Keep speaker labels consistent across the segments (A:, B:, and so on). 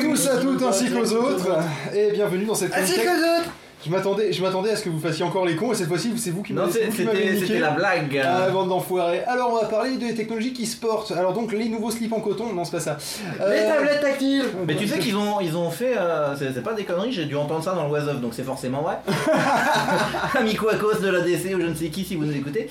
A: tous, à toutes, ainsi qu'aux autres, et bienvenue dans cette
B: Ainsi
A: chronique tech.
B: que d'autres
A: Je m'attendais, je m'attendais à ce que vous fassiez encore les cons, et cette fois-ci, c'est vous qui
B: Non,
A: m'avez c'est
B: c'est-
A: vous qui m'avez
B: c'était
A: niqué.
B: c'était la blague.
A: Ah, bande d'enfoirés. Alors, on va parler des technologies qui se portent. Alors, donc, les nouveaux slips en coton, non, c'est pas ça.
B: Les
A: Euh,
B: tablettes tactiles
A: euh,
C: Mais tu
A: donc,
C: sais qu'ils ont, ils ont fait, euh, c'est c'est pas des conneries, j'ai dû entendre ça dans le Wasup, donc c'est forcément vrai. Ami Quacos de l'ADC ou je ne sais qui si vous nous écoutez.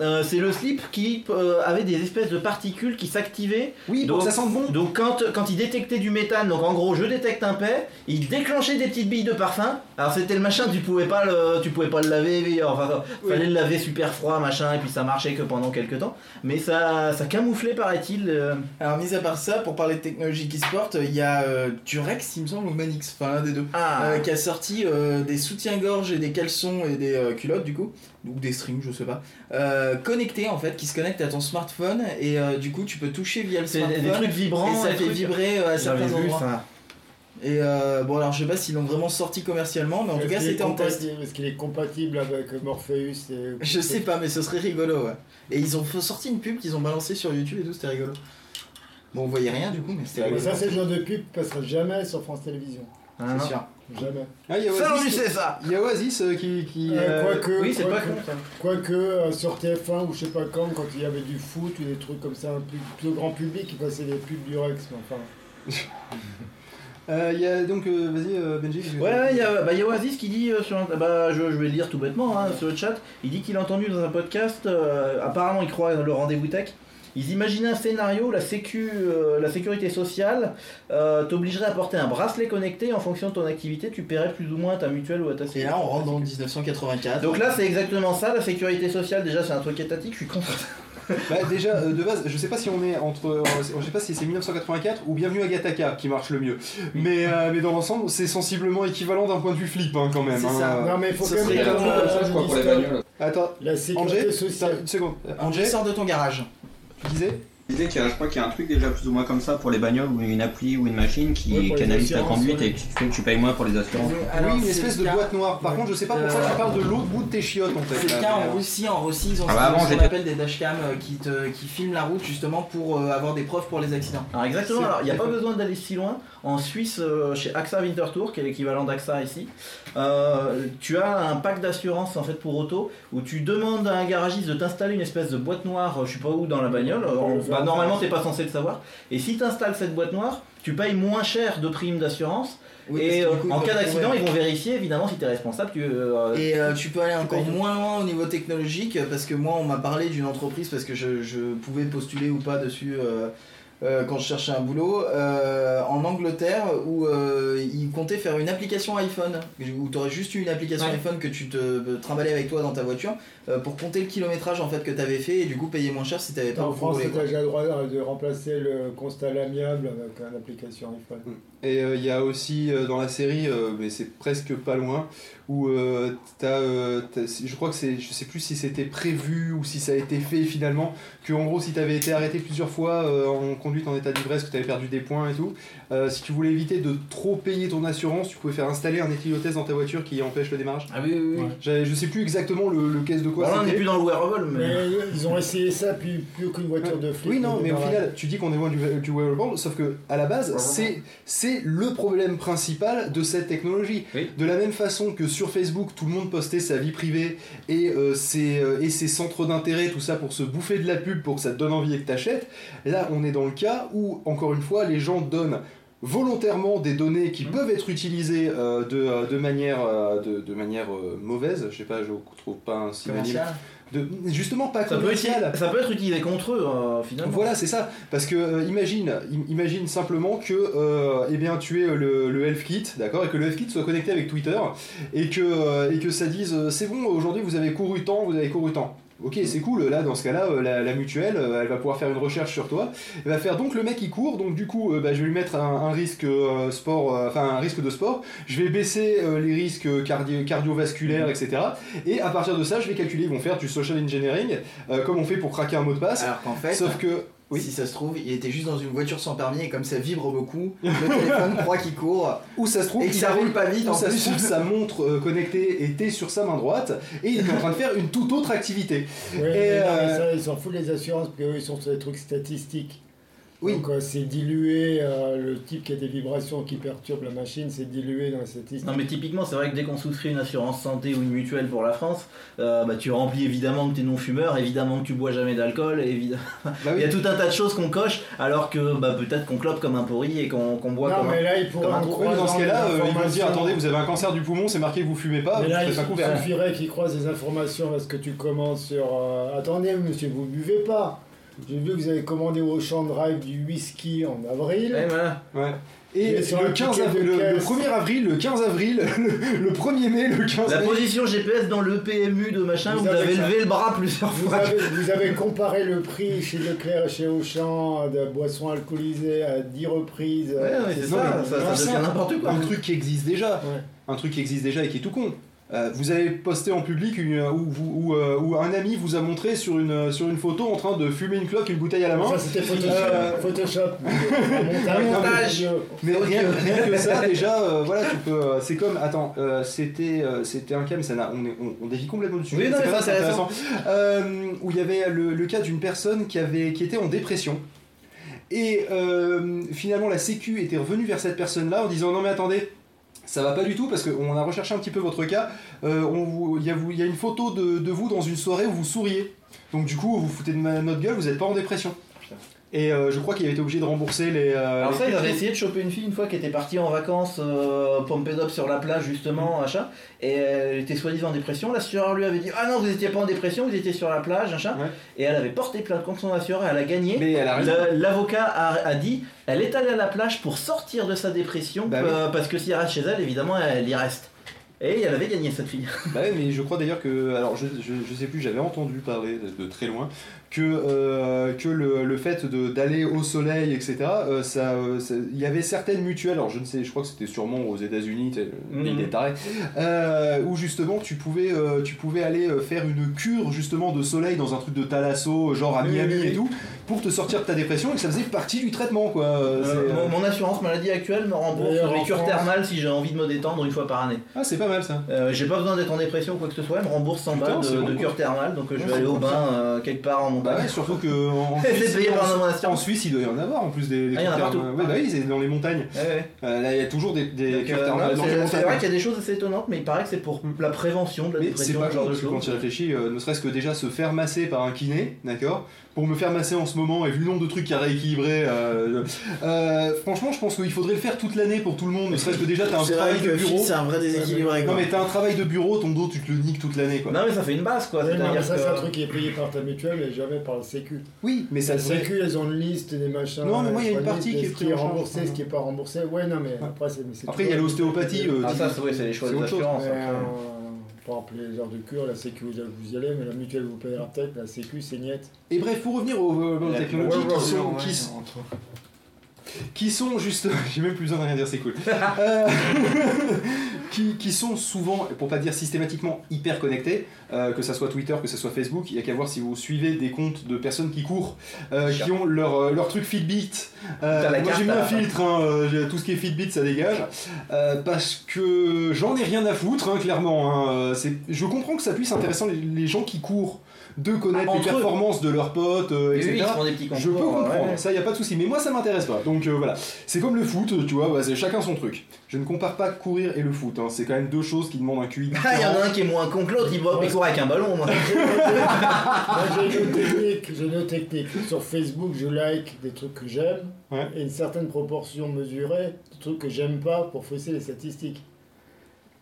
C: Euh, c'est le slip qui euh, avait des espèces de particules qui s'activaient.
A: Oui, donc
C: Donc-
A: ça sent bon.
C: Donc quand, quand il détectait du méthane, donc en gros je détecte un paix, il déclenchait des petites billes de parfum. Alors c'était le machin, tu pouvais pas le, tu pouvais pas le laver, euh, enfin
A: Oui.
C: fallait le laver super froid machin, et puis ça marchait que pendant quelques temps. Mais ça, ça camouflait paraît-il. euh,
D: Alors, mis à part ça, pour parler de technologie qui se porte, il y a euh, Durex, il me semble, ou Manix, enfin l'un des deux,
C: Ah.
D: euh, qui a sorti euh, des soutiens-gorge et des caleçons et des euh, culottes, du coup, ou des strings, je sais pas, euh, connectés en fait, qui se connectent à ton smartphone et euh, du coup, tu peux toucher via le
C: C'est des,
D: smartphone.
C: des trucs vibrants.
D: et ça
C: des
D: fait
C: trucs-
D: vibrer euh, à
C: J'avais
D: certains
C: vu
D: endroits.
C: ça.
D: Et euh, bon, alors je sais pas s'ils l'ont vraiment sorti commercialement, mais en tout cas, c'était en test.
E: Est-ce qu'il est compatible avec Morpheus et...
D: Je sais pas, mais ce serait rigolo, ouais. Et ils ont f- sorti une pub qu'ils ont balancée sur YouTube et tout, c'était rigolo. Bon, on voyait rien du coup, mais c'était
E: Mais
D: rigolo.
E: ça, c'est le genre de pub qui passera jamais sur France Télévisions.
C: Ah, non.
D: C'est sûr.
E: Jamais.
A: Ah, il y a
C: Ça, on lui
A: Oasis,
C: sait ça
A: il y a Oasis, euh, qui. qui
E: Euh,
A: euh,
E: quoique,
C: oui, c'est pas
E: quoique-
C: con, ça.
E: quoique, euh, sur TF1 ou je sais pas quand, quand il y avait du foot ou des trucs comme ça, un peu plus grand public, ils passaient des pubs du Rex. mais enfin,
A: euh, il y a donc, euh, vas-y, euh, Benji. parce que-
C: Ouais, ouais, il y, a- bah, il y a Oasis qui dit euh, sur un- bah, je, je vais le lire tout bêtement hein, sur le chat. Il dit qu'il a entendu dans un podcast, euh, apparemment il croit dans le rendez-vous tech. Ils imaginaient un scénario où la, sécu, euh, la sécurité sociale euh, t'obligerait à porter un bracelet connecté en fonction de ton activité, tu paierais plus ou moins à ta mutuelle ou à ta
D: Et là, on rentre dans le 1984.
C: Donc là, c'est exactement ça. La sécurité sociale, déjà, c'est un truc étatique, je suis contre.
A: Bah, déjà, euh, de base, je sais pas si on est entre. euh, je sais pas si c'est 1984 ou Bienvenue à Gataka qui marche le mieux. Mais, euh, mais dans l'ensemble, c'est sensiblement équivalent d'un point de vue flip hein, quand même.
D: C'est
A: hein.
D: ça.
E: Non, mais il faut
D: ça
E: quand
D: serait
E: même.
D: comme,
E: qu'on
D: euh,
E: dise
F: pour les
E: stop.
F: bagnoles.
A: Attends,
E: La sécurité
A: Angé, t'as
E: sociale.
A: une seconde.
D: Angé,
A: Angé,
D: sors de ton garage.
A: tu disais
F: L'idée qu'il y a- je crois qu'il y a un truc déjà plus ou moins comme ça pour les bagnoles ou une appli ou une machine qui
E: Ouais, pour les
F: canalise ta
E: assurances,
F: conduite
E: ouais.
F: et qui fait que tu payes moins pour les assurances.
D: Alors,
A: Oui, une
D: c'est
A: espèce
D: le
A: de
D: cas-
A: boîte noire. Par
D: Ouais.
A: contre, je sais pas pourquoi
D: Euh,
A: tu parles de l'autre bout de tes chiottes en fait.
D: C'est le
A: là,
D: cas en
A: mais-
D: Russie, en Russie, ils ont
F: Ah bah avant,
D: ce qu'on
F: j'étais-
D: appelle des dashcams euh, qui, te, qui filment la route justement pour euh, avoir des preuves pour les accidents.
C: Alors exactement,
D: C'est-
C: alors il n'y a pas besoin d'aller si loin. En Suisse, euh, chez AXA Winterthur, qui est l'équivalent d'AXA ici, euh, tu as un pack d'assurance en fait pour auto où tu demandes à un garagiste de t'installer une espèce de boîte noire, euh, je sais pas où, dans la bagnole. Alors,
E: Ouais,
C: bah,
E: ouais.
C: normalement, t'es pas censé le savoir. Et si tu installes cette boîte noire, tu payes moins cher de prime d'assurance. et euh, en cas d'accident, ils vont vérifier évidemment si tu es responsable. Tu, euh,
D: Et euh, tu peux aller encore moins loin au niveau technologique euh, parce que moi on m'a parlé d'une entreprise parce que je, je pouvais postuler ou pas dessus euh, euh, quand je cherchais un boulot euh, en Angleterre où euh, ils comptaient faire une application iPhone où tu aurais juste eu une application
C: Ouais.
D: iPhone que tu te euh, trimballais avec toi dans ta voiture euh, pour compter le kilométrage en fait que tu avais fait et du coup payer moins cher si tu avais pas
E: En
D: beaucoup
E: France,
D: roulé,
E: t'as
D: quoi.
E: déjà le droit de remplacer le constat à l'amiable avec une application iPhone.
A: Et euh, il y a aussi euh, dans la série, euh, mais c'est presque pas loin, où euh, t'as, euh, t'as- si- je crois que c'est, je sais plus si c'était prévu ou si ça a été fait finalement, que en gros si t'avais été arrêté plusieurs fois euh, en conduite en état d'ivresse, que t'avais perdu des points et tout, euh, si tu voulais éviter de trop payer ton assurance, tu pouvais faire installer un éthylotest dans ta voiture qui empêche le démarrage.
C: Ah oui, oui, oui.
A: J'avais- Je sais plus exactement le, le caisse de quoi
C: Bon, là, on n'est
A: c'était.
C: plus dans le wearable, mais.
E: Mais euh, ils ont essayé ça, puis plus aucune voiture de flic.
A: Oui, non,
E: ne
A: mais au
E: démarrait.
A: final, tu dis qu'on est loin du, du wearable, sauf que à la base, c'est c'est le problème principal de cette technologie.
C: Oui.
A: De la même façon que sur Facebook, tout le monde postait sa vie privée et, euh, ses, euh, et ses centres d'intérêt, tout ça pour se bouffer de la pub, pour que ça te donne envie et que t'achètes, là, on est dans le cas où, encore une fois, les gens donnent volontairement des données qui
C: Mmh.
A: peuvent être utilisées euh, de, euh, de manière, euh, de, de manière euh, mauvaise, je sais pas, je trouve pas un synonyme.
D: Commercial.
A: De, justement pas
C: Ça peut, être,
A: commercial.
C: ça peut être utilisé contre eux, euh, finalement.
A: Voilà, c'est ça. Parce que euh, imagine, im- imagine simplement que euh, eh bien, tu es euh, le, le Health Kit, d'accord, et que le Health Kit soit connecté avec Twitter, et que, euh, et que ça dise euh, c'est bon, aujourd'hui vous avez couru tant, vous avez couru tant. Ok,
D: Mm.
A: c'est cool, là dans ce cas-là, euh, la, la mutuelle, euh, elle va pouvoir faire une recherche sur toi. Elle va faire donc le mec il court, donc du coup, euh, bah, je vais lui mettre un, un risque euh, sport, euh, enfin un risque de sport. Je vais baisser euh, les risques cardio- cardiovasculaires,
D: Mm.
A: etc. Et à partir de ça, je vais calculer, ils vont faire du social engineering, euh, comme on fait pour craquer un mot de passe.
D: Alors qu'en fait,
A: Sauf que Oui.
D: si ça se trouve, il était juste dans une voiture sans permis et comme ça vibre beaucoup, le téléphone croit qu'il court
A: Où ça se trouve,
D: et que
A: il
D: ça
A: avait-
D: roule pas vite
A: où
D: en
A: ça se
D: plus.
A: trouve, sa montre euh, connectée était sur sa main droite et il est en train de faire une toute autre activité.
E: Ouais,
A: Et,
E: mais non, mais
A: euh,
E: ça, ils s'en foutent les assurances, parce qu'eux, ils sont sur des trucs statistiques.
D: Oui.
E: Donc euh, c'est dilué, euh, le type qui a des vibrations qui perturbent la machine, c'est dilué dans cette
C: Non
E: histoire.
C: mais typiquement c'est vrai que dès qu'on souscrit une assurance santé ou une mutuelle pour la France, euh, bah, tu remplis évidemment que t'es non fumeur, évidemment que tu bois jamais d'alcool, évidemment...
A: Bah
C: il
A: oui.
C: y a tout un tas de choses qu'on coche alors que bah, peut-être qu'on clope comme un pourri et qu'on qu'on boit
E: Non,
C: comme un...
E: mais là, il pourrait
C: comme un
E: en
C: trou.
A: Oui, mais dans ce
E: croisant
A: cas-là,
E: des
A: euh, ils vont dire
E: informations-
A: attendez, vous avez un cancer du poumon, c'est marqué que vous fumez pas,
E: Mais
A: vous
E: là, il
A: faites pas couvert.
E: suffirait qu'ils croisent des informations parce que tu commandes sur. euh, Attendez, monsieur, vous buvez pas. J'ai vu que vous avez commandé au Champ Drive du whisky en avril.
A: Eh,
C: Ouais, Eh, voilà.
A: Ouais. Et
E: Mais sur
A: le,
E: un
A: 15
E: ticket de
A: avril, le, le
E: caisse.
A: 1er avril, le 15 avril, le, le 1er mai, le 15
C: La
A: mai.
C: position GPS dans le PMU de machin,
E: Vous
C: vous
E: avez
C: avez
E: ça.
C: levé le bras plusieurs
E: Vous
C: fois.
E: avez, vous avez comparé le prix chez Leclerc et chez Auchan de boissons alcoolisées à 10 reprises.
C: Ouais, ouais, c'est
A: Non,
C: ça,
A: mais-
C: ça,
A: non,
C: ça
A: ça-
C: devient n'importe quoi.
A: Un truc qui existe déjà.
E: Ouais.
A: Un truc qui existe déjà et qui est tout con. Euh, vous avez posté en public une, où, vous- où, euh, où un ami vous a montré sur une, euh, sur une photo en train de fumer une cloque, une bouteille à la main.
E: Ça, c'était Photoshop.
A: Euh,
E: Photoshop. Un montage.
A: montage.
E: Un
A: Mais rien, rien que ça, déjà, euh, voilà, tu peux. euh, c'est comme. Attends, euh, c'était, euh, c'était un cas, mais ça n'a, on, est- on, on dévie complètement du sujet.
C: Oui, non,
A: c'est
C: mais
A: pas
C: c'est
A: ça, c'est intéressant. Euh, où il y avait le, le cas d'une personne qui, avait, qui était en dépression. Et euh, finalement, la Sécu était revenue vers cette personne-là en disant Non, mais attendez. Ça va pas du tout parce qu'on a recherché un petit peu votre cas. Euh, on vous- Il y, a vous- il y a une photo de, de vous dans une soirée où vous souriez. Donc du coup, vous vous foutez de ma- notre gueule, vous n'êtes pas en dépression.
C: Putain.
A: Et euh, je crois qu'il avait été obligé de rembourser les. euh,
C: Alors ça,
A: les-
C: ils avaient essayé de choper une fille une fois qui était partie en vacances euh, Pompédop sur la plage justement,
A: Mm.
C: machin, et elle était soi-disant en dépression. L'assureur lui avait dit ah non vous n'étiez pas en dépression, vous étiez sur la plage, machin,
A: Ouais.
C: et elle avait porté plainte contre son assureur, elle a gagné.
A: Mais elle a raison.
C: Le- L'avocat a, a dit elle est allée à la plage pour sortir de sa dépression
A: Bah
C: euh, parce que si elle reste chez elle évidemment elle y reste. Et elle avait gagné cette fille.
A: Bah ouais, mais je crois d'ailleurs que, alors je, je, je sais plus, j'avais entendu parler de, de très loin que, euh, que le, le fait de- d'aller au soleil, etc., euh, ça, euh, ça- il y avait certaines mutuelles, alors je ne sais, je crois que c'était sûrement aux États-Unis, t'es- le
E: Mm-hmm.
A: pays
C: Mhm.
A: des tarés, euh, où justement tu pouvais, euh, tu pouvais aller euh, faire une cure justement de soleil dans un truc de thalasso, genre à
E: Oui,
A: Miami
E: oui, oui.
A: et tout, pour te sortir de ta dépression et que ça faisait partie du traitement, quoi. Euh, c'est,
C: Euh,
A: euh,
C: mon, mon assurance maladie actuelle me rembourse
E: D'ailleurs,
C: les
E: en
C: cures
E: France-
C: thermales si j'ai envie de me détendre une fois par année.
A: Ah, c'est pas mal ça.
C: Euh, j'ai pas besoin d'être en dépression ou quoi que ce soit, elle me rembourse 100
A: Putain,
C: balles
A: c'est
C: de, de
A: bon.
C: cure thermale, donc euh, je
A: Ouais,
C: vais
A: c'est
C: aller au
A: bon,
C: bain euh, quelque part en
A: Bah
C: montagne.
A: ouais, surtout que en
C: C'est
A: Suisse,
C: payé par
A: en-
C: mon assurance.
A: en Suisse, il doit y en avoir en plus des, des
C: Ah, il y en a
A: critères.
C: partout.
A: Ouais, bah oui, c'est dans les montagnes.
C: Ouais, ouais.
A: Euh, là, il y a toujours des, des
C: Donc, euh,
A: critères
C: non,
A: dans les
C: c'est- C'est
A: montagnes.
C: vrai qu'il y a des choses assez étonnantes, mais il paraît que c'est pour la prévention de la
A: Mais c'est
C: dépression,
A: pas
C: ce genre
A: con,
C: de
A: parce que quand tu
C: choses.
A: réfléchis, euh, ne serait-ce que déjà se faire masser par un kiné, d'accord Pour me faire masser en ce moment, et vu le nombre de trucs à rééquilibrer, euh, euh, franchement, je pense qu'il faudrait le faire toute l'année pour tout le monde, ne serait-ce que déjà, t'as un
D: C'est vrai
A: travail de
D: que Phil,
A: bureau.
D: c'est un vrai déséquilibré.
A: Non,
D: quoi.
A: mais t'as un travail de bureau, ton dos, tu te le niques toute l'année, quoi.
C: Non mais ça fait une base quoi,
E: Oui, non, mais
C: c'est-à-dire
E: ça, c'est un truc
C: que...
E: qui est payé par ta mutuelle et jamais par le Sécu.
A: Oui, mais euh, ça
E: La
A: devrait.
E: Sécu, elles ont une liste des machins.
A: Non, mais moi, il y a une
E: euh,
A: partie
E: liste de
A: qui est
E: Ce qui
A: prise
E: est
A: en charge.
E: remboursé, ce qui est pas remboursé. Ouais, non, mais après, c'est. mais c'est
A: Après, il y
E: toujours-
A: a l'ostéopathie. euh,
C: Ah ça c'est ouais, c'est les choix
A: C'est
C: des
A: autre chose,
C: assurances. hein.
E: Ouais,
C: après.
E: euh, Par exemple, les heures de cure, la Sécu, vous y allez- vous y allez, mais la mutuelle vous payera peut-être, la Sécu, c'est niette.
A: Et bref, pour revenir aux, euh, aux
F: La-
A: technologies
F: Ouais,
A: qui
F: ouais,
A: sont,
F: ouais,
A: qui
F: ouais,
A: sont-
F: entre-
A: qui sont juste. J'ai même plus besoin de rien dire, c'est cool. Euh, qui, qui sont souvent, pour pas dire systématiquement, hyper connectés, euh, que ça soit Twitter, que ça soit Facebook, il y a qu'à voir si vous suivez des comptes de personnes qui courent, euh, qui ont leur, euh, leur truc Fitbit. Euh,
C: Putain, la
A: moi
C: carte,
A: j'ai mis un
C: là.
A: filtre, hein, euh, j'ai- tout ce qui est Fitbit ça dégage, Euh, parce que j'en ai rien à foutre, hein, clairement. hein. Euh, c'est- je comprends que ça puisse intéresser les, les gens qui courent de connaître
C: Ah,
A: les
C: entre eux.
A: performances de leurs potes, euh,
C: Oui,
A: etc.
C: oui, ils se font des petits
A: Je peux
C: concours, ouais,
A: comprendre,
C: euh, ouais.
A: ça y a pas de souci, mais moi ça m'intéresse pas. Donc euh, voilà, c'est comme le foot, tu vois, bah, c'est chacun son truc. Je ne compare pas courir et le foot, hein. c'est quand même deux choses qui demandent un QI
C: Ah, il y en
A: différent.
C: a un qui est moins con que l'autre, il voit
E: Ouais.
C: il court avec un ballon moi.
E: Moi, j'ai une autre technique, j'ai une autre technique. Sur Facebook, je like des trucs que j'aime
A: Ouais.
E: et une certaine proportion mesurée de trucs que j'aime pas pour fausser les statistiques.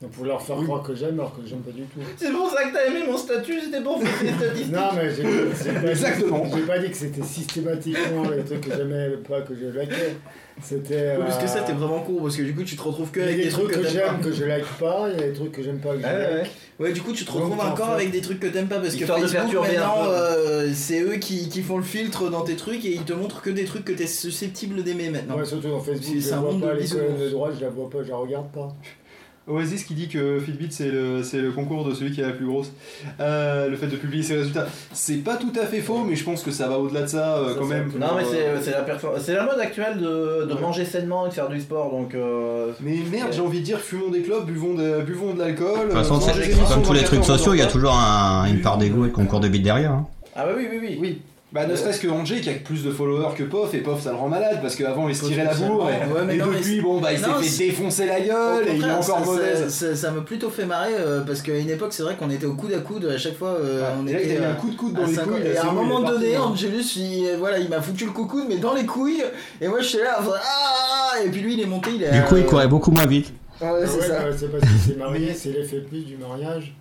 E: Donc pour leur faire
A: Oui.
E: croire que j'aime alors que j'aime pas du tout.
C: C'est pour ça que t'as aimé mon statut, c'était pour faire des statistiques.
E: Non mais j'ai j'ai pas, dit-
A: Exactement.
E: j'ai pas dit que c'était systématiquement les trucs que j'aimais pas que je likais. C'était.
D: Parce que ça,
E: euh,
D: t'es vraiment court parce que du coup, tu te retrouves que
E: il y a
D: avec
E: des trucs que
D: t'aimes
E: j'aime
D: pas.
E: que je like pas, il y a des trucs que j'aime pas que je
C: Ouais,
E: like.
C: ouais, ouais.
D: Ouais, du coup, tu te
E: Donc,
D: retrouves
E: en
D: encore
E: fait-
D: avec des trucs que t'aimes pas parce que
C: Histoire de
D: Facebook,
C: perturber un
D: maintenant,
C: peu.
D: euh, c'est eux qui, qui font le filtre dans tes trucs et ils te montrent que des trucs que t'es susceptible d'aimer maintenant.
E: Moi surtout dans Facebook,
D: C'est-
E: je
D: c'est un
E: vois
D: monde
E: pas
D: de
E: les colonnes de
D: bisounours.
E: droite, je la vois pas, je la regarde pas.
A: Oasis qui dit que Fitbit c'est le, c'est le concours de celui qui est la plus grosse, Euh, le fait de publier ses résultats. C'est pas tout à fait faux, mais je pense que ça va au-delà de ça euh,
E: Ça,
A: quand
E: ça-
A: même.
C: Non
A: pour,
C: mais
A: euh,
C: c'est c'est la perfor- c'est la mode actuelle de, de manger sainement et de faire du sport donc euh,
A: Mais merde, j'ai envie de dire, fumons des clopes, buvons de, buvons de l'alcool. euh,
F: De toute façon, c'est comme tous les trucs sociaux, il y a toujours un- une part d'ego et de concours de bite derrière. hein.
C: Ah bah oui oui oui.
A: Oui, Bah, ne serait-ce que Angé qui a plus de followers que Pof, et Pof ça le rend malade parce qu'avant il se
D: Pas
A: tirait la bourre, et,
D: spécialement. Ouais, mais
A: et
D: non, mais
A: depuis, bon bah il s'est
D: Non,
A: fait
D: c'est-
A: défoncer la
D: Au
A: gueule et il est
D: contraire,
A: encore
D: ça-
A: mauvaise.
D: ça- ça- Ça m'a plutôt fait marrer euh, parce qu'à une époque, c'est vrai qu'on était au coude à coude à chaque fois. euh,
A: Ouais.
D: on
A: Et là, il
D: était,
A: a mis
D: euh,
A: un coup de coude dans
D: à
A: les
D: 50.
A: couilles.
D: Et
A: c'est
D: à un
A: bon, il est
D: moment
A: parti,
D: donné,
A: hein.
D: Angelus, il, euh, voilà, il m'a foutu le coucou, mais dans les couilles. Et moi, je suis là, enfin, ah, ah, et puis lui, il est monté, il est.
B: Du coup, il
D: euh,
B: courait beaucoup moins vite.
D: ouais, c'est
E: Ouais,
D: ça.
E: bah, c'est parce qu'il s'est marié, c'est l'effet plus du mariage.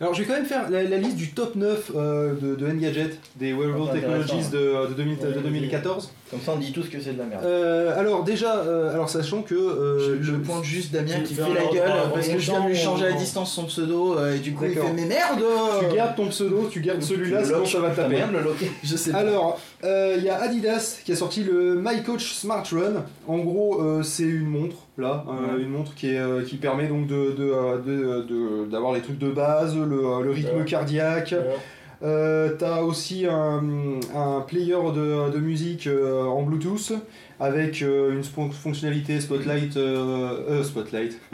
A: Alors je vais quand même faire la, la liste du top 9 euh, de, de Engadget, des Wearable
C: Ah,
A: Technologies
D: hein.
C: intéressant.
A: de, de 2000 de
E: Ouais,
A: 2014.
C: Comme ça, on dit tous que c'est de la merde.
A: Euh, alors déjà, euh, alors sachant que euh,
D: Je, je pointe juste Damien
E: tu
D: qui
E: fais
D: fait
E: un
D: la
E: ordre
D: gueule
E: en
D: parce que je viens de lui changer à
E: remontant,
D: distance son pseudo euh, et du coup il
A: D'accord.
D: fait mais merde
A: tu gardes ton pseudo, tu gardes celui-là,
C: le
A: sinon
C: loques.
A: ça va te
C: Putain,
A: taper.
C: merde, le loquet.
D: Je sais pas.
A: Alors, euh, il y a Adidas qui a sorti le My Coach Smart Run. En gros, euh, c'est une montre, là, euh, une montre qui, est, euh, qui permet donc de, de, euh, de- de- d'avoir les trucs de base, le, euh, le rythme
E: Ouais.
A: cardiaque.
E: Alors,
A: Euh, t'as aussi un, un player de, de musique euh, en Bluetooth avec euh, une spon- fonctionnalité Spotlight, euh, euh, Spotlight,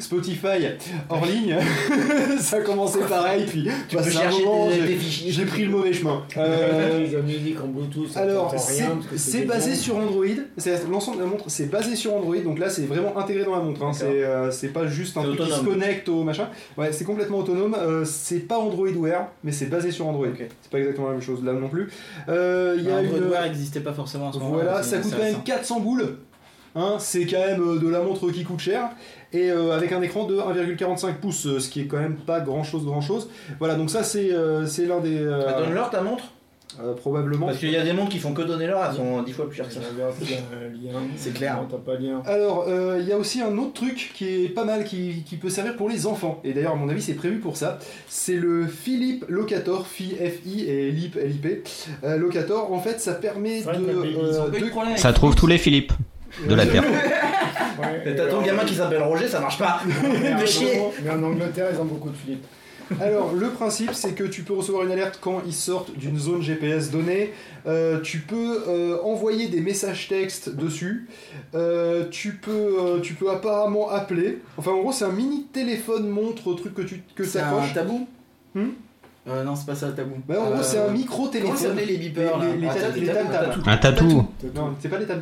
A: Spotify hors ligne. Ça commençait pareil, puis
C: Tu
A: bah,
C: peux
A: c'est un
C: chercher
A: moment,
C: des,
A: j'ai-
C: des fichiers.
A: j'ai pris le mauvais chemin.
E: euh,
A: Euh,
E: la musique en Bluetooth, ça
A: alors,
E: t'entend
A: c'est
E: rien, parce que
A: c'est
E: des
A: basé
E: ondes.
A: sur Android. C'est- L'ensemble de la montre, c'est basé sur Android. Donc là, c'est vraiment intégré dans la montre. hein.
C: D'accord.
A: C'est euh, c'est pas juste un
C: C'est
A: truc qui se
C: autonome.
A: connecte au machin. Ouais, c'est complètement autonome. Euh, c'est pas Android Wear, mais c'est basé sur Android.
C: Ok.
A: C'est pas exactement la même chose là non plus. Euh, Il y a
C: Bah,
D: Un
A: une-
D: Broadware existait pas forcément en ce moment.
A: Voilà,
D: mais
A: ça coûte
D: c'est
A: quand même
D: récent.
A: 400 boules. Hein, c'est quand même euh, de la montre qui coûte cher et euh, avec un écran de 1,45 pouces, euh, ce qui est quand même pas grand chose, grand chose. Voilà, donc ça c'est euh, c'est l'un des euh,
C: Bah, Donne-leur ta montre.
A: euh, probablement.
C: Parce qu'il y a des montres qui font que donner leur, elles sont 10 fois plus chères que ça.
E: J'avais aussi un lien.
D: C'est clair.
E: Non, t'as pas de lien.
A: Alors, euh, il y a aussi un autre truc qui est pas mal, qui, qui peut servir pour les enfants. Et d'ailleurs, à mon avis, c'est prévu pour ça. C'est le Philippe Locator, Phi FI et Lip LIP. Euh, Locator, en fait, ça permet
E: Fred,
A: de.
E: la baby, ils
A: euh,
D: Pas eu de
A: de-
D: problème avec
B: Ça trouve tous les Philippe de la Terre.
E: Ouais,
C: Mais T'as
E: et
C: ton
E: alors,
C: gamin qui s'appelle Roger, ça marche pas.
E: mais en-
C: de chier.
E: Mais en Angleterre, ils ont beaucoup de flips.
A: Alors, le principe, c'est que tu peux recevoir une alerte quand ils sortent d'une zone GPS donnée. Euh, tu peux euh, envoyer des messages textes dessus. Euh, tu, peux, euh, tu peux apparemment appeler. Enfin, en gros, c'est un mini téléphone montre truc que tu que
D: C'est un
A: t'accroches.
D: tabou
A: Hmm
D: Euh, Non, c'est pas ça le tabou.
A: Bah, en gros,
D: Euh,
A: c'est un micro
D: Comment ils
A: téléphone.
D: s'appelaient les beepers
A: les- les-
D: là
A: les-
D: Ah,
A: les- les-
D: t'as-
A: les-
D: t'as-
A: les-
D: tout.
B: Un tatou.
A: Non, c'est pas les tam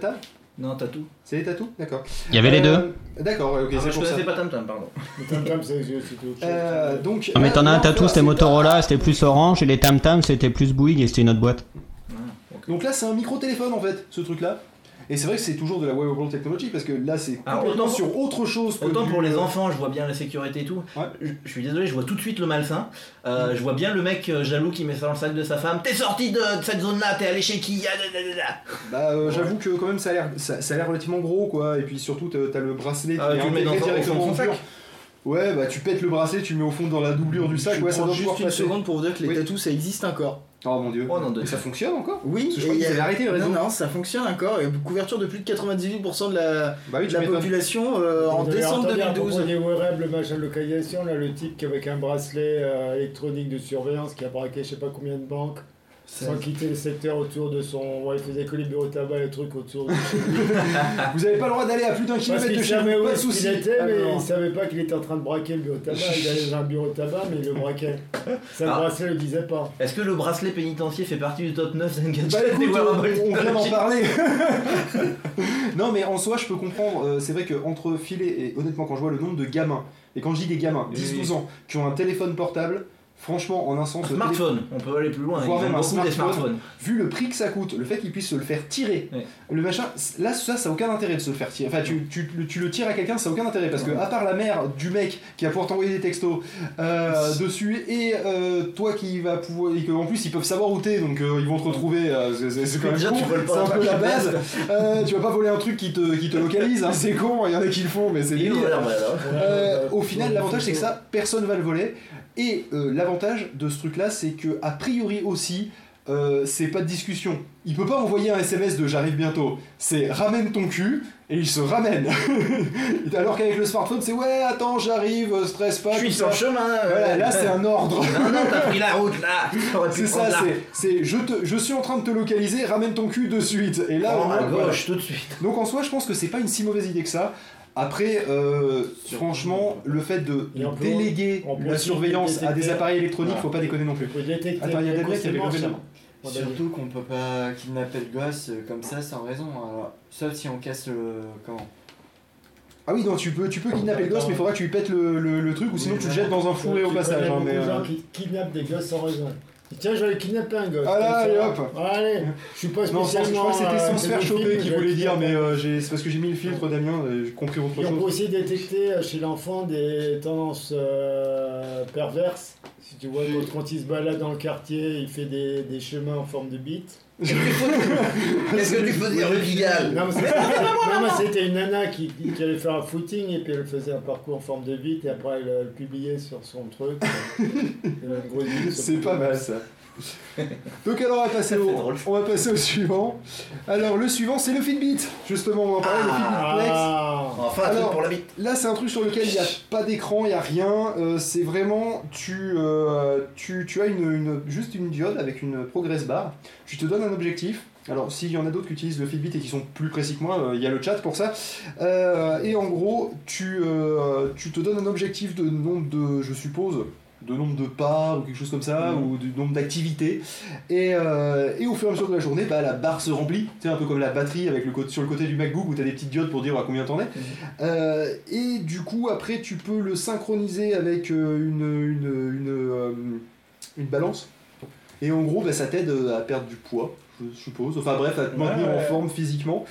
C: Non, t'as tout.
A: C'est les tatous D'accord.
B: Il y avait les deux.
A: Euh, D'accord, ouais, ok,
C: Ah,
A: c'est
C: je
A: pour ça.
C: connaissais pas Tam Tam, pardon.
E: Le tam-tam, c'est c'était autre chose.
A: Euh, donc,
B: Non Ah, mais t'en as un
A: là,
B: tatou,
A: là,
B: c'était
A: c'est-
B: Motorola, c'était plus Orange, et les Tam Tam, c'était plus Bouygues, et c'était une autre boîte.
A: Donc là, c'est un micro-téléphone en fait, ce truc-là. Et c'est vrai que c'est toujours de la wearable technology parce que là, c'est
C: Alors,
A: complètement
C: autant-
A: sur autre chose. que
C: Autant
A: du- euh,
C: pour les enfants, je vois bien la sécurité et tout.
A: Ouais. Mm.
C: Je, je suis désolé, je vois tout de suite le malsain. Euh, Je vois bien le mec euh, jaloux qui met ça dans le sac de sa femme. T'es sorti de, de cette zone-là, t'es allé chez qui Ah, da, da, da, da.
A: Bah, euh, j'avoue que quand même, ça a l'air, ça, ça a l'air relativement gros quoi. Et puis surtout, t'as t'as le bracelet.
C: Ah,
A: qui est
C: tu le mets dans
A: intégré
C: ton- au
A: directement
C: fond de
A: au
C: ton
A: mur.
C: sac.
A: Ouais, bah tu pètes le bracelet, tu le mets au fond dans la doublure du sac.
D: Je
A: Ouais, ça
D: prends
A: doit
D: juste
A: pouvoir
D: une
A: passer.
D: seconde pour dire que les
A: Oui.
D: tatous ça existe encore.
A: Oh mon dieu.
C: Oh non, de
A: Et ça fonctionne encore
D: Oui,
A: Parce que je crois
D: et
A: qu'ils
D: il y a-
A: avaient arrêté le réseau.
D: Non, non, ça fonctionne encore. Et couverture de plus de 98% de la,
A: Bah oui,
D: de
A: tu
D: la
A: m'étonnes.
D: population euh, en
E: Vous avez
D: décembre
E: entendu à propos
D: 2012.
E: des wearables, machin de localisation, là, le type qui avec un bracelet euh, électronique de surveillance qui a braqué je sais pas combien de banques sans quitter le secteur autour de son. Ouais, il faisait que les bureaux de tabac et les trucs autour de chez lui.
A: Vous avez pas le droit d'aller à plus d'un
E: Parce
A: kilomètre de
E: qu'il
A: chez
E: savait
A: vous,
E: où
A: pas de Ah
E: est-ce qu'il
A: soucis.
E: était, mais
A: Alors,
E: il savait pas qu'il était en train de braquer le bureau de tabac. Il allait dans un bureau de tabac, mais il le braquait. Ça, le
C: Ah.
E: bracelet le disait pas.
C: Est-ce que le bracelet pénitencier fait partie du top 9 Zengadget
A: Bah
C: des
A: écoute, on,
C: wearables
A: on vient d'en
C: technology
A: parler. non mais en soi je peux comprendre, euh, c'est vrai que entre filet et honnêtement quand je vois le nombre de gamins, et quand je dis des gamins,
C: Oui.
A: 10-12 ans, qui ont un téléphone portable, franchement en un sens,
C: Un
A: le télé-
C: Smartphone, on peut aller plus loin. Ils
A: Voire
C: ont
A: même un
C: beaucoup des
A: smartphone.
C: smartphones.
A: vu le prix que ça coûte, le fait qu'ils puissent se le faire tirer,
C: Ouais.
A: le machin, c- là ça ça a aucun intérêt de se le faire tirer. Enfin tu, tu le- tu le tires à quelqu'un, ça a aucun intérêt, parce que à part la mère du mec qui va pouvoir t'envoyer des textos euh, dessus, et euh, toi qui va pouvoir... Et que, en plus ils peuvent savoir où t'es, donc euh, ils vont te retrouver, euh, c'est- c'est c'est quand même
C: Déjà,
A: con.
C: tu voles pas
A: c'est
C: un
A: un peu la
C: papier
A: base. Euh, tu vas pas voler un truc qui te, qui te localise, hein, c'est con, il y en a qui le font, mais c'est
C: Il est
A: débile.
C: ouvert, voilà.
A: Euh, au final, l'avantage c'est que
E: ça
A: ça, personne va le voler. Et euh, l'avantage de ce truc là, c'est que a priori aussi, euh, c'est pas de discussion. Il peut pas envoyer un SMS de j'arrive bientôt. C'est ramène ton cul et il se ramène. Alors qu'avec le smartphone, c'est ouais, attends, j'arrive, euh, stresse pas.
C: Je suis
A: tout
C: sur
A: ça.
C: le chemin. euh,
A: Voilà, là c'est un ordre.
C: Non, non, t'as pris la route là. T'aurais pu
A: C'est ça,
C: prendre la-
A: c'est- c'est je, te- je suis en train de te localiser, ramène ton cul de suite. Et là,
C: Prends
A: on
C: à gauche tout de suite.
A: donc en soi, je pense que c'est pas une si mauvaise idée que ça. Après, euh, franchement, le fait de
E: Et on peut-
A: déléguer
E: on peut
A: la
E: aussi
A: surveillance à des
E: détecter- Ah.
A: appareils électroniques, faut pas déconner non plus.
E: Il faut détecter
A: Attends, il y a des mecs qui avaient
E: précocement
A: levé la
E: si-
A: main.
E: en bagnole.
G: Surtout qu'on peut pas kidnapper le gosse euh, comme ça sans raison. alors. Sauf si on casse le. Comment
A: Ah oui, non, tu peux, tu peux kidnapper le gosse, mais faudra que tu lui pètes le, le- le truc ou sinon tu le jettes dans un fourré au
E: Tu
A: passage.
E: connais
A: hein,
E: beaucoup
A: mais,
E: de gens
A: euh,
E: qui kidnappent des gosses sans raison. Tiens, je vais aller kidnapper un gosse.
A: Ah là,
E: Comme ça.
A: allez, hop.
E: Ah, Allez, je suis pas
A: Non,
E: spécialement...
A: sans- je crois que c'était
E: euh,
A: sans se faire
E: pédophile,
A: choper qu'il
E: je-
A: voulait dire, mais euh, j'ai- c'est parce que j'ai mis le filtre, Damien, euh, j'ai compris autre
E: Et on peut
A: chose.
E: aussi détecter euh, chez l'enfant des tendances euh, perverses. Si tu vois, quand- quand il se balade dans le quartier, il fait des, des chemins en forme de bite.
D: Qu'est-ce que tu peux dire, Rudigal
E: Non, mais c'était- non, mais c'était une nana qui, qui allait faire un footing et puis elle faisait un parcours en forme de bite et après elle euh, le publiait sur son truc. Il y avait une grosse bite sur
A: C'est
E: son-
A: pas mal ça. Donc alors on va passer au,
D: drôle.
A: on va passer au suivant. Alors le suivant c'est le Fitbit. Justement on va en parler le Fitbit Flex.
E: Ah,
D: Enfin, un
A: Alors-
D: truc pour la bite.
A: Là, c'est un truc sur lequel il n'y a pas d'écran, il n'y a rien. Euh, c'est vraiment, tu, euh, tu, tu as une, une- juste une diode avec une progress bar. Tu te donnes un objectif. Alors, s'il y en a d'autres qui utilisent le Fitbit et qui sont plus précis que moi, euh, il y a le chat pour ça. Euh, et en gros, tu, euh, tu te donnes un objectif de nombre de, je suppose, de nombre de pas ou quelque chose comme ça, ou du nombre d'activités. Et, euh, et au fur et à mesure de la journée, bah, la barre se remplit. C'est un peu comme la batterie avec le côté- sur le côté du MacBook où tu as des petites diodes pour dire à combien t'en es. Euh, et du coup, après, tu peux le synchroniser avec euh, une, une, une, euh, une balance. Et en gros, bah, ça t'aide euh, à perdre du poids, je suppose. Enfin bref, à te maintenir en
E: ouais.
A: forme physiquement.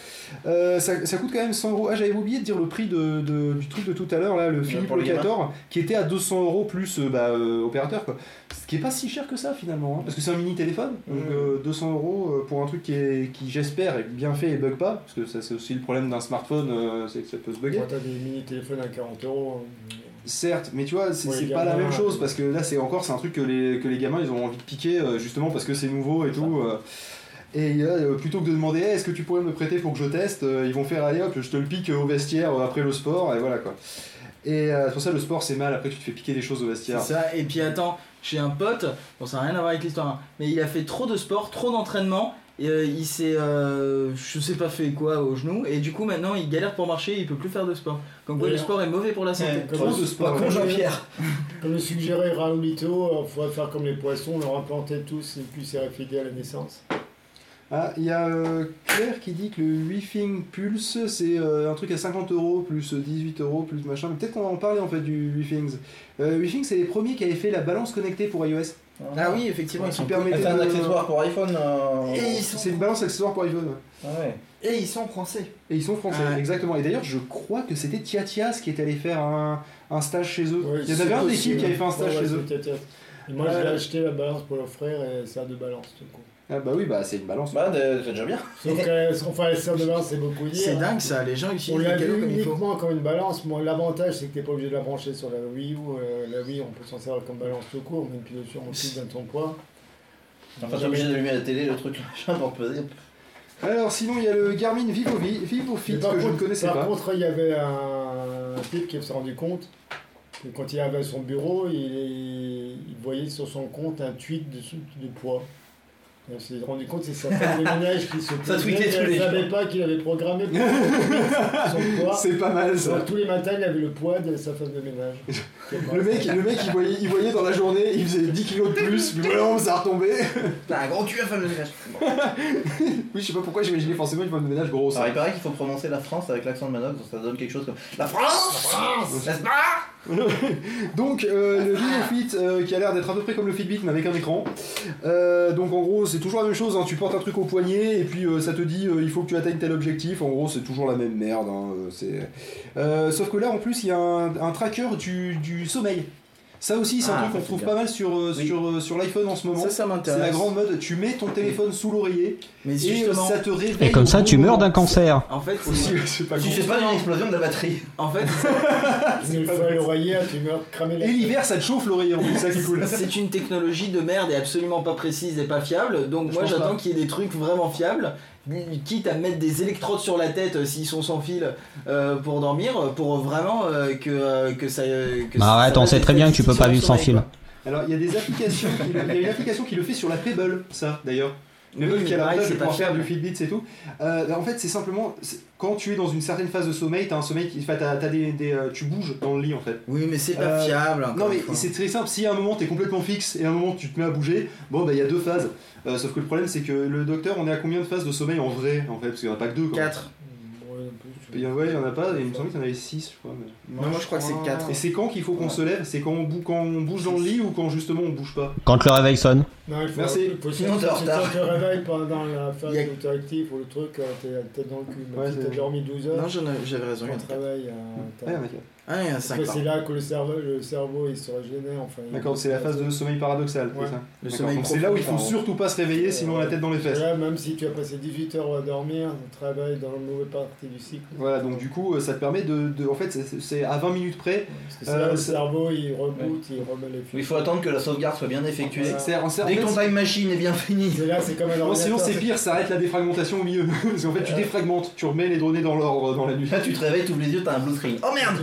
A: Euh, ça, ça coûte quand même 100 euros. Ah, j'avais oublié de dire le prix de, de- du truc de tout à l'heure, là, le Philippe
C: pour les
A: Locator, qui était à 200 euros plus euh, bah, euh, opérateur. Quoi. Ce qui est pas si cher que ça finalement, hein, parce que c'est un mini téléphone. Donc
E: Mhm.
A: euh, 200 euros euh, pour un truc qui, est- qui j'espère, est bien fait et bug pas, parce que ça, c'est aussi le problème d'un smartphone, euh, c'est que ça peut se bugger.
E: Bon, t'as des mini téléphones à 40 euros. hein.
A: Certes, mais tu vois, c'est
E: Ouais,
A: c'est
E: les
A: pas la
E: gamins,
A: même
E: ouais.
A: chose parce que là, c'est encore c'est un truc que les, que les gamins ils ont envie de piquer euh, justement parce que c'est nouveau et tout. euh. et euh, plutôt que de demander Eh, est-ce que tu pourrais me le prêter pour que je teste, Euh, ils vont faire allez hop, je te le pique au vestiaire euh, après le sport et voilà quoi. Et euh, c'est pour ça le sport c'est mal, après tu te fais piquer des choses au
D: C'est
A: vestiaire.
D: ça, et puis attends, j'ai un pote, bon ça n'a rien à voir avec l'histoire, hein, mais il a fait trop de sport, trop d'entraînement, et euh, il s'est, euh, je sais pas fait quoi au genou, et du coup maintenant il galère pour marcher, il peut plus faire de sport. Comme quoi
E: Ouais.
D: le sport est mauvais pour la santé.
E: Comme
A: Trop
E: le-
A: de sport.
E: comme
A: ouais.
D: Jean-Pierre.
E: Comme le suggérait Raoulito, il faudrait faire comme les poissons, on leur implanter tous et puis c'est réfléchi à la naissance.
A: Ah, il y a euh, Claire qui dit que le Wifing Pulse c'est euh, un truc à 50 euros plus 18 euros plus machin. Mais Peut-être qu'on va en parler en fait du Wifings. Euh, Wifing c'est les premiers qui avaient fait la balance connectée pour iOS.
D: Ah oui, effectivement, ils
A: qui
D: sont
A: permet
C: C'est un accessoire pour iPhone. euh,
G: Et ils sont-
A: C'est une balance accessoire pour iPhone. ouais.
C: ah ouais.
G: Et ils sont français.
A: Et ils sont français,
D: Ah ouais.
A: exactement. Et d'ailleurs, je crois que c'était Tiatias qui est allé faire un, un stage chez eux.
E: Ouais,
A: Il y en
E: c'est
A: avait un d'équipe
E: possible.
A: qui avait fait un stage
E: Ouais, ouais,
A: chez eux. Euh.
E: c'est peut-être. Et moi,
A: Ouais.
E: j'ai acheté la balance pour leur frère et elle sert de balance, tout coup.
A: Ah bah oui, bah c'est une balance.
C: Bah, de- c'est déjà bien.
E: Sauf qu'elle enfin, elle sert de balance, c'est beaucoup hein. dire.
D: C'est dingue ça, les gens
E: On
D: utilisent
E: l'a
D: les
E: vu
D: cadeaux comme il faut.
E: uniquement comme une balance. Moi, l'avantage, c'est que t'es pas obligé de la brancher sur la Wii U. euh, la Wii, on peut s'en servir comme balance tout court, mais une pile dessus, on plus d'un ton poids.
C: Enfin, t'es obligé d'allumer la télé, le truc, machin, pour peser.
A: Alors sinon, il y a le Garmin Vivovi,
E: Mais
A: Vivofit
E: par
A: que je ne
E: contre-
A: connaissais
E: par
A: pas.
E: contre, il y avait un type qui s'est rendu compte que quand il avait son bureau, il, il voyait sur son compte un tweet de, de poids. Il s'est rendu compte que c'est sa femme de ménage qui se
C: Ça
E: plaignait
C: tweetait tous
E: qu'elle
C: les
E: savait pas qu'il avait programmé pour son poids.
A: C'est pas mal ça.
E: Donc, tous les matins, il avait le poids de sa femme de ménage.
A: Le mec, le mec il, voyait, il voyait dans la journée, il faisait 10 kilos de plus, puis voilà, ça retombait.
D: T'as un grand cul à femme de ménage.
A: Oui, je sais pas pourquoi j'imaginais forcément une femme de ménage grosse.
C: Alors, il paraît qu'il faut prononcer la France avec l'accent de Manox, donc ça donne quelque chose comme La France N'est-ce pas
A: Donc euh, le Vivofit euh, qui a l'air d'être à peu près comme le Fitbit mais avec un écran. Euh, donc en gros c'est toujours la même chose, hein. tu portes un truc au poignet et puis euh, ça te dit euh, il faut que tu atteignes tel objectif, en gros c'est toujours la même merde. hein, euh, c'est- Euh, sauf que là en plus il y a un, un tracker du, du sommeil. Ça aussi c'est un
C: Ah,
A: truc qu'on
C: ça,
A: trouve
C: c'est
A: pas mal sur, euh,
D: Oui.
A: sur, euh, sur l'iPhone en ce moment.
D: Ça, ça
A: C'est
D: m'intéresse.
A: la grande mode, tu mets ton téléphone sous l'oreiller
D: Mais
A: et euh,
D: justement,
A: ça te réveille.
B: Et comme
A: au
B: ça,
A: bon
B: tu meurs
A: moment.
B: d'un cancer.
D: en fait, c'est-
A: Aussi, c'est pas
C: Si
A: con.
C: c'est pas une explosion de la batterie.
D: en fait,
E: Il me fait l'oreiller, tu meurs cramé la
A: Et l'hiver ça te chauffe l'oreiller en plus, c'est ça qui est cool.
D: C'est une technologie de merde et absolument pas précise et pas fiable. Donc
A: Je
D: moi
A: pense
D: j'attends qu'il y ait des trucs vraiment fiables, quitte à mettre des électrodes sur la tête euh, s'ils sont sans fil euh, pour dormir, pour vraiment euh, que, euh, que ça. euh, que
B: Bah
D: ça-
B: arrête,
D: ça
B: on
D: reste
B: sait très bien que tu peux
D: sur
B: pas
D: le
B: vivre sans
D: sommeil,
B: fil.
A: Alors il y a des applications, qui le- il y a une application qui le fait sur la Pebble, ça d'ailleurs. Le
D: Oui,
A: truc qui
D: mais
A: a
D: pareil,
A: l'avantage
D: c'est
A: de
D: pas
A: pouvoir
D: cher,
A: faire du
D: ouais.
A: Fitbit, c'est tout. Euh, en fait, c'est simplement c'est- quand tu es dans une certaine phase de sommeil, t'as un sommeil qui, enfin, t'as- t'as des, des, euh, tu bouges dans le lit en fait.
D: Oui, mais c'est pas
A: Euh,
D: fiable. encore
A: Non mais
D: une fois.
A: c'est très simple. Si à un moment t'es complètement fixe et à un moment tu te mets à bouger, bon bah il y a deux phases. Euh, sauf que le problème c'est que le docteur, on est à combien de phases de sommeil en vrai en fait Parce qu'il n'y en a pas que deux. Quoi.
D: 4.
E: Ouais, un peu, je-
A: Il y en- ouais, il y en a pas. et Il me semble qu'il y en avait six, je crois. mais-
D: Non, moi je crois que c'est 4.
A: Et c'est quand qu'il faut qu'on se lève C'est quand on, bou- quand on bouge dans le lit ou quand justement on bouge pas
B: Quand le réveil sonne.
E: Non, il faut,
A: Merci.
E: Il faut
D: Sinon, t'es en
E: c'est- c'est-
D: retard.
E: Tu te réveilles pendant la phase
D: Il y a-
E: interactive ou le truc, euh, t'es la tête dans le cul. Mais
A: Ouais,
E: si
A: c'est-
E: t'as dormi 12
D: Non,
E: heures,
D: j'en ai- j'avais raison.
E: tu
D: Ah, il y en a quatre.
E: travailles
A: Ouais,
E: à.
A: mec.
D: Ah, il y en a
E: Parce
D: 5
E: que c'est là que le cerveau, le cerveau il se régénère. Enfin, il-
A: D'accord, c'est la phase de sommeil paradoxal.
E: Ouais.
A: c'est ça
D: Le
A: D'accord,
D: sommeil
A: donc c'est là où il faut
D: profond,
A: surtout pas se réveiller, sinon on a la tête dans les fesses.
E: Là, même si tu as passé 18 heures à dormir, tu travailles dans le mauvais parti du cycle.
A: Voilà, donc du coup, euh, ça te permet de. de- en fait, c'est- c'est à 20 minutes près.
E: Parce que c'est
A: Euh,
E: là où le
A: ça-
E: cerveau il reboot, il remet les
C: Il faut attendre que la sauvegarde soit bien effectuée.
E: Voilà.
A: C'est- en- en fait,
C: Dès que ton
A: c'est-
C: time machine est bien fini.
E: C'est là, c'est comme un
A: non,
E: ordinateur.
A: sinon c'est pire, ça arrête la défragmentation au milieu. Parce qu'en fait, tu défragmentes, tu remets les données dans l'ordre euh, dans la nuit.
C: Là, tu te réveilles, t'ouvres les yeux, t'as un blue screen. Oh merde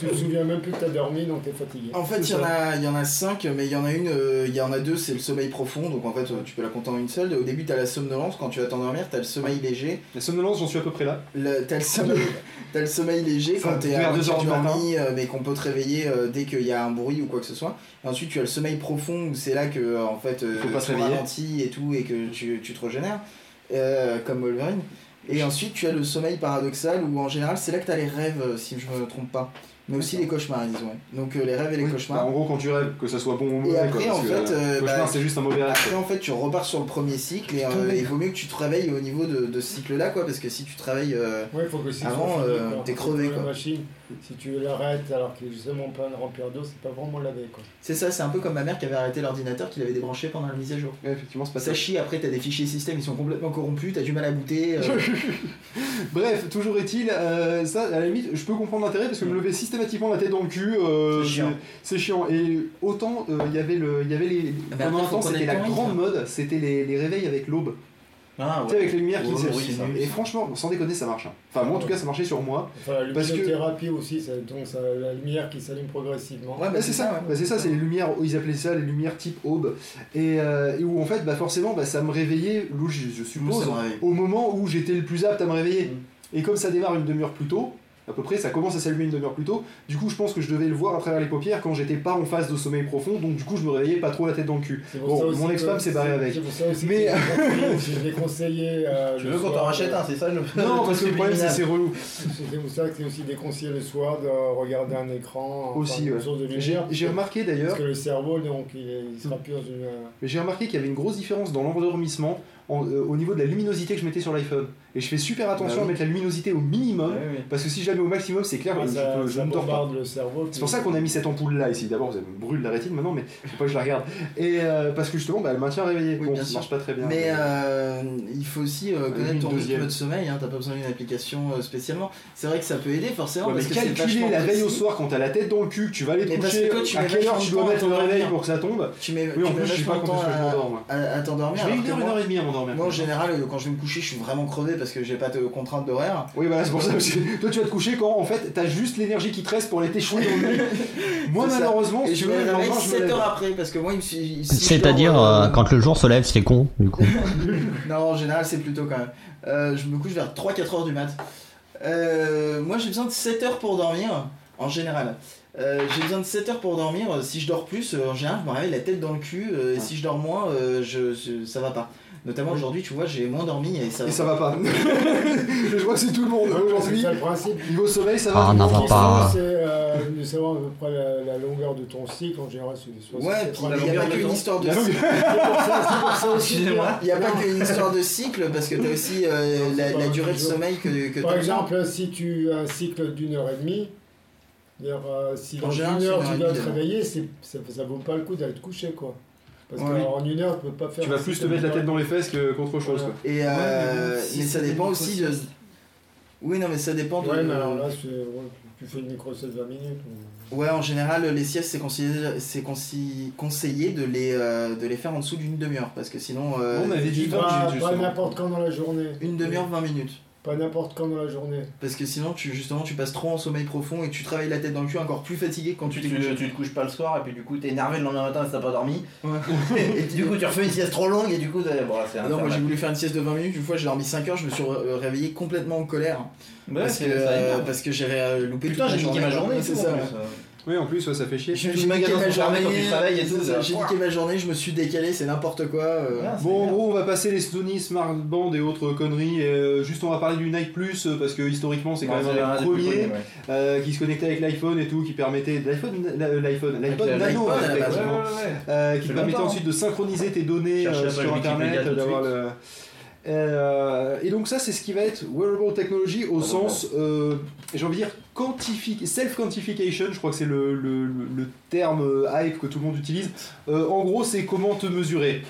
E: Tu te souviens même plus que t'as dormi, donc t'es fatigué.
D: En fait, il y, en a- il y en a 5, mais il y en a une, euh, il y en a deux, c'est le sommeil profond, donc en fait, euh, tu peux la compter en une seule. Au début, t'as la somnolence, quand tu vas t'endormir, t'as le sommeil léger.
A: La somnolence, j'en suis à peu près là.
D: Le- T'as le, sommeil- t'as le sommeil léger
A: Ça,
D: quand t'es
A: vers
D: à
A: deux
D: moitié
A: heures du
D: endormi, euh, mais qu'on peut te réveiller euh, dès qu'il y a un bruit ou quoi que ce soit. Et ensuite, tu as le sommeil profond, où c'est là que, euh, en fait, euh,
A: Faut pas se
D: tu
A: réveiller.
D: ralentis et tout, et que tu, tu te régénères, euh, comme Wolverine. Et ensuite, tu as le sommeil paradoxal, où en général, c'est là que t'as les rêves, euh, si je me trompe pas. Mais aussi les cauchemars, disons. ouais. Donc, euh, les rêves et les
A: Oui,
D: cauchemars.
A: bah, en gros, quand tu rêves, que ça soit bon ou mauvais.
D: Et après,
A: quoi, parce
D: en
A: que,
D: fait, euh,
A: cauchemar,
D: bah,
A: c'est juste un mauvais rêve.
D: Après, en fait, tu repars sur le premier cycle et euh, il vaut mieux que tu te réveilles au niveau de, de ce cycle-là, quoi, parce que si tu travailles. euh,
E: Ouais, faut que si
D: Avant,
E: tu-
D: euh,
E: quand
D: t'es
E: tu
D: crevé,
E: prends la
D: quoi.
E: machine, si tu l'arrêtes alors qu'il est justement pas un remplir d'eau, c'est pas vraiment la veille, quoi.
D: C'est ça, c'est un peu comme ma mère qui avait arrêté l'ordinateur qu'il avait débranché pendant la mise à jour. Bah,
A: Ouais, effectivement, c'est pas
D: Ça chie, après, t'as des fichiers système, ils sont complètement corrompus, t'as du mal à booter. euh,
A: Bref, toujours est-il, euh, ça, à la limite, je peux comprendre l'intérêt parce que me lever systématiquement la tête dans le cul, euh,
D: C'est chiant.
A: c'est c'est chiant. Et autant, euh, il y avait le, il y avait les,
D: Mais Ah
A: pendant
D: ben après,
A: un
D: faut
A: temps, c'était la
D: connaître le
A: grande
D: rythme.
A: mode, c'était les, les réveils avec l'aube,
C: Ah
A: tu sais, avec les lumières qui
C: Ouais,
A: s'est-
C: oui, c'est nul,
A: Et
C: ça.
A: franchement, sans déconner, ça marche. hein. Enfin, moi, en tout cas, ça marchait sur moi.
E: Enfin, la
A: Parce que-
E: luminothérapie aussi, c'est donc ça- la lumière qui s'allume progressivement.
D: Ouais,
A: Bah, c'est ça, bah, c'est ça, c'est les lumières, ils appelaient ça les lumières type aube, et, euh, et où en fait, bah forcément, bah, ça me réveillait, lou- je, je
D: Moi, ça
A: suppose,
D: me réveille.
A: au moment où j'étais le plus apte à me réveiller. Et comme ça démarre une demi-heure plus tôt, à peu près, ça commence à s'allumer une demi-heure plus tôt, du coup je pense que je devais le voir à travers les paupières quand j'étais pas en phase de sommeil profond, donc du coup je me réveillais pas trop la tête dans le cul.
E: C'est pour
A: Bon,
E: ça aussi
A: mon
E: que-
A: ex-femme s'est barrée avec.
E: C'est pour ça aussi
A: Mais-
E: que je l'ai conseillé- je l'ai conseillé. euh,
C: Je
E: le
C: veux qu'on
E: soir,
C: t'en rachète
E: euh,
C: un, c'est ça le
A: Non, parce que le problème c'est que c'est relou.
E: C'est pour ça que c'est aussi déconseillé le soir de regarder un écran, enfin,
A: Aussi,
E: une
A: ouais.
E: source de
A: J'ai
E: lumière.
A: j'ai remarqué
E: Parce
A: d'ailleurs,
E: que le cerveau, donc, il, est- il sera plus dans une. euh,
A: mais j'ai remarqué qu'il y avait une grosse différence dans l'endormissement en- euh, au niveau de la luminosité que je mettais sur l'iPhone. Et je fais super
D: Bah
A: attention
D: oui.
A: à mettre la luminosité au minimum, parce que si je la mets au maximum, c'est clair,
E: ah,
A: je,
E: ça,
A: peux- je
E: ça
A: ne dors pas.
E: bombarde le cerveau.
A: C'est pour ça qu'on a mis cette ampoule là ici. D'abord, ça me brûle la rétine maintenant, mais faut pas que je la regarde. Et euh, parce que justement, bah, elle maintient réveillé.
D: Oui,
A: bon,
D: bien
A: ça
D: sûr.
A: marche pas très bien.
D: Mais euh, il faut aussi euh,
A: une
D: connaître ton
A: deuxième.
D: rythme de sommeil, hein, t'as pas besoin d'une application euh, spécialement. C'est vrai que ça peut aider forcément.
A: Ouais, mais
D: parce que c'est
A: calculer
D: vachement
A: la veille au
D: précis.
A: soir quand t'as la tête dans le cul, que tu vas aller te
D: Mais parce
A: coucher,
D: que toi, tu
A: à
D: mets
A: quelle heure
D: vachement
A: tu
D: de
A: dois
D: temps à
A: mettre le réveil
D: t'endormir.
A: pour que ça tombe.
D: Tu mets,
A: Oui, en
D: tu mets
A: plus, je sais pas
D: vachement de
A: combien
D: temps
A: est-ce que je m'endors, moi.
D: à, à- à t'endormir.
A: Je mets
D: alors
A: une
D: que
A: heure,
D: moi-
A: une heure et demie à m'endormir.
D: Moi en général, euh, quand je vais me coucher, je suis vraiment crevé parce que j'ai pas de contrainte d'horaire.
A: Oui, voilà, c'est pour ça. Parce que toi, tu vas te coucher quand en fait t'as juste l'énergie qui te reste pour aller t'échouer dans le lit. Moi,
D: C'est ça.
A: malheureusement,
D: Et
A: si
D: je
A: tu
D: me
A: veux, le
D: réveille
A: lendemain, je me
D: 7
A: lève.
D: heures après parce que moi, il me suis. si je
B: C'est-à-dire
D: dors,
B: euh,
D: euh,
B: quand le jour se lève, c'est con, du coup.
D: Non, en général, c'est plutôt quand même. Euh, je me couche vers 3-4 heures du mat. Euh, moi, j'ai besoin de 7 heures pour dormir, en général. Euh, j'ai besoin de 7 heures pour dormir. Si je dors plus, euh, en général, je me réveille la tête dans le cul. euh, et si je dors moins, euh, je, je- ça va pas. Notamment aujourd'hui, tu vois, j'ai moins dormi et ça va
A: Et ça va pas. je vois que c'est tout le monde
E: C'est
A: aujourd'hui.
E: ça le principe.
A: Niveau sommeil, ça va.
B: Ah,
A: tout le
B: non,
A: monde.
B: va
E: Et
B: pas.
E: sinon, C'est euh, de savoir à peu près la, la longueur de ton cycle en général. C'est des 60,
D: Ouais, puis
E: 80.
D: il n'y a pas qu'une histoire de
A: La longueur-
D: cycle.
C: Excusez-moi.
D: Il n'y a pas qu'une histoire de cycle parce que t'as aussi euh, la,
E: Non, c'est pas
D: la
E: vrai,
D: durée de
E: toujours.
D: sommeil que, que
E: Par
D: t'as
E: exemple, si tu as un cycle d'une heure et demie, c'est-à-dire, euh, si
D: En
E: dans
D: général,
E: une heure
D: c'est
E: tu
D: une
E: dois
D: heure et
E: te
D: demie,
E: réveiller, c'est- ça, ça vaut pas le coup d'aller te coucher quoi. Parce
D: Ouais.
E: qu'en une heure, tu peux pas faire.
A: Tu vas
E: un
A: plus te
E: cycle
A: mettre la
E: d'une
A: tête
E: heure.
A: dans les fesses que- qu'autre chose. quoi.
D: Et euh,
G: Ouais, mais bon, si
D: mais ça
G: c'était
D: dépend
G: une
D: aussi de.
G: grossesse.
D: Oui, non, mais ça dépend de.
E: Ouais, mais alors là, c'est- ouais, tu fais une micro-sieste 20 minutes.
D: Ouais, en général, les siestes, c'est conseillé, c'est consi- conseillé de, les, euh, de les faire en dessous d'une demi-heure parce que sinon. euh,
A: On avait dit
E: Tu
A: vingt
E: vas
A: minutes,
E: pas
A: justement.
E: n'importe quand dans la journée.
D: Une demi-heure, 20 minutes.
E: Pas n'importe quand dans la journée.
D: Parce que sinon, tu, justement, tu passes trop en sommeil profond et tu travailles la tête dans le cul encore plus fatigué que quand tu
C: Oh, Tu,
D: t'es
C: tu,
D: couché.
C: tu te couches pas le soir et puis du coup t'es énervé le lendemain matin si t'as pas dormi.
D: Ouais.
C: et du coup tu refais une sieste trop longue et du coup t'as- bon, là, c'est
D: Non, moi j'ai
C: infernal.
D: voulu faire une sieste de 20 minutes, une fois j'ai dormi 5 heures, je me suis re- réveillé complètement en colère.
C: Ouais,
D: parce, que,
C: c'est- ça
D: euh,
C: énerve.
D: parce que j'avais euh, loupé
C: Putain
D: toute
C: j'ai niqué ma journée.
D: Ouais,
C: et
D: c'est
C: tout,
D: ça.
C: en
D: ouais.
C: plus, euh.
A: Oui, en plus, ouais, ça fait chier.
D: J'ai
C: Tout
D: j'ai
C: le magasin
D: niqué ma
C: fermé quand tu travailles
D: journée, euh,
C: et tout,
D: c'est ça,
C: ça.
D: j'ai niqué ma journée, je me suis décalé, c'est n'importe quoi. euh.
C: Voilà, c'est
A: Bon, en
C: énerve.
A: gros, on va passer les Sony, Smart Band et autres conneries. euh, juste, on va parler du Nike Plus euh, parce que historiquement, c'est quand
C: Ouais,
A: même
C: un
A: un
C: des
A: des
C: plus connus,
A: premiers
C: ouais.
A: euh, qui se connectait avec l'iPhone et tout, qui permettait. L'iPhone, la- euh, l'iPhone, l'iPhone
C: l'iPhone,
A: Nano,
D: à la
A: hein,
D: base,
A: effectivement.
C: Ouais, ouais, ouais.
A: Euh, qui
C: C'est
A: te permettait
C: longtemps,
A: ensuite de synchroniser tes données
C: Cherchez
A: euh,
C: la page
A: sur
C: Wikipédia
A: internet,
C: tout de
A: d'avoir
C: suite.
A: le. Euh, et donc ça, c'est ce qui va être wearable technology au sens, euh, j'ai envie de dire, quantifi- self-quantification, je crois que c'est le, le- le- le terme euh, hype que tout le monde utilise. Euh, en gros, c'est comment te mesurer.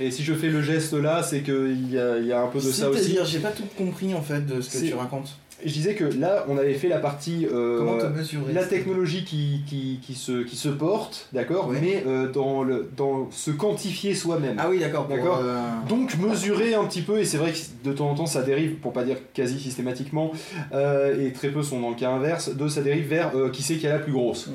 A: Et si je fais le geste là, c'est qu'il y, a- il y a un peu de ça aussi.
D: C'est-à-dire, j'ai pas tout compris en fait de ce que
A: C'est-
D: tu racontes.
A: Je disais que là, on avait fait la partie... euh,
D: Comment te mesurer
A: la technologie qui, qui, qui se, qui se porte, d'accord,
D: Ouais.
A: mais euh, dans, le, dans se quantifier soi-même.
D: Ah oui, d'accord. pour,
A: D'accord.
D: euh,
A: Donc mesurer un petit peu, et c'est vrai que de temps en temps ça dérive, pour pas dire quasi systématiquement, euh, et très peu sont dans le cas inverse, de ça dérive vers euh, qui c'est qui a la plus grosse.
C: Mm.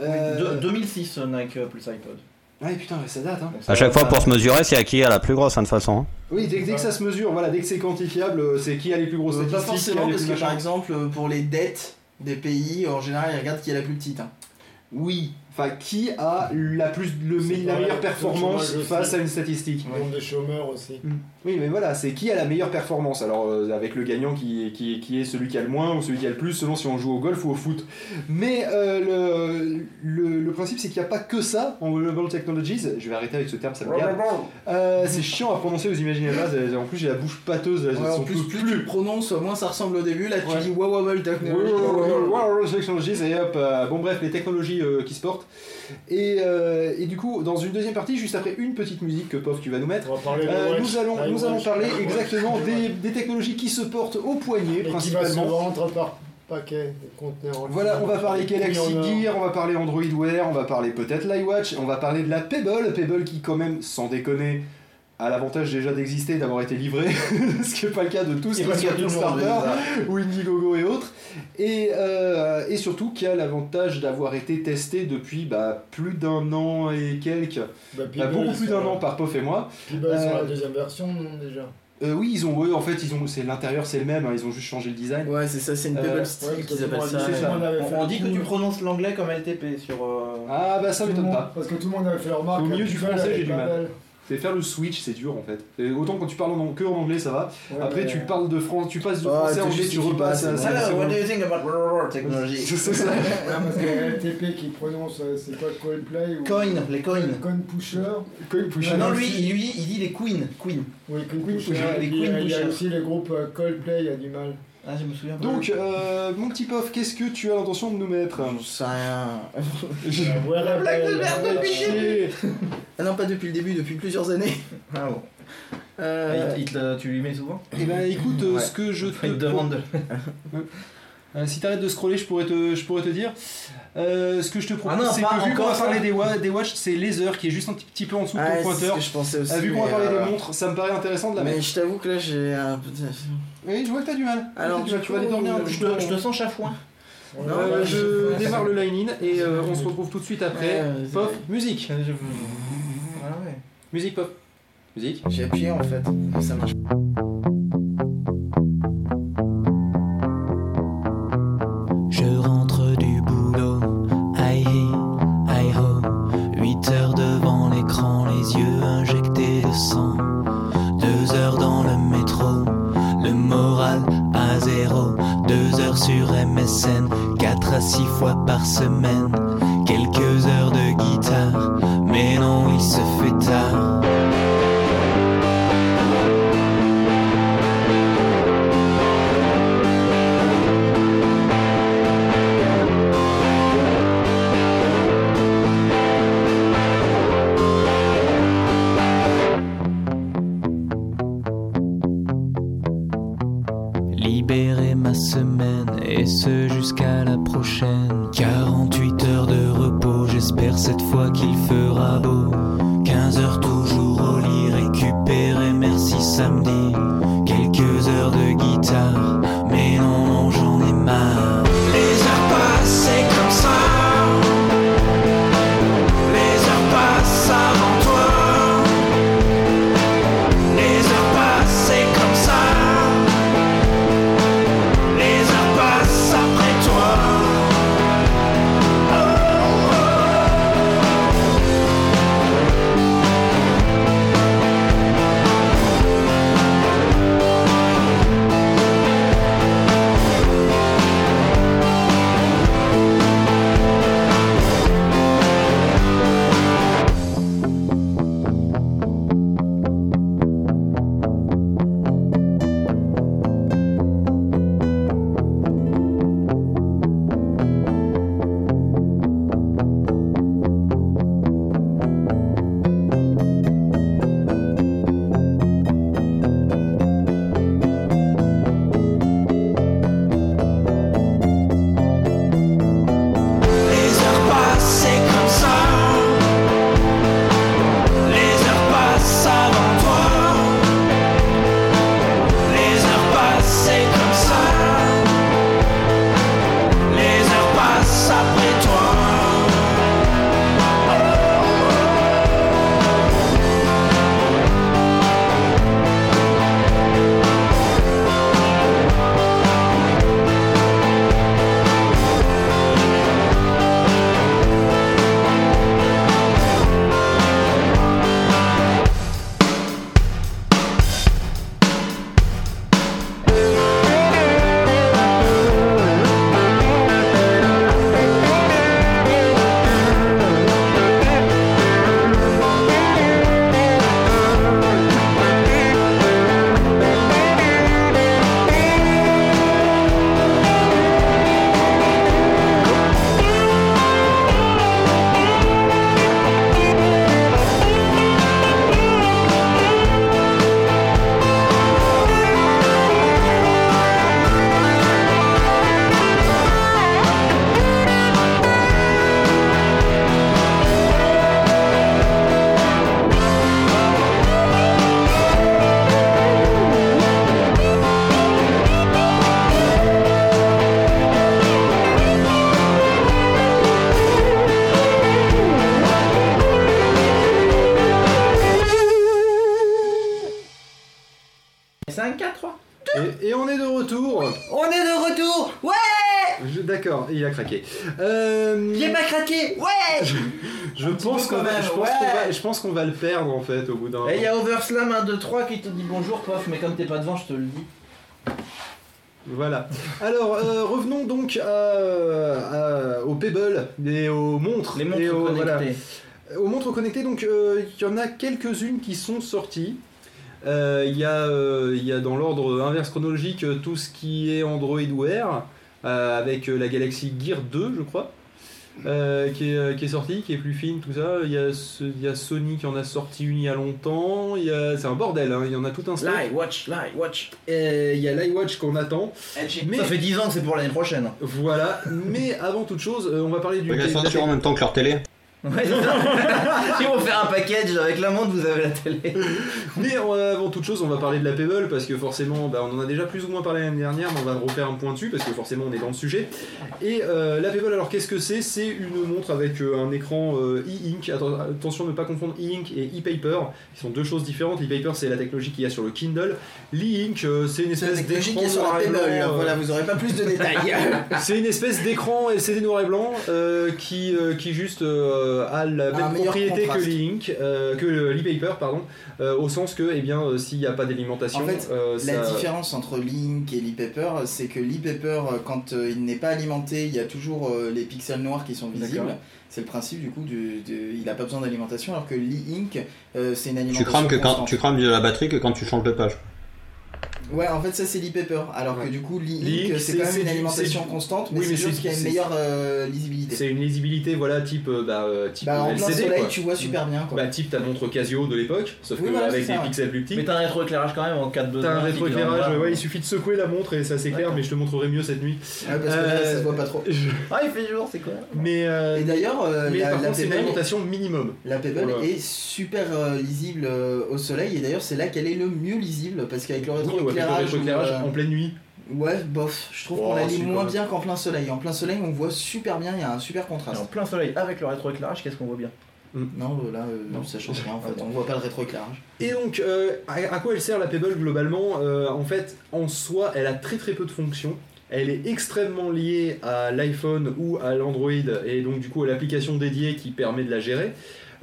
A: Euh,
C: De- 2006 euh, Nike euh, plus iPod.
A: Ouais putain ouais, ça date hein.
C: Donc, ça-
B: À chaque
C: ça-
B: fois, pour se mesurer, c'est à qui a la plus grosse, hein, de toute façon. hein.
A: Oui dès, dès que ça se mesure, voilà, dès que c'est quantifiable, euh, c'est qui a les plus grosses
D: Pas
A: statistiques. qui a
D: forcément,
A: les
D: parce
A: plus
D: que par
A: machins.
D: exemple, euh, pour les dettes des pays, en général, ils regardent qui est la plus petite. hein.
A: Oui, enfin qui a la, plus, le,
E: C'est
A: me- la
E: pas
A: meilleure
E: la-
A: performance
E: je sais.
A: face à une statistique.
E: Le nombre de chômeurs aussi.
A: Oui, mais voilà, c'est qui a la meilleure performance. Alors, euh, avec le gagnant qui, qui, qui est celui qui a le moins ou celui qui a le plus, selon si on joue au golf ou au foot. Mais euh, le, le, le principe, c'est qu'il n'y a pas que ça en Global Technologies. Je vais arrêter avec ce terme, ça me gave. Euh, c'est chiant à prononcer, vous imaginez pas. c'est- En plus, j'ai la bouche pâteuse. Là,
D: Ouais, en
A: surtout
D: plus, plus, tu le prononces, moins ça ressemble au début. Là, tu
A: Ouais.
D: dis Wowable Technology.
A: World Technologies et hop, euh, bon bref, les technologies euh, qui se portent. Et, euh, et du coup, dans une deuxième partie, juste après une petite musique que Pof, tu vas nous mettre,
E: On va parler de
A: Euh,
E: Watch,
A: nous allons,
E: Apple
A: nous allons
E: Watch.
A: parler
E: Ouais.
A: exactement
E: Ouais.
A: des, des technologies qui se portent au
E: Et
A: poignet
E: qui va se
A: principalement.
E: vendre par paquet de conteneurs. en
A: Voilà,
E: ligne.
A: on va parler
E: Des
A: Galaxy
E: millions d'heures.
A: Gear, on va parler Android Wear, on va parler peut-être l'iWatch, on va parler de la Pebble, Pebble qui quand même, sans déconner, a l'avantage déjà d'exister, d'avoir été livré, ce qui n'est pas le cas de tous
D: C'est
A: qui
D: pas
A: sont
D: sur
A: sur
D: tout le monde,
A: Kickstarter
D: ça.
A: ou Indiegogo et autres, et, euh, et surtout qui a l'avantage d'avoir été testé depuis bah, plus d'un an et quelques,
E: Bah,
A: bah,
E: Peeble,
A: beaucoup plus
E: ils
A: d'un
E: sont-
A: an par Pof et moi,
E: Peeble, bah, ils sont
A: Euh,
E: la deuxième version, non, déjà
A: Euh, oui, ils ont, eux, en fait, ils ont, c'est l'intérieur, c'est le même. hein, ils ont juste changé le design.
D: Ouais, c'est ça, c'est une
A: Euh,
D: Pebble
A: ouais,
D: Stick
E: parce
D: qu'ils
E: que
D: appellent
E: moi,
D: ça.
E: c'est ça.
D: ouais.
E: avait fait
C: On, on
E: le
C: dit que
E: coup.
C: tu prononces l'anglais comme LTP sur. euh,
A: Ah bah ça
E: Tout le
A: m'étonne
E: monde-
A: pas.
E: Parce que tout le monde avait fait leur marque.
A: Au milieu
E: avec
A: du
E: Peeble,
A: français, j'ai du
E: avec
A: mal.
E: Babel.
A: C'est faire le switch, c'est dur en fait. Et autant quand tu parles en, que en anglais, ça va.
E: Ouais,
A: Après,
E: mais-
A: tu parles de France, tu passes du
D: Ouais,
A: français
D: tu
A: à anglais, tu
D: justifies
A: repasses.
D: pas,
A: à-
D: c'est
A: c'est-
C: Alors,
A: c'est
C: what
A: bon.
C: do you think about world technology
A: C'est ça.
E: Ouais, parce que LTP qui prononce, euh, c'est quoi Coinplay ou euh,
C: Coin, les coins.
E: Coin Pusher.
A: Coin push.
E: Ouais,
C: non,
E: non,
C: lui,
E: si.
C: il- lui, il dit les queens. Queen.
E: Oui, Coin
C: Coin
E: Pusher.
C: Pusher, les
E: Et puis,
C: Coin
E: euh, Il y a
C: Pusher.
E: aussi le groupe euh, Coldplay, il y a du mal.
C: Ah, je me souviens. pas.
A: Donc, euh, mon petit pof, qu'est-ce que tu as l'intention de nous mettre hein
D: J'en sais rien.
E: La
C: blague de merde
A: bah,
C: de
A: Chier.
D: Ah non, pas depuis le début, depuis plusieurs années.
C: Ah bon. Ah,
D: Euh,
C: Il- il te- tu lui mets souvent
A: Eh ben écoute, euh,
D: Ouais.
A: ce que je te
C: Il te demande de-
A: Euh, si t'arrêtes de scroller, je pourrais te, je pourrais te dire. Euh, ce que je te propose,
C: Ah non,
A: c'est
C: pas
A: que vu qu'on
C: encore
A: va
C: ça.
A: parler des, wa- des watches, c'est Laser qui est juste un petit, petit peu en dessous de
D: ouais,
A: ton
D: ah, c'est ce
A: pointeur.
D: que je pensais aussi.
A: Ah, vu qu'on va
D: mais,
A: parler
D: euh,
A: des montres, ça me paraît intéressant de la
D: Mais
A: mettre.
D: je t'avoue que là, j'ai un petit-
A: Oui, je vois que t'as du mal.
D: Alors,
A: T'as du mal,
D: du
A: tu vas aller
D: coup,
A: dormir un
D: je
A: petit
C: Je
A: peu.
C: te, je te sens chafouin.
E: Ouais,
D: Non,
E: ouais,
A: Euh,
D: mais
A: je démarre le line-in et euh, on se retrouve tout de suite après.
D: Ouais, vas-y.
A: Pop, musique.
C: Ah ouais.
A: Musique, pop. Musique.
D: J'ai appuyé en fait, mais ça marche.
H: Je rentre du boulot, aïe hi, aïe ho. 8 heures devant l'écran, les yeux injectés de sang. Deux heures dans le métro, le moral à zéro. Deux heures sur MSN, quatre à six fois par semaine. Quelques heures de guitare, mais non, il se fait tard. Libérer ma semaine et ce jusqu'à la prochaine. 48 heures de repos, j'espère cette fois qu'il fera beau. 15 heures toujours au lit, récupérer, merci samedi. Quelques heures de guitare. tard, mais non, non, j'en ai marre. Les heures passent, c'est comme ça. Les heures passent avant toi. Les heures passent, c'est comme ça. Les heures passent après toi. Les heures passent, c'est comme ça. Les heures passent avant toi. Les heures passent, c'est comme ça. Les heures passent après toi.
C: C'est un 4
A: Et, et on est de retour.
D: On est de retour Ouais
A: Je- D'accord, il a craqué. Euh,
D: J'ai pas craqué Ouais
A: je pense
D: peu
A: qu'on
D: quand
A: va,
D: même,
A: je pense qu'on va- je pense qu'on va le perdre en fait au bout d'un.
C: Et il Eh, y a Overslam 1, 2, 3 qui te dit bonjour, pof, mais comme t'es pas devant, je te le dis.
A: Voilà. Alors euh, revenons donc à- à- aux Pebble et aux montres.
C: Les montres
A: et aux,
C: connectées.
A: voilà. Aux montres connectées, donc euh, il y en a quelques-unes qui sont sorties. Euh, Il y, a, euh, il y a dans l'ordre inverse chronologique euh, tout ce qui est Android Wear euh, avec euh, la Galaxy Gear 2, je crois, euh, qui, est, euh, qui est sortie, qui est plus fine, tout ça. Il y, a ce- il y a Sony qui en a sorti une il y a longtemps. Il y a- C'est un bordel, hein, il y en a tout un stock.
C: Lie, watch, lie, watch.
A: Et Il y a l'iWatch qu'on attend. Mais-
C: Eh, Ça fait 10 ans que c'est pour l'année prochaine.
A: Voilà, mais avant toute chose, euh, on va parler du.
F: Ils sortiront en même temps que leur télé.
C: Ouais, c'est ça. si on fait un package avec la montre, vous avez la télé.
A: Mais euh, avant toute chose, on va parler de la Pebble parce que forcément, bah, on en a déjà plus ou moins parlé l'année dernière, mais on va refaire un point dessus parce que forcément, on est dans le sujet. Et euh, la Pebble, alors qu'est-ce que c'est C'est une montre avec euh, un écran euh, e-ink. Atten- attention, ne pas confondre e-ink et e-paper. Ils sont deux choses différentes. L'e-paper, c'est la technologie qu'il y a sur le Kindle. L'e-ink, euh, c'est une
D: C'est
A: espèce
D: technologie
A: d'écran
D: qui est sur
A: noir
D: la
A: et blanc,
D: table,
A: euh,
D: voilà, vous aurez pas plus de détails.
A: C'est une espèce d'écran LCD noir et blanc euh, qui, euh, qui juste euh, a la
D: meilleur
A: même propriété que
D: contraste.
A: l'e-ink, euh, que l'e-paper, pardon, euh, au sens que eh bien, euh, s'il n'y a pas d'alimentation,
D: En fait,
A: euh,
D: La
A: ça-
D: différence entre l'ink et l'e-paper, c'est que l'e-paper, quand euh, il n'est pas alimenté, il y a toujours euh, les pixels noirs qui sont visibles.
A: D'accord.
D: C'est le principe du coup, du, de- il n'a pas besoin d'alimentation, alors que l'e-ink, euh, c'est une
F: Tu
D: alimentation.
F: crames, que quand,
D: constante.
F: tu crames de la batterie que quand tu changes de page.
D: Ouais, en fait, ça c'est l'e-paper, alors
A: Ouais.
D: que du coup,
A: L'e-ink,
D: l'e-ink,
A: c'est-
D: c'est quand
A: c'est
D: même une
A: du-
D: alimentation
A: c'est du-
D: constante, mais
A: Oui, mais
D: c'est
A: c'est-
D: juste qu'il y a une
A: c'est-
D: meilleure euh, lisibilité.
A: c'est une lisibilité voilà, type, euh, bah, euh, type
D: Bah, en plein
A: LCD.
D: soleil,
A: quoi.
D: tu vois super bien quoi.
A: Bah, type ta montre Casio de l'époque, sauf
D: Oui,
A: que
D: voilà,
A: avec
D: c'est
A: des
D: ça, ouais.
A: pixels plus
C: Mais
A: petits.
C: t'as un rétroéclairage quand même en cas de besoin.
A: T'as un hein.
C: si t'es dans le
A: rétroéclairage,
C: noir.
A: ouais, il suffit de secouer la montre et c'est assez clair,
C: D'accord.
A: mais je te montrerai mieux cette nuit.
D: Ouais, parce que là, ça se voit pas trop.
A: Je-
C: Ah, il fait jour, c'est quoi
A: Mais, euh,
D: Et d'ailleurs, euh,
A: mais
D: la,
A: par
D: la
A: contre, c'est une
D: Pebble-
A: alimentation minimum.
D: La Pebble
A: Voilà.
D: est super euh, lisible euh, au soleil et d'ailleurs c'est là qu'elle est le mieux lisible parce qu'avec le
A: Oui, ouais.
D: rétroéclairage rétroéclairage,
A: rétroéclairage
D: euh,
A: en pleine nuit.
D: Ouais, bof. Je trouve
A: Oh,
D: qu'on la lit
A: si, quand
D: moins
A: même.
D: bien qu'en plein soleil. En plein soleil, on voit super bien, il y a un super contraste.
C: En plein soleil, avec le rétroéclairage, qu'est-ce qu'on voit bien
D: Non, là, euh, ça change rien en
A: Ah
D: fait. On voit pas le rétroéclairage.
A: Et donc, euh, à, à quoi elle sert la Pebble globalement Euh, En fait, en soi, elle a très très peu de fonctions. Elle est extrêmement liée à l'iPhone ou à l'Android et donc du coup à l'application dédiée qui permet de la gérer.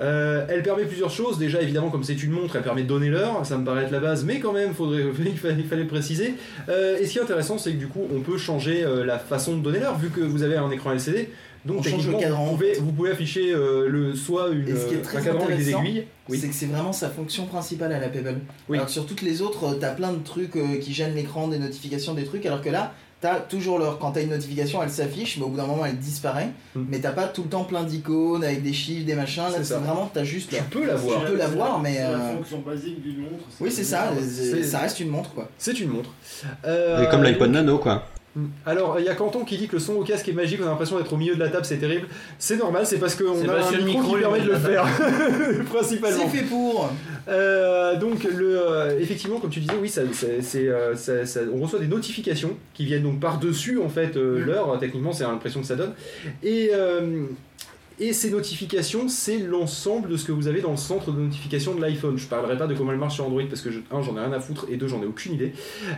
A: Euh, elle permet plusieurs choses. Déjà, évidemment, comme c'est une montre, elle permet de donner l'heure. Ça me paraît être la base, mais quand même, faudrait, il, fallait, il fallait le préciser. Euh, et ce qui est intéressant, c'est que du coup, on peut changer euh, la façon de donner l'heure vu que vous avez un écran LCD. Donc,
D: On change le
A: techniquement,
D: cadran, en
A: vous, pouvez,
D: fait.
A: vous pouvez afficher euh, le soit une,
D: Et
A: euh,
D: ce qui est très
A: un cadran avec des
D: intéressant,
A: aiguilles. Oui.
D: C'est que c'est vraiment sa fonction principale à la Pebble.
A: Oui.
D: Alors que sur toutes les autres, euh, t'as plein de trucs euh, qui gênent l'écran, des notifications, des trucs, alors que là, t'as toujours l'heure. Quand t'as une notification, elle s'affiche, mais au bout d'un moment, elle disparaît.
A: Mm.
D: Mais t'as pas tout le temps plein d'icônes avec des chiffres, des machins. Là,
A: C'est
D: c'est
A: ça.
D: vraiment, t'as juste
A: Tu
D: l'heure.
A: peux l'avoir.
D: Tu peux l'avoir, mais,
E: C'est
D: euh,
E: la fonction basique d'une montre.
D: Oui, c'est ça,
E: bizarre.
D: c'est- ça reste une montre quoi.
A: C'est une montre. Euh, hmm.
B: Et comme l'iPod Nano, quoi.
A: Alors, il y a Canton qui dit que le son au casque est magique, on a l'impression d'être au milieu de la table, c'est terrible. C'est normal, c'est parce qu'on
C: C'est
A: a
C: parce
A: un
C: que le
A: micro,
C: micro
A: qui
C: est
A: permet
C: au
A: de
C: milieu
A: le
C: de
A: faire,
D: C'est
A: principalement.
D: fait pour
A: Euh, donc, le, euh, effectivement, comme tu disais, oui, ça, ça- c'est, euh, ça- ça- on reçoit des notifications qui viennent donc par-dessus en fait euh,
D: Mm.
A: l'heure, techniquement, c'est l'impression que ça donne. Et. euh, et ces notifications, c'est l'ensemble de ce que vous avez dans le centre de notification de l'iPhone. Je parlerai pas de comment elle marche sur Android parce que, je, un, j'en ai rien à foutre et deux, j'en ai aucune idée.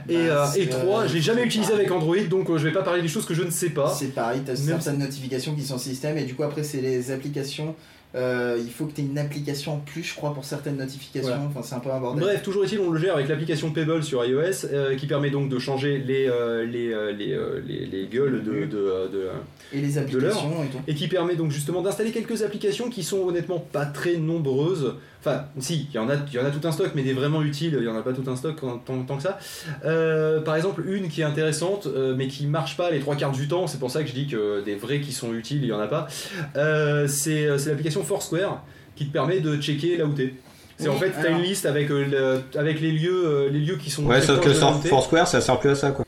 A: Et,
D: Bah,
A: euh, et
D: c'est,
A: trois,
D: euh,
A: je l'ai jamais utilisé avec Android, donc euh, je vais pas parler des choses que je ne sais pas.
D: C'est pareil, t'as
A: Ah. Même-
D: certaines notifications qui sont système et du coup après c'est les applications. Euh, il faut que t'aies une application en plus, je crois, pour certaines notifications.
A: Voilà.
D: Enfin, c'est un peu un bordel.
A: Bref, toujours est-il, on le gère avec l'application Pebble sur iOS, euh, qui permet donc de changer les, euh, les, euh, les, euh, les, les gueules de, de, de, euh, de-
D: Et les applications et tout.
A: et qui permet donc justement d'installer quelques applications qui sont honnêtement pas très nombreuses. Enfin, si, il y en a, il y en a tout un stock, mais des vraiment utiles, il y en a pas tout un stock en- tant, tant que ça. Euh, par exemple, une qui est intéressante, euh, mais qui marche pas les trois quarts du temps. C'est pour ça que je dis que des vrais qui sont utiles, il y en a pas. Euh, c'est c'est l'application Foursquare qui te permet de checker là où t'es. C'est
D: Oui,
A: en fait, t'as
D: alors-
A: une liste avec, euh, le- avec les, lieux, euh, les lieux qui sont.
B: Ouais,
A: très
B: sauf
A: proches
B: que
A: de là
B: sans
A: où t'es.
B: Foursquare, ça sert plus à ça, quoi.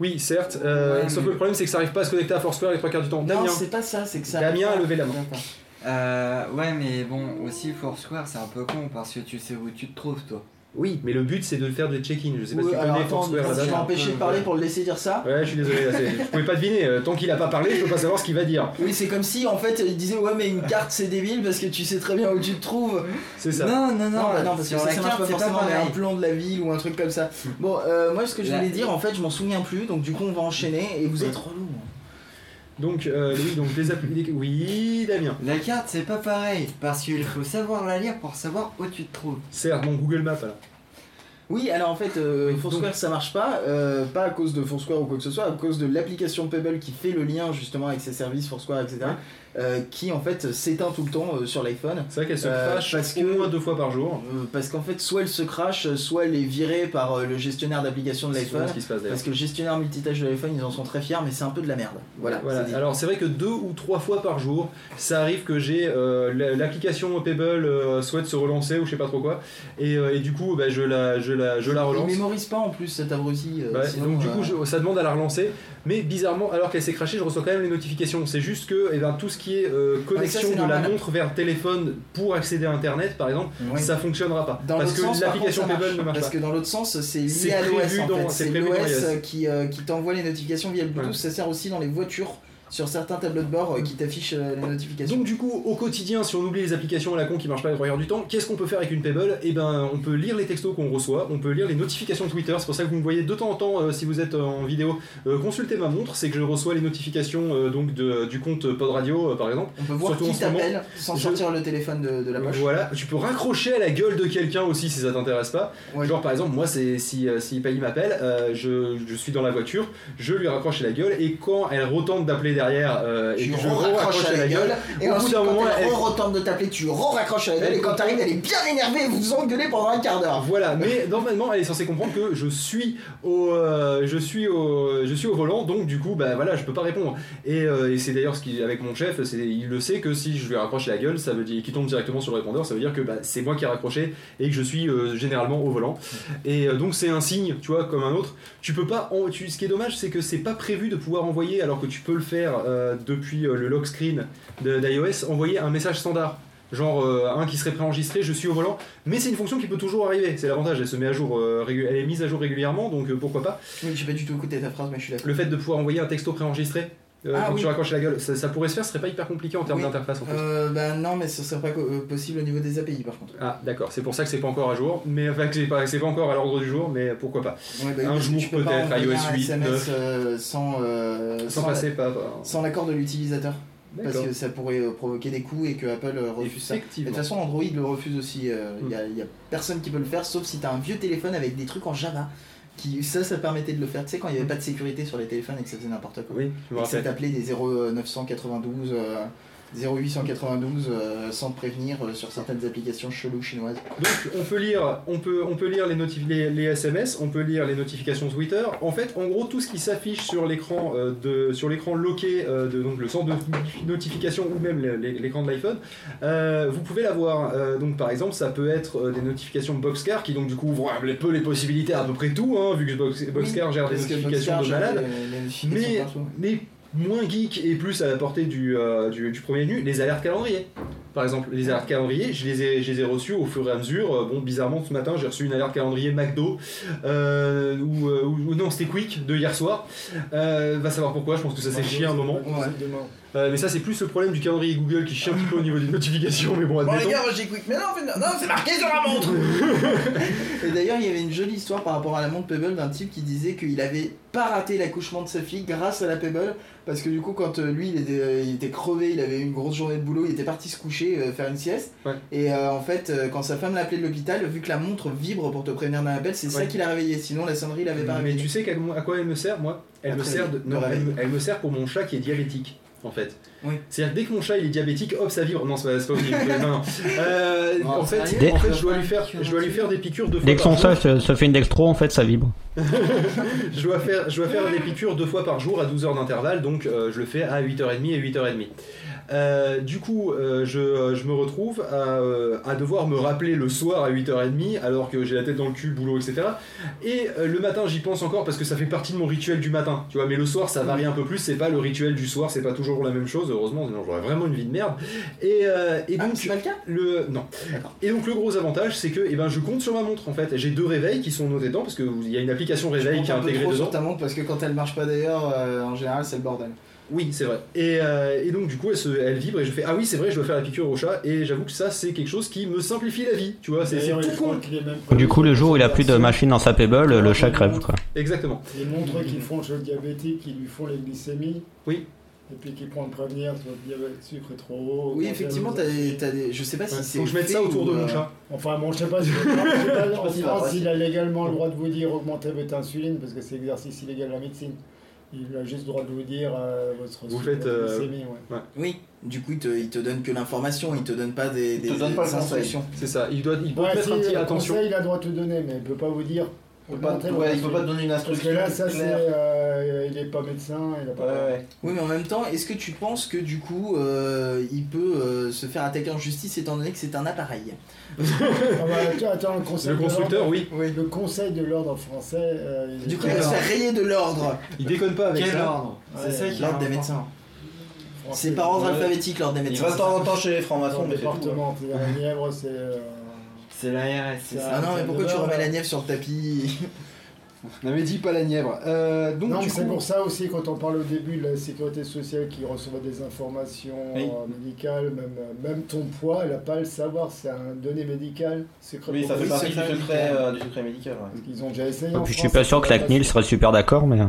A: Oui, certes. euh,
D: Ouais,
A: sauf
D: mais-
A: que le problème, c'est que ça arrive pas à se connecter à Foursquare les trois quarts du temps.
D: Non,
A: Damien,
D: c'est pas ça, c'est que ça.
A: Damien a levé la main.
D: D'accord.
G: Euh, ouais, mais bon, aussi Foursquare, c'est un peu con parce que tu sais où tu te trouves, toi.
A: Oui, mais le but c'est de faire des check-in. Je sais pas
D: Ouais,
A: si tu
D: alors,
A: connais
D: attends,
A: Foursquare
D: si
A: là-bas.
D: je t'ai empêché de parler pour le laisser dire ça.
A: Ouais, je suis désolé, là, c'est- je pouvais pas deviner. Euh, Tant qu'il a pas parlé, je peux pas savoir ce qu'il va dire.
D: Oui, c'est comme si en fait il disait ouais, mais une carte c'est débile parce que tu sais très bien où tu te trouves.
A: C'est ça.
G: Non,
D: Non,
G: non, non,
D: bah non, parce que
G: sur
D: ça,
G: la
D: ça marche
G: carte,
D: pas
G: c'est pas
D: forcément, mais un
G: pareil.
D: plan de la ville ou un truc comme ça. Bon, euh, moi ce que je
G: La-
D: voulais dire, en fait, je m'en souviens plus, donc du coup on va enchaîner et vous êtes hein. relou.
A: Donc, euh, oui, donc les applis. les- Oui, Damien.
D: hein.
G: La carte, c'est pas pareil parce qu'il faut savoir la lire pour savoir où tu te trouves.
A: Certes, mon Google Maps alors.
D: Oui, alors en fait, euh, Foursquare ça marche pas, euh, pas à cause de Foursquare ou quoi que ce soit, à cause de l'application Pebble qui fait le lien justement avec ses services Foursquare, etc., euh, qui en fait s'éteint tout le temps euh, sur l'iPhone.
A: C'est vrai qu'elle se
D: Euh,
A: fâche
D: parce
A: au
D: que-
A: moins deux fois par jour.
D: Euh, parce qu'en fait, soit elle se crache, soit elle est virée par euh, le gestionnaire d'application de
A: C'est souvent
D: l'iPhone.
A: ce qui se passe d'ailleurs.
D: Parce que le gestionnaire multitâche de l'iPhone, ils en sont très fiers, mais c'est un peu de la merde. Voilà.
A: Voilà.
D: c'est dit.
A: Alors c'est vrai que deux ou trois fois par jour, ça arrive que j'ai euh, la- l'application Pebble euh, souhaite se relancer ou je sais pas trop quoi, et, euh, et du coup bah, je la je la je la
D: Il
A: relance.
D: mémorise pas en plus cet abruti. euh,
A: Ouais,
D: sinon,
A: donc du
D: euh,
A: coup je- ça demande à la relancer mais bizarrement alors qu'elle s'est crachée je reçois quand même les notifications c'est juste que eh ben, tout ce qui est euh, connexion
D: c'est
A: de la
D: normal.
A: montre vers téléphone pour accéder à internet par exemple
D: ouais.
A: ça fonctionnera pas
D: Dans
A: parce
D: l'autre
A: que
D: sens, par
A: l'application
D: contre, ça
A: Pebble ne marche
D: Parce
A: pas
D: que dans l'autre sens, c'est lié
A: C'est
D: à l'OS.
A: prévu
D: en
A: dans-
D: fait.
A: c'est
D: C'est
A: prévu dans
D: l'OS
A: iOS.
D: euh, qui, euh, qui t'envoie les notifications via le Bluetooth.
A: Ouais.
D: Ça sert aussi dans les voitures sur certains tableaux de bord euh, qui t'affichent euh, les notifications.
A: donc du coup au quotidien si on oublie les applications à la con qui marchent pas les trois heures du temps qu'est-ce qu'on peut faire avec une Pebble et ben on peut lire les textos qu'on reçoit on peut lire les notifications Twitter c'est pour ça que vous me voyez de temps en temps euh, si vous êtes euh, en vidéo euh, consulter ma montre c'est que je reçois les notifications euh, donc de- du compte Pod Radio euh, par exemple
D: on peut voir
A: surtout en
D: qui
A: ce moment,
D: t'appelle sans
A: je-
D: sortir le téléphone de, de la poche.
A: Voilà, tu peux raccrocher à la gueule de quelqu'un aussi si ça t'intéresse pas.
D: Ouais.
A: Genre par exemple, moi c'est si, euh, si Paggy m'appelle, euh, je, je suis dans la voiture, je lui raccroche à la gueule et quand elle retente d'appeler derrière euh, et
D: Tu
A: que je
D: raccroches à la gueule, et
A: au bout
D: ensuite
A: d'un
D: quand
A: moment,
D: elle
A: elle-
D: retente de t'appeler, tu raccroches à la gueule,
A: Elle
D: et quand t'arrives, elle est bien énervée, vous vous engueulez pendant un quart d'heure.
A: Voilà, mais normalement elle est censée comprendre que je suis au, euh, je suis au, je suis au volant, donc du coup bah voilà, je peux pas répondre. Et, euh, et c'est d'ailleurs ce qui avec mon chef, c'est il le sait que si je lui raccroche la gueule, ça veut dire qu'il tombe directement sur le répondeur, ça veut dire que bah, c'est moi qui ai raccroché et que je suis euh, généralement au volant. Et euh, donc c'est un signe, tu vois, comme un autre. Tu peux pas, en- tu, ce qui est dommage, c'est que c'est pas prévu de pouvoir envoyer, alors que tu peux le faire euh, depuis euh, le lock screen de- d'iOS, envoyer un message standard. Genre euh, un qui serait préenregistré, je suis au volant, mais c'est une fonction qui peut toujours arriver, c'est l'avantage, elle se met à jour, euh, régu- elle est mise à jour régulièrement, donc euh, pourquoi pas.
D: Oui, j'ai pas du tout écouté ta phrase, mais je suis d'accord.
A: Le fait de pouvoir envoyer un texto préenregistré, euh,
D: Ah
A: quand
D: oui.
A: tu raccroches la gueule, ça, ça pourrait se faire, ce serait pas hyper compliqué en termes
D: Oui.
A: d'interface en fait.
D: Euh, bah non, mais ce serait pas co- euh, possible au niveau des API par contre.
A: Ah d'accord, c'est pour ça que c'est pas encore à jour, mais enfin que c'est pas, c'est pas encore à l'ordre du jour, mais pourquoi pas.
D: Ouais, bah oui,
A: Un
D: parce que
A: jour,
D: tu peux pas
A: peut-être,
D: envoyer
A: iOS
D: un
A: 8,
D: SMS,
A: 9.
D: euh, sans, euh,
A: Sans passer par... par-
D: sans l'accord de l'utilisateur. Parce
A: D'accord.
D: que ça pourrait euh, provoquer des coûts et que Apple euh, refuse ça. Mais De
A: Effectivement.
D: toute façon, Android le refuse aussi. euh, Il
A: Hmm.
D: n'y a, y a personne qui peut le faire, sauf si t'as un vieux téléphone avec des trucs en Java. Qui, ça, ça permettait de le faire. Tu sais, quand il n'y avait pas de sécurité sur les téléphones et que ça faisait n'importe quoi.
A: Mm. Oui, je me
D: Et que ça
A: rappelle.
D: t'appelait des 0992, euh, 0892 euh, sans te prévenir euh, sur certaines applications cheloues chinoises.
A: Donc on peut lire, on peut, on peut lire les, notif- les, les SMS, on peut lire les notifications Twitter. En fait, en gros, tout ce qui s'affiche sur l'écran euh, de sur l'écran loqué euh, de donc le centre de notification ou même le- le- l'écran de l'iPhone, euh, vous pouvez l'avoir. Euh, donc par exemple, ça peut être euh, des notifications Boxcar qui donc du coup ouvrent un peu les possibilités à peu près tout, hein, vu que Box- Boxcar gère des
D: Parce que
A: notifications
D: Boxcar,
A: de
D: j'avais
A: malade.
D: les- les notifications
A: mais,
D: partout.
A: mais moins geek et plus à la portée du, euh, du, du premier menu, les alertes calendrier. Par exemple, les alertes calendrier, je les ai, je les ai reçues au fur et à mesure. Euh, Bon, bizarrement, ce matin, j'ai reçu une alerte calendrier McDo, euh, ou, euh, ou- ou non, c'était Quick de hier soir. Euh, va savoir pourquoi, je pense que ça s'est chié un moment.
D: Ouais.
E: Demain.
A: Euh, mais ça, c'est plus le problème du calendrier Google qui chie un petit peu au niveau des notifications, mais bon,
D: Bon
A: admettons.
D: les gars, j'ai quick. Mais non, mais non, non, c'est marqué sur la montre. Et d'ailleurs, il y avait une jolie histoire par rapport à la montre Pebble d'un type qui disait qu'il avait pas raté l'accouchement de sa fille grâce à la Pebble parce que du coup, quand euh, lui, il était, euh, il était crevé, il avait eu une grosse journée de boulot, il était parti se coucher, euh, faire une sieste.
A: Ouais.
D: Et euh, en fait, euh, quand sa femme l'appelait de l'hôpital, vu que la montre vibre pour te prévenir d'un appel, c'est ça
A: Ouais.
D: qui l'a réveillé. Sinon, la sonnerie l'avait pas
A: mais
D: réveillé.
A: tu sais qu'à- à quoi elle me sert, moi elle me
D: Après,
A: sert, de,
D: de
A: non, elle,
D: réveil.
A: me, elle me sert pour mon chat qui est diabétique, en fait.
D: Oui.
A: C'est-à-dire que dès que mon chat il est diabétique, hop, ça vibre. Non, c'est pas, c'est pas possible. non, non. Euh,
G: Non,
A: en, fait,
G: sérieux,
A: en fait,
G: des-
A: je dois lui faire, je dois lui faire des piqûres deux fois
B: Dès que son
A: par jour.
B: sol se, se fait une dextro, en fait, ça vibre.
A: Je dois, faire, je dois faire des piqûres deux fois par jour à 12 heures d'intervalle, donc euh, je le fais à 8h30 et 8h30. Euh, du coup, euh, je, je me retrouve à, euh, à devoir me rappeler le soir à 8h30, alors que j'ai la tête dans le cul, boulot, etc. Et euh, le matin, j'y pense encore parce que ça fait partie de mon rituel du matin, tu vois. Mais le soir, ça varie un peu plus, c'est pas le rituel du soir, c'est pas toujours la même chose, heureusement, sinon j'aurais vraiment une vie de merde. Et, euh, et
D: Ah,
A: donc,
D: c'est pas le cas
A: le non. Et donc le gros avantage c'est que eh ben je compte sur ma montre en fait. J'ai deux réveils qui sont notés dedans parce que vous- il y a une application
D: Je
A: réveil
D: monte
A: qui est
D: un peu
A: intégrée
D: trop
A: dedans.
D: sur ta montre parce que quand elle marche pas d'ailleurs, euh, en général, c'est le bordel.
A: Oui, c'est vrai. Et, euh, et donc, du coup, elle, se- elle vibre et je fais Ah oui, c'est vrai, je dois faire la piqûre au chat. Et j'avoue que ça, c'est quelque chose qui me simplifie la vie. Tu vois, c'est c'est
E: D'ailleurs,
A: tout
E: Eh je crois
A: con.
E: qu'il est même pas-
B: Du coup, le jour où il a plus de machine dans sa Pebble, le chat crève, quoi.
A: Exactement.
E: Les montres qui font chez le diabétique, qui lui font les glycémies.
A: Oui.
E: Et puis qui prend le prévenir, tu vois, le diabète, le sucre est trop haut.
D: Oui,
E: quand
D: effectivement, t'as
E: t'as-
D: des, t'as des- Je sais pas si c'est.
A: Faut que je mette ça
D: fait
A: autour
D: ou,
A: de mon
D: euh,
A: chat.
E: Enfin bon, je sais pas si je sais pas en
D: qu'il va
E: France,
D: passer.
E: il a légalement le droit de vous dire augmentez votre insuline parce que c'est exercice illégal de la médecine. Il a juste le droit de vous dire euh, votre
A: Vous
E: votre
A: faites, euh,
E: glycémie, ouais.
D: Oui, du coup, il te, il te donne que l'information, il te donne pas des, des,
G: te donne pas
D: des
G: le conseil.
D: instructions.
A: C'est ça. Il doit il peut
E: Ouais,
A: mettre
E: si,
A: un petit
E: le
A: attention.
E: conseil, il a le droit de te donner, mais il peut pas vous dire.
G: Il peut pas,
E: augmentez
G: ouais,
E: votre
G: il peut pas te
E: insuline.
G: donner une
E: Parce que
G: instruction.
E: là, ça, c'est.
G: claire.
E: euh, il est pas médecin, il a
G: Ouais,
E: pas.
G: ouais.
D: Oui, mais en même temps, est-ce que tu penses que du coup, euh, il peut euh, se faire attaquer en justice étant donné que c'est un appareil
E: Ah bah, attends, attends, le conseil.
A: Le
E: de
A: constructeur,
E: l'ordre-
A: oui.
E: Le conseil de l'ordre français. euh, il est
D: Du coup, il
E: pas-
D: va se faire rayer de l'ordre.
A: Il déconne pas avec
G: Quel
A: ça.
G: ordre
E: Ouais,
G: C'est ça qui est
D: L'ordre des
G: important.
D: médecins.
E: français.
D: C'est par ordre
G: Ouais.
D: alphabétique, l'ordre des
G: Il
D: médecins.
G: va de temps en temps chez les francs-maçons,
E: Dans le
G: mais c'est tout, hein.
E: département, c'est la Nièvre, c'est. euh,
G: C'est l'ARS, c'est
E: Ah
G: hein. ça.
D: Ah non, mais pourquoi tu
E: Non,
D: remets
E: non.
D: la nièvre sur le tapis
A: Non, mais dis pas la nièvre. Euh, donc,
E: Non,
A: du
E: mais c'est
A: coup-
E: pour ça aussi, quand on parle au début de la sécurité sociale qui recevait des informations
G: Oui.
E: euh, médicales, même, euh, même ton poids, elle n'a pas à le savoir, c'est un donné médical, secret.
G: Oui, ça fait
E: professionnel.
G: partie du
D: secret
G: secret,
D: médical.
G: euh, du secret médical. ouais.
E: Ils ont déjà essayé.
B: Et
E: en
B: Ah, puis, je suis
E: France,
B: pas sûr que la
E: ça
B: CNIL
E: passe.
B: serait super d'accord, mais. hein.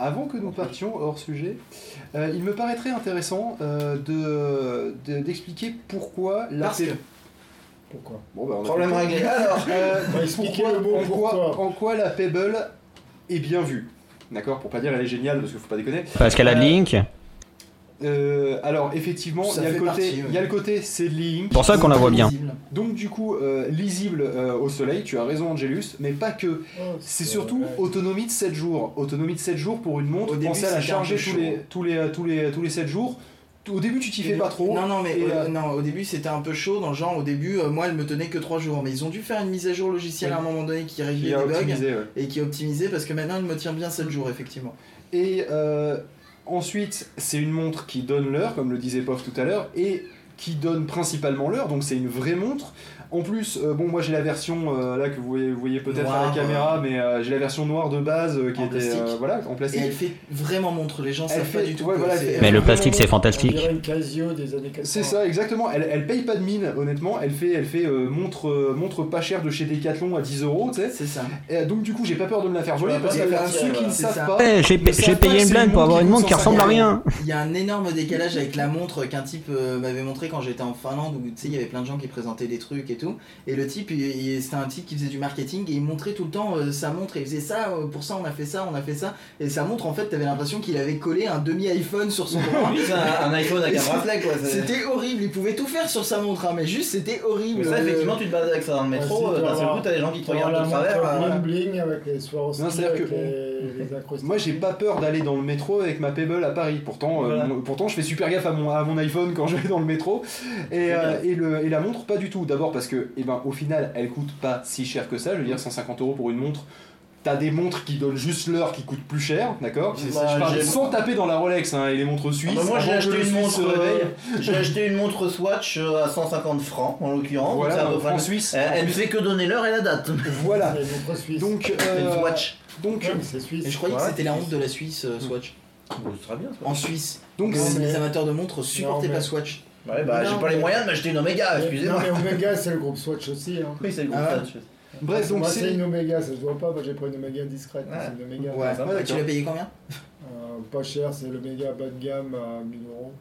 A: Avant que nous partions hors sujet, euh, il me paraîtrait intéressant euh, de- de- d'expliquer pourquoi la
D: Parce que.
E: Pourquoi
A: Bon, bah, on a
G: Problème
A: compris.
G: réglé. Alors,
A: Euh,
E: On va expliquer
A: pourquoi,
E: le mot
A: en, quoi,
E: pourquoi.
A: en quoi la Pebble est bien vue. D'accord Pour pas dire elle est géniale, parce qu'il faut pas déconner.
B: Parce qu'elle a de Link.
A: Euh, alors, effectivement,
D: Ça
A: il y, a le
D: fait
A: côté-
D: partie, ouais.
A: il y a le côté c'est Link.
B: C'est pour ça qu'on la voit bien.
A: Donc, du coup, euh, lisible euh, au soleil, tu as raison, Angelus, mais pas que. C'est surtout autonomie de 7 jours. Autonomie de 7 jours pour une montre,
D: Au début,
A: pensez à la
D: c'était un
A: charger
D: peu
A: tous
D: chaud.
A: les, tous, les, tous, les, tous les 7 jours. Au début, tu t'y fais pas trop.
D: Non, non, mais
A: Et,
D: au,
A: euh,
D: non, au début c'était un peu chaud. Dans le genre, au début, euh, moi elle me tenait que 3 jours. Mais ils ont dû faire une mise à jour logicielle à un moment donné qui réglait
A: Il
D: les
A: a
D: bugs.
A: optimisé, Mm. ouais.
D: et qui est optimisé parce que maintenant il me tient bien 7 jours effectivement.
A: Et euh, ensuite, c'est une montre qui donne l'heure, comme le disait Pof tout à l'heure, et qui donne principalement l'heure, donc c'est une vraie montre. En plus, euh, bon, moi j'ai la version euh, là que vous voyez, vous voyez peut-être à la
D: Noire,
A: caméra, mais euh, j'ai la version noire de base euh, qui
D: En
A: était euh,
D: plastique.
A: voilà en
D: Et
A: plastique.
D: elle fait vraiment montre, les gens
A: Elle
D: savent
A: fait-
D: pas du tout.
A: ouais,
D: quoi,
A: voilà,
D: c'est- euh,
A: elle
B: Mais le plastique, c'est fantastique.
E: On dirait une Casio des années 80.
A: C'est ça, exactement. Elle, elle paye pas de mine, honnêtement. Elle fait, elle fait euh, montre, euh, montre pas chère de chez Decathlon à 10 euros, tu sais.
D: C'est ça.
A: Et, euh, donc du coup, j'ai pas peur de me la faire voler
D: Ouais,
A: parce que
D: ouais,
A: euh,
D: ouais,
A: ceux qui ne
D: c'est
A: savent
D: ça.
A: pas,
B: Eh, j'ai
A: Mais ça
B: j'ai
A: passe,
B: payé une
A: c'est
B: blinde
A: une
B: pour avoir
A: montre
B: une
A: qui
B: montre qui
A: coûte
B: ressemble à
A: 150
B: rien.
D: Il y a un énorme décalage avec la montre qu'un type euh, m'avait montré quand j'étais en Finlande où tu sais il y avait plein de gens qui présentaient des trucs et tout et le type il- il- c'était un type qui faisait du marketing et il montrait tout le temps euh, sa montre et il faisait ça euh, pour ça on a fait ça on a fait ça et sa montre en fait t'avais l'impression qu'il avait collé un demi iPhone sur son bras
C: Oui, c'est un, un iPhone
D: Et
C: avec un
D: c'est-
C: bracelet quoi. c'est-
D: c'était horrible il pouvait tout faire sur sa montre hein, mais juste c'était horrible
C: Mais ça,
D: Euh,
C: effectivement, tu te balades avec ça dans le métro,
E: Ouais, c'est
C: euh, d'un seul
E: d'avoir-
C: coup, t'as des gens qui te
E: Dans la
C: regardent de
E: montre
C: travers. euh,
E: bling bling avec les Swarovski,
A: Non, c'est-à-dire
E: avec
A: que-
E: les, les incrustations.
A: moi j'ai pas peur d'aller dans le métro avec ma Pebble à Paris. Pourtant, euh,
C: Voilà.
A: mon- pourtant, je fais super gaffe à mon, à mon iPhone quand je vais dans le métro. Et, euh, et le, et la montre, pas du tout. D'abord parce que, eh ben, au final, elle coûte pas si cher que ça. Je veux dire, 150 euros pour une montre. T'as des montres qui donnent juste l'heure qui coûtent plus cher, d'accord
C: C'est
A: Je
C: ça,
A: parle
C: j'ai-
A: sans taper dans la Rolex hein, et les montres
C: Ah
A: suisses.
C: bah moi j'ai
A: avant que le
C: acheté, une
A: Suisse se
C: montre,
A: réveille.
C: euh, j'ai acheté une montre Swatch euh, à 150 francs en l'occurrence.
A: Voilà,
C: donc c'est à peu près-
A: en Suisse.
C: Elle- Elle ne fait que donner l'heure et la date.
A: Voilà.
E: C'est une montre suisse.
A: Donc,
C: C'est
A: euh,
C: Euh, une Swatch.
A: donc,
E: Ouais, mais c'est suisse.
D: mais je croyais que
C: Ouais.
D: c'était la honte de la Suisse euh, Swatch
C: Ce sera bien. ça.
D: en Suisse euh,
A: donc,
E: Non,
D: les
E: mais-
D: amateurs de montres supportaient
E: Non, mais-
D: pas Swatch
C: Ouais, bah j'ai
E: Non,
C: pas les
E: mais-
C: moyens de m'acheter une Omega,
E: Non,
C: excusez-moi.
E: mais Omega, c'est le groupe Swatch aussi. Hein.
C: Oui, c'est le groupe
D: Ah.
C: Swatch.
A: bref, donc
E: Moi,
A: c'est
E: c'est une Omega, ça se voit pas. Moi, j'ai pris une Omega discrète. mais
C: Ouais.
E: C'est une Omega.
D: ouais,
C: ça,
A: ouais,
D: Et tu l'as payé combien
E: Euh, pas cher, c'est l'Omega bas de gamme à 1000 euros.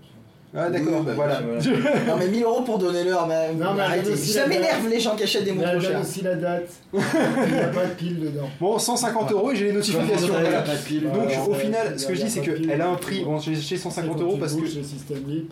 A: Ah d'accord,
D: Oui, bah,
A: voilà.
D: non mais 1000 euros pour donner l'heure mais,
E: Non, mais
D: arrêtez.
E: aussi
D: ça
E: la date.
D: m'énerve les gens qui achètent des
E: Mais
D: montres
E: elle
D: trop
E: donne
D: chères
E: aussi la date. Il n'y a pas de pile dedans.
A: Bon, 150 euros et j'ai les notifications.
G: Elle a
A: voilà.
G: pas de pile.
A: Donc
E: Ouais,
A: au
E: ouais,
A: final,
E: ouais,
A: ce que je
E: y a
A: dis, c'est
E: pas de pile.
A: qu'elle a un prix. Bon, j'ai acheté
E: C'est
A: 150
E: quand
A: euros
E: tu
A: parce que
E: bouges le système LIP,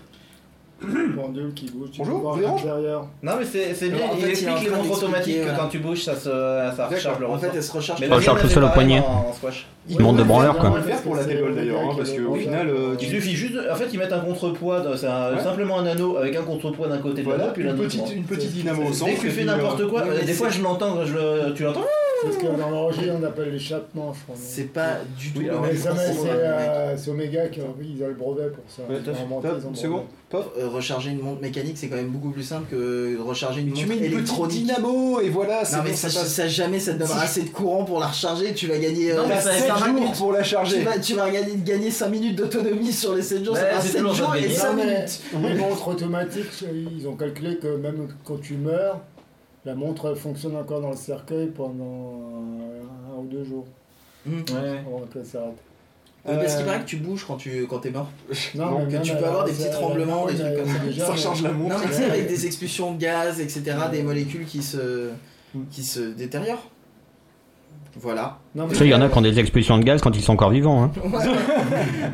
E: le pendule qui bouge, tu
A: Bonjour,
E: peux voir
A: vous dérange
E: l'intérieur.
C: Non, mais c'est c'est bien,
D: Alors, en
C: il
D: fait, il est en
C: explique les
D: train
C: montres automatiques
D: d'expliquer,
C: que
D: voilà.
C: quand tu bouges, ça, se, ça recharge le
D: en fait
C: ressort.
D: elle se recharge
C: Mais
B: Oh, je
C: mien,
B: recharge
C: c'est
B: seul au
C: pareil
B: poignet.
C: en- en Swatch.
A: ils
B: Une montre de branleur,
A: ils
B: quoi.
A: vont le faire pour la table d'ailleurs, hein, parce que au final, euh,
C: Il suffit juste. de- En fait, ils mettent un contrepoids, de- c'est un-
A: Ouais. simplement
C: simplement un anneau avec un contrepoids d'un côté de
A: voilà,
C: l'anneau, puis
A: une
C: l'anneau. de
A: petite,
C: l'autre.
A: une petite dynamo au centre.
C: Dès que tu
A: et
C: fais
A: puis, euh,
C: n'importe quoi,
D: oui,
C: euh,
D: mais
C: des fois
D: c'est-
C: je l'entends, je le- tu l'entends
E: C'est ce que dans l'horlogie on appelle l'échappement, je crois. non
D: C'est pas du tout
C: Oui,
D: le
C: alors,
D: même
E: Mais ça, mais
D: principe,
E: c'est
D: mec.
E: euh, c'est Omega qui a- ils ont le brevet pour ça.
A: ouais,
E: Ils ont inventé,
A: top,
E: ils ont le
A: c'est bon. Pop.
D: Euh, recharger une montre mécanique, c'est quand même beaucoup plus simple que recharger une
A: Tu
D: montre
A: mets une petite
D: électronique.
A: dynamo et voilà, c'est
D: Non
A: bon,
D: mais ça,
A: ça passe.
D: ça, jamais ça te donnera assez de courant pour la recharger, tu vas gagner euh,
C: Non, mais
A: T'as
C: ça- ça
A: 7
C: marche
A: jours
C: bien.
A: pour la
D: tu
A: charger.
D: vas, tu vas gagner, gagner 5 minutes d'autonomie sur les 7 jours,
C: Ouais,
D: ça fera
C: c'est
D: 7
C: toujours
D: jours
C: ça de
D: et
C: gagner.
D: 5
E: Non, mais
D: minutes.
E: les montres automatiques, ils ont calculé que même quand tu meurs, la montre elle fonctionne encore dans le cercueil pendant un, un ou deux jours
D: Mmh.
C: Ouais.
E: avant qu'elle s'arrête.
D: Oui, Parce
A: Euh,
D: qu'il paraît que tu bouges quand tu quand t'es mort.
E: Non,
D: que tu peux avoir des petits tremblements, des trucs comme ça.
A: Ça recharge la
D: Non
A: montre.
D: mais tu sais avec des expulsions de gaz, etc. Des molécules qui se
A: Mm.
D: qui se détériorent. Voilà.
E: Non, mais
B: Ça, il y en a qui ont des expulsions de gaz quand ils sont encore vivants. Hein.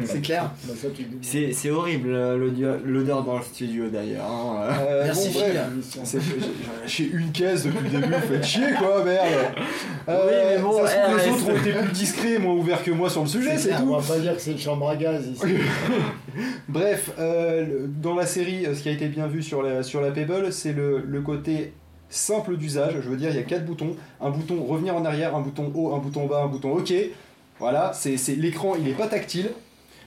D: c'est clair.
E: Bah, ça, tu...
G: C'est c'est horrible euh, l'audio- l'odeur dans le studio d'ailleurs. hein.
A: Euh,
D: Merci,
A: bon, bref.
D: Phil.
A: C'est- j'ai- J'ai lâché une caisse depuis le début, vous faites chier quoi, merde! Euh,
G: Oui, mais bon,
A: ça se trouve, les
G: RS.
A: autres ont été plus discrets, moins ouverts que moi sur le sujet,
D: C'est
A: c'est
D: clair.
A: tout!
E: On va pas dire que c'est une chambre à gaz ici.
A: Bref, euh, le- dans la série, euh, ce qui a été bien vu sur la, sur la Pebble, c'est le, le côté simple d'usage. Je veux dire, il y a quatre boutons. Un bouton revenir en arrière, un bouton haut, un bouton bas, un bouton OK. Voilà, c'est c'est- l'écran, il n'est pas tactile.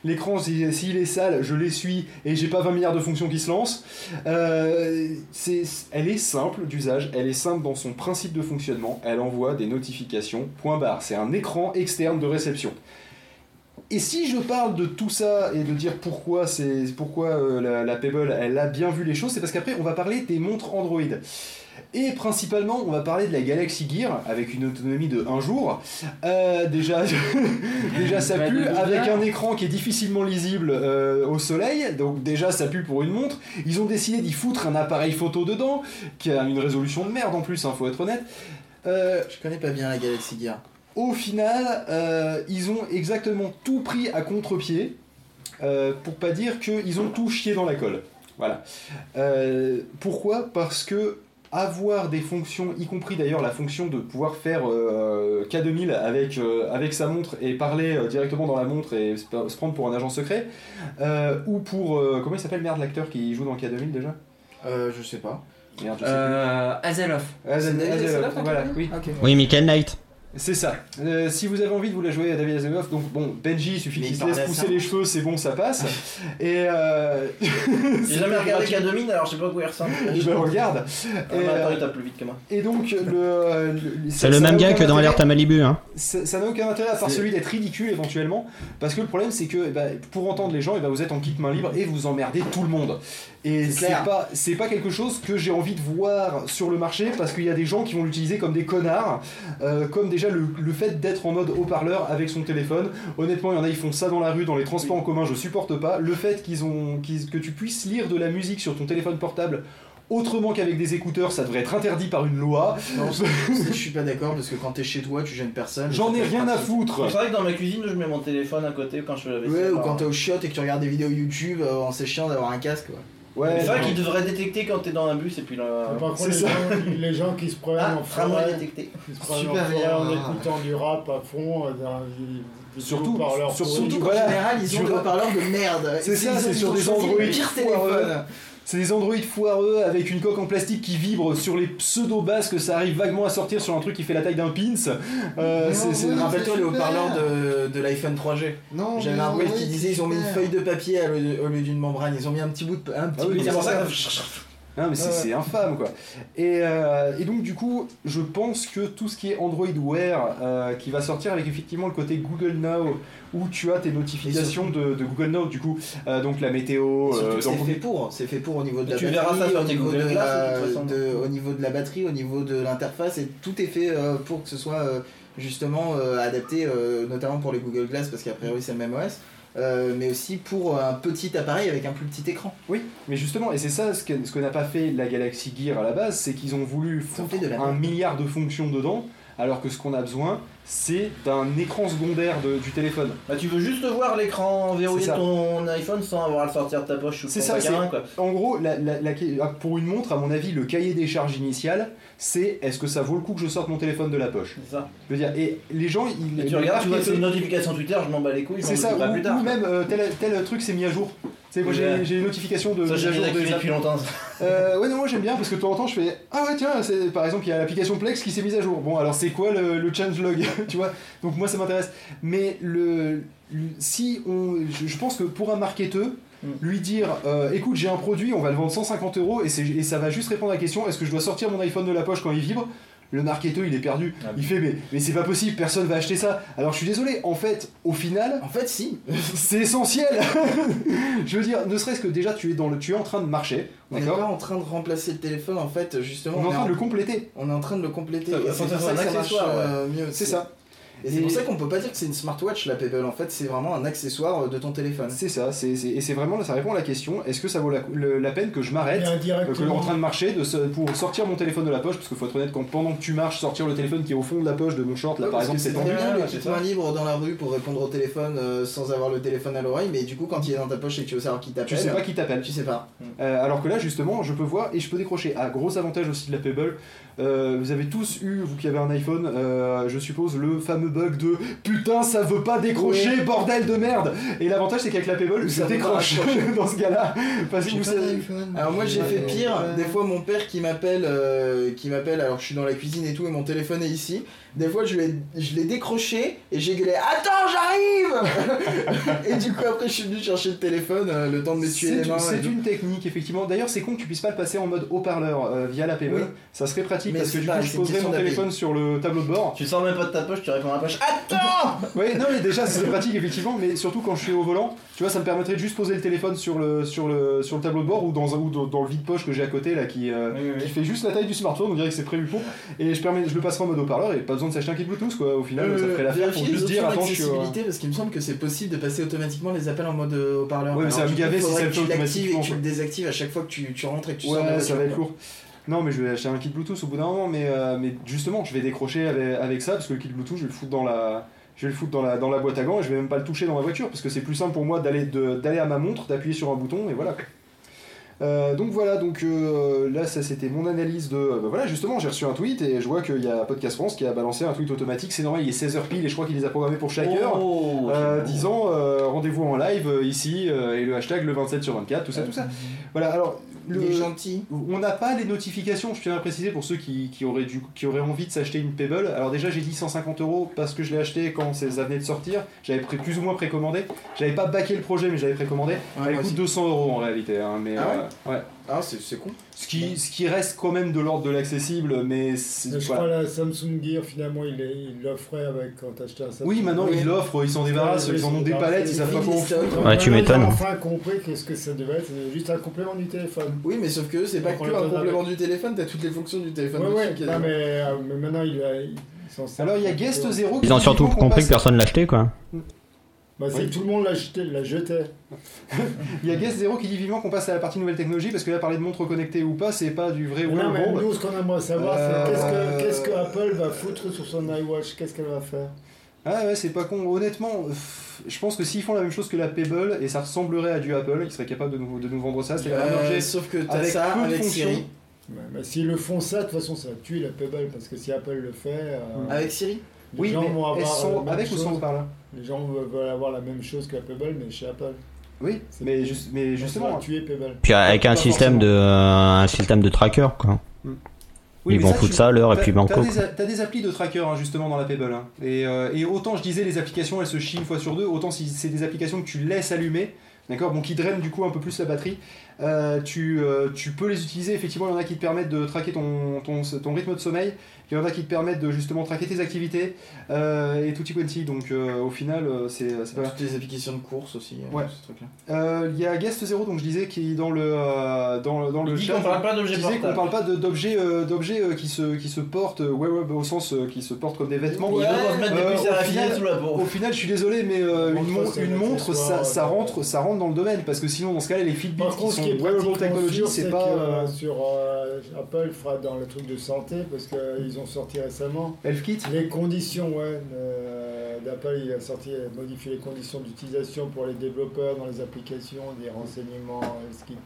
A: L'écran, si- s'il est sale, je l'essuie et j'ai pas 20 milliards de fonctions qui se lancent. Euh, c'est- elle est simple d'usage, elle est simple dans son principe de fonctionnement. Elle envoie des notifications, point barre. C'est un écran externe de réception. Et si je parle de tout ça et de dire pourquoi c'est pourquoi euh, la, la Pebble elle a bien vu les choses, c'est parce qu'après on va parler des montres Android. Et principalement, on va parler de la Galaxy Gear avec une autonomie de un jour. Euh, déjà, déjà ça
G: Bah,
A: pue
G: déjà.
A: avec un écran qui est difficilement lisible euh, au soleil. Donc déjà ça pue pour une montre. Ils ont décidé d'y foutre un appareil photo dedans qui a une résolution de merde en plus. hein, faut être honnête. Euh,
D: Je connais pas bien la Galaxy Gear.
A: au final, euh, ils ont exactement tout pris à contre-pied, euh, pour pas dire qu'ils ont tout chié dans la colle. Voilà. Euh, pourquoi Parce que avoir des fonctions, y compris d'ailleurs la fonction de pouvoir faire euh, K2000 avec, euh, avec sa montre et parler euh, directement dans la montre et se pa- se prendre pour un agent secret, euh, ou pour... euh, comment il s'appelle, merde, l'acteur qui joue dans K2000 déjà
D: Euh, je sais pas.
A: Merde, je sais
G: Euh, Azeloff.
A: plus. Hazel-
D: c'est David
A: Hazel-
D: Hasselhoff,
A: voilà, oui.
D: Ok.
B: Oui, Michael Knight.
A: C'est ça. Euh, si vous avez envie de vous la jouer à David Asimov, donc bon, Benji, il suffit
D: Mais
A: qu'il
D: il
A: se laisse
D: parle à
A: pousser
D: ça.
A: les cheveux, c'est bon, ça passe. Et euh...
C: J'ai jamais regardé Cadomine, alors je sais pas à quoi il ressemble.
A: je le regarde.
C: Ah,
A: Et,
C: bah, attends, il
A: euh,
C: tape plus vite que moi.
A: et donc, le, le-
B: C'est
A: ça-
B: le
A: ça
B: même
A: n'a
B: gars
A: aucun
B: que dans
A: intérêt.
B: Alerte à Malibu, hein.
A: Ça ça n'a aucun intérêt à part
D: C'est-
A: celui d'être ridicule éventuellement, parce que le problème c'est que eh ben, pour entendre les gens, eh ben, vous êtes en kit main libre et vous emmerdez tout le monde. Et
D: C'est
A: c'est
D: clair.
A: pas c'est pas quelque chose que j'ai envie de voir sur le marché parce qu'il y a des gens qui vont l'utiliser comme des connards, euh, comme déjà le, le fait d'être en mode haut-parleur avec son téléphone. Honnêtement, il y en a ils font ça dans la rue, dans les transports en commun, je supporte pas. Le fait qu'ils ont qu'ils- que tu puisses lire de la musique sur ton téléphone portable. Autrement qu'avec des écouteurs, ça devrait être interdit par une loi.
D: Non, je je suis pas d'accord parce que quand t'es chez toi, tu gênes personne.
A: J'en ai rien à foutre.
C: C'est vrai que dans ma cuisine, je mets mon téléphone à côté quand je fais la vaisselle.
D: Ouais, ou quand
C: Alors,
D: t'es au chiottes et que tu regardes des vidéos YouTube, euh, en c'est chiant d'avoir un casque quoi.
A: Ouais,
C: C'est vrai
A: non.
C: qu'il devrait détecter quand t'es dans un bus et puis là.
E: Par contre,
A: c'est
E: les
A: ça.
E: gens, qui- les gens qui se prennent
C: Ah,
E: en
C: vraiment
E: forêt,
C: détecté.
E: qui se prennent en
G: Super,
E: forêt en
G: ah.
E: écoutant du rap à fond, euh, dans des- des
A: Surtout-
E: haut-parleurs
A: surtout
E: pourris.
D: Surtout qu'en
A: Voilà.
D: général, ils
A: Tu
D: ont des
A: vois.
D: haut-parleurs de merde.
A: C'est
D: Ils
A: ça,
D: ont-
A: c'est
D: ils
A: sur
D: ont
A: des
D: choisi le
A: Android
D: pire
A: foireux.
D: téléphone.
A: C'est des androïdes foireux avec une coque en plastique qui vibre sur les pseudo-basses que ça arrive vaguement à sortir sur un truc qui fait la taille d'un pins. Euh,
G: Non,
A: c'est- c'est-
G: oui.
D: Rappelle-toi les
G: Super.
D: haut-parleurs de, de l'iPhone 3G.
G: Non,
D: J'avais
G: mais
D: un
G: non,
D: bruit
G: oui,
D: qui disait ils ont mis une
G: super.
D: feuille de papier à lieu- au lieu d'une membrane, ils ont mis un petit bout de un petit
A: Ah oui,
D: bout de
A: mais
C: C'est pour ça
D: membrane.
C: que.
A: Non, mais c'est
D: Ouais.
A: c'est infâme quoi. Et, euh, et donc du coup, je pense que tout ce qui est Android Wear euh, qui va sortir avec effectivement le côté Google Now où tu as tes notifications de, de Google Now du coup, euh, donc la météo,
D: Surtout
A: euh,
D: que
A: dans-
D: c'est fait pour, c'est fait pour au niveau de la
C: Tu
D: batterie,
C: verras ça sur
D: au
C: tes
D: niveau
C: Google
D: de
C: Glass,
D: la-
C: de toute façon.
D: de- au niveau de la batterie, au niveau de l'interface, et tout est fait euh, pour que ce soit euh, justement euh, adapté, euh, notamment pour les Google Glass, parce qu'à priori c'est le même OS, euh, mais aussi pour un petit appareil avec un plus petit écran.
A: Oui, mais justement, et c'est ça ce que, ce que n'a pas fait la Galaxy Gear à la base, c'est qu'ils ont voulu foutre
D: fait de la
A: un
D: merde.
A: milliard de fonctions dedans, alors que ce qu'on a besoin, c'est d'un écran secondaire de- du téléphone.
C: Bah, tu veux juste voir l'écran verrouillé
A: C'est
C: de
A: ça.
C: ton iPhone sans avoir à le sortir de ta poche ou de
A: C'est
C: ton
A: ça,
C: sac à
A: c'est-
C: main, quoi.
A: En gros, la- la- la- ah, pour une montre, à mon avis, le cahier des charges initial, c'est est-ce que ça vaut le coup que je sorte mon téléphone de la poche
C: C'est ça.
A: Je veux dire, et les gens, ils.
C: Et tu
A: les
C: regardes,
A: gens
C: tu vois,
A: qui
C: c'est une
A: essaient-
C: notification Twitter, je m'en bats les couilles, je
A: c'est ça,
C: m'en
A: ou,
C: pas plus tard.
A: ou même euh, tel, tel truc s'est mis à jour. Tu sais, moi j'ai
C: Ouais.
A: j'ai les notifications de.
C: Ça,
A: mise à
C: j'ai
A: jour des
C: désactivé
A: apps.
C: depuis longtemps.
A: Euh, ouais, non, moi j'aime bien parce que de temps en temps je fais Ah ouais, tiens, c'est- par exemple, il y a l'application Plex qui s'est mise à jour. Bon, alors c'est quoi le, le changelog Tu vois Donc moi ça m'intéresse. Mais le, le- si on. Je, je pense que pour un marketeur,
C: Mm.
A: lui dire euh, Écoute, j'ai un produit, on va le vendre 150 euros et, c'est- et ça va juste répondre à la question Est-ce que je dois sortir mon iPhone de la poche quand il vibre le marketeur il est perdu,
C: Ah.
A: il fait mais, mais c'est pas possible, personne va acheter ça. Alors je suis désolé, en fait, au final,
D: En fait, si,
A: c'est essentiel. je veux dire, ne serait-ce que déjà tu es dans le, tu es en train de marcher,
D: on n'est
A: d'accord
D: pas en train de remplacer le téléphone, en fait, justement,
A: on est en
D: est
A: train de le compléter.
D: on est en train de le compléter. Et
C: Ça,
D: C'est
C: quand
D: pour ça
C: ça
D: que
C: sera un
D: ça marche
C: accessoire,
D: euh, mieux.
A: C'est ça.
D: Et c'est pour
A: Et-
D: ça qu'on peut pas dire que c'est une smartwatch, la Pebble. En fait, c'est vraiment un accessoire euh, de ton téléphone.
A: C'est ça. c'est- c'est- et c'est vraiment, ça répond à la question est-ce que ça vaut la, le- la peine que je
E: Et
A: m'arrête euh, que en
E: indirectement,
A: train de marcher de se- pour sortir mon téléphone de la poche parce qu'il faut être honnête quand pendant que tu marches sortir le téléphone qui est au fond de la poche de mon short là
D: Ouais,
A: par
D: parce que
A: exemple c'est
D: c'est
A: tendu
D: très bien le
C: c'est
D: kit
C: ça.
D: main libre dans la rue pour répondre au téléphone euh, sans avoir le téléphone à l'oreille, mais du coup quand il est dans ta poche et que tu veux savoir qui
A: tu
D: t'appelle,
A: sais pas qui t'appelle
D: tu sais pas.
A: Euh, alors que là justement je peux voir et je peux décrocher ah gros avantage aussi de la Pebble euh, vous avez tous eu vous qui avez un iPhone euh, je suppose le fameux bug de putain ça veut pas décrocher bordel de merde et l'avantage c'est qu'avec la Pebble
D: Ça
A: ça
D: veut pas
A: décroche dans ce cas là parce que
G: J'ai
A: vous
G: pas
A: savez
G: d'iPhone.
D: Alors moi j'ai
G: Ouais,
D: fait pire,
G: ouais.
D: des fois mon père qui m'appelle, euh, qui m'appelle alors que je suis dans la cuisine et tout et mon téléphone est ici, des fois je l'ai, je l'ai décroché et j'ai gueulé Attends j'arrive Et du coup après je suis venu chercher le téléphone, euh, le temps de
A: C'est
D: m'essuyer les mains.
A: une-
D: et
A: c'est
D: tout.
A: une technique, effectivement. D'ailleurs, c'est con que tu puisses pas le passer en mode haut-parleur euh, via la Pebble.
D: Oui.
A: Ça serait pratique
D: Mais
A: parce que
D: c'est
A: du
D: pas-
A: coup,
D: c'est
A: je
D: une
A: poserais
D: question
A: mon
D: d'appli.
A: téléphone sur le tableau de bord.
C: Tu sors même pas de ta poche, tu réponds à la poche. Attends
A: Oui, non, mais déjà, c'est pratique, effectivement. Mais surtout quand je suis au volant, tu vois, ça me permettrait de juste poser le téléphone sur le, sur le, sur le tableau de bord ou dans, un- ou dans, dans le vide-poche que j'ai à côté, là, qui, euh,
C: Oui, oui, oui.
A: qui fait juste la taille du smartphone. On dirait que c'est prévu pour. Et je, permets, je le passerai en mode haut-parleur et pas besoin de s'acheter un kit Bluetooth, quoi. Au final, ça ferait l'affaire pour
D: Euh, vérifier les
A: juste dire hein.
D: options
A: attends, je suis. au-
D: d'accessibilité, parce qu'il me semble que c'est possible de passer automatiquement les appels en mode euh, haut-parleur.
A: Ouais, mais
D: Alors,
A: ça va
D: du
A: me
D: coup,
A: gaver si
D: faudrait
A: ça le
D: que
A: fait
D: tu l'actives et que tu
A: automatiquement,
D: le désactives à chaque fois que tu, tu rentres et que tu sors de la
A: Ouais, ça
D: voiture,
A: va être
D: quoi.
A: lourd. Non, mais je vais acheter un kit Bluetooth au bout d'un moment, mais, euh, mais justement, je vais décrocher avec, avec ça parce que le kit Bluetooth, je vais le foutre dans la. Je vais le foutre dans la, dans la boîte à gants et je vais même pas le toucher dans ma voiture parce que c'est plus simple pour moi d'aller de- d'aller à ma montre, d'appuyer sur un bouton et voilà. quoi. Euh, donc voilà, donc euh, là ça c'était mon analyse de. bah voilà, justement j'ai reçu un tweet et je vois qu'il y a Podcast France qui a balancé un tweet automatique, c'est normal, il est 16h pile et je crois qu'il les a programmés pour chaque heure,
C: Oh,
A: euh, disant euh, rendez-vous en live euh, ici euh, et le hashtag le 27 sur 24, tout ça, tout ça.
D: Euh,
A: Voilà, alors.
D: Il est gentil.
A: On n'a pas les notifications, je tiens à préciser pour ceux qui, qui auraient, dû- qui auraient envie de s'acheter une Pebble. Alors déjà j'ai dit 150 euros parce que je l'ai acheté quand ça venait de sortir. J'avais pré- plus ou moins précommandé. J'avais pas baqué le projet mais j'avais précommandé.
D: Ouais,
A: Elle
D: Ah, moi
A: coûte
D: aussi.
A: 200 euros en réalité. hein, mais,
D: Ah
A: euh, ouais.
D: Ah, c'est c'est con.
A: Ce, qui, ce qui reste quand même de l'ordre de l'accessible mais c'est-
E: Je
A: voilà.
E: crois la Samsung Gear, finalement, il est- il l'offrait avec quand t'achetais un Samsung
A: Oui maintenant
E: Gear.
A: ils l'offrent, ils s'en débarrassent,
E: Ouais,
A: ils en ont des
E: c'est-
A: palettes, ils savent pas
D: Ils
A: comment.
D: finissent ça.
E: Donc,
B: Ouais,
E: maintenant,
B: tu m'étonnes.
E: Ils ont enfin compris qu'est-ce que ça devait être, c'est juste un complément du téléphone.
D: Oui, mais sauf que eux, c'est pas
E: On
D: que
E: prend
D: un
E: le
D: complément du téléphone, t'as toutes les fonctions du téléphone.
E: Ouais,
D: dessus
E: ouais,
D: qui
E: non, mais, euh, mais maintenant il a. il s'en sert.
A: Alors il y a Guest Zero qui
B: Ils ont
A: dit
B: surtout
A: qu'on
B: compris
A: passe-
B: que personne l'achetait quoi.
E: Bah, c'est
A: Oui.
E: que tout le monde l'a jeté, l'a jeté.
A: Il y a Guest Zero qui dit vivement qu'on passe à la partie nouvelle technologie parce que là parler de montres connectées ou pas c'est pas du vrai
E: Mais non, mais
A: world.
E: nous, ce qu'on aimerait savoir, c'est qu'est-ce
A: Euh,
E: que- qu'est-ce que Apple va foutre sur son iWatch Qu'est-ce qu'elle va faire
A: Ah ouais, c'est pas con. Honnêtement, pff, je pense que s'ils font la même chose que la Pebble et ça ressemblerait à du Apple, ils seraient capables de nous, de nous vendre ça. C'est un
D: Euh,
A: objet
D: sauf que t'as
A: avec
D: ça
A: peu de
D: avec
A: fonctions.
D: Siri.
E: Ouais, mais S'ils le font ça, de toute façon, ça tue la Pebble parce que si Apple le fait, euh,
D: Avec Siri
E: les
A: Ah, Oui,
E: gens
A: mais
E: vont
A: elles
E: avoir la
A: sont
E: même
A: avec ou
E: chose.
A: sans par là
E: Les gens veulent veulent avoir la même chose que la Pebble, mais chez Apple.
A: Oui,
E: C'est-
A: mais, juste- mais justement.
E: tuer Pebble.
B: Puis avec un
A: Pas
B: système de euh, un système de tracker quoi.
A: Oui,
B: Ils
A: mais
B: vont
A: ça,
B: foutre
A: tu-
B: ça à l'heure Oh, et
A: t'as-
B: puis
A: T'as
B: banco.
A: des, a- t'as des applis de tracker hein, justement dans la Pebble. hein. Et, euh, et autant je disais, les applications elles se chient une fois sur deux, autant si c'est des applications que tu laisses allumer, d'accord, bon qui drainent du coup un peu plus la batterie, euh, tu, euh, tu peux les utiliser. Effectivement, il y en a qui te permettent de traquer ton, ton, ton rythme de sommeil, il y en a qui te permettent de justement traquer tes activités euh, et tout quanti. Donc euh, au final, euh, c'est c'est pas mal.
D: Toutes les applications de course aussi, euh,
A: Ouais.
D: ce truc-là.
A: Euh, Il y a Guest Zero, donc je disais, qui est dans le, euh, dans, dans
C: Il
A: le
C: dit
A: chat.
C: qu'on parle pas d'objets
A: Je disais qu'on parle
C: portables.
A: pas de- d'objets euh, d'objets euh, qui se qui se portent euh, ouais, ouais, bah, au sens euh, qui se portent comme des vêtements.
D: Ouais.
C: Ils veulent qu'on se mette des
A: Euh,
C: puces
A: au
C: à la
A: final-
C: fillette sous la peau.
A: Au final, je suis désolé, mais euh,
E: Montre,
A: une, mon-
E: c'est
A: une
E: un
A: montre, ça,
E: accessoire,
A: ça
E: euh,
A: rentre, ça rentre dans le domaine, parce que sinon, dans ce cas-là, les Fitbit
E: Par
A: qui
E: contre, ce qui est
A: sont wearable
E: pratiquement
A: technology,
E: sûr,
A: c'est
E: c'est
A: pas
E: que
A: euh,
E: euh, sur euh, Apple fera dans le truc de santé parce qu'ils ont sorti récemment
A: Elfkit.
E: les conditions. Ouais, euh, d'Apple, il a sorti il a modifié les conditions d'utilisation pour les développeurs dans les applications, des renseignements, euh, ce qui.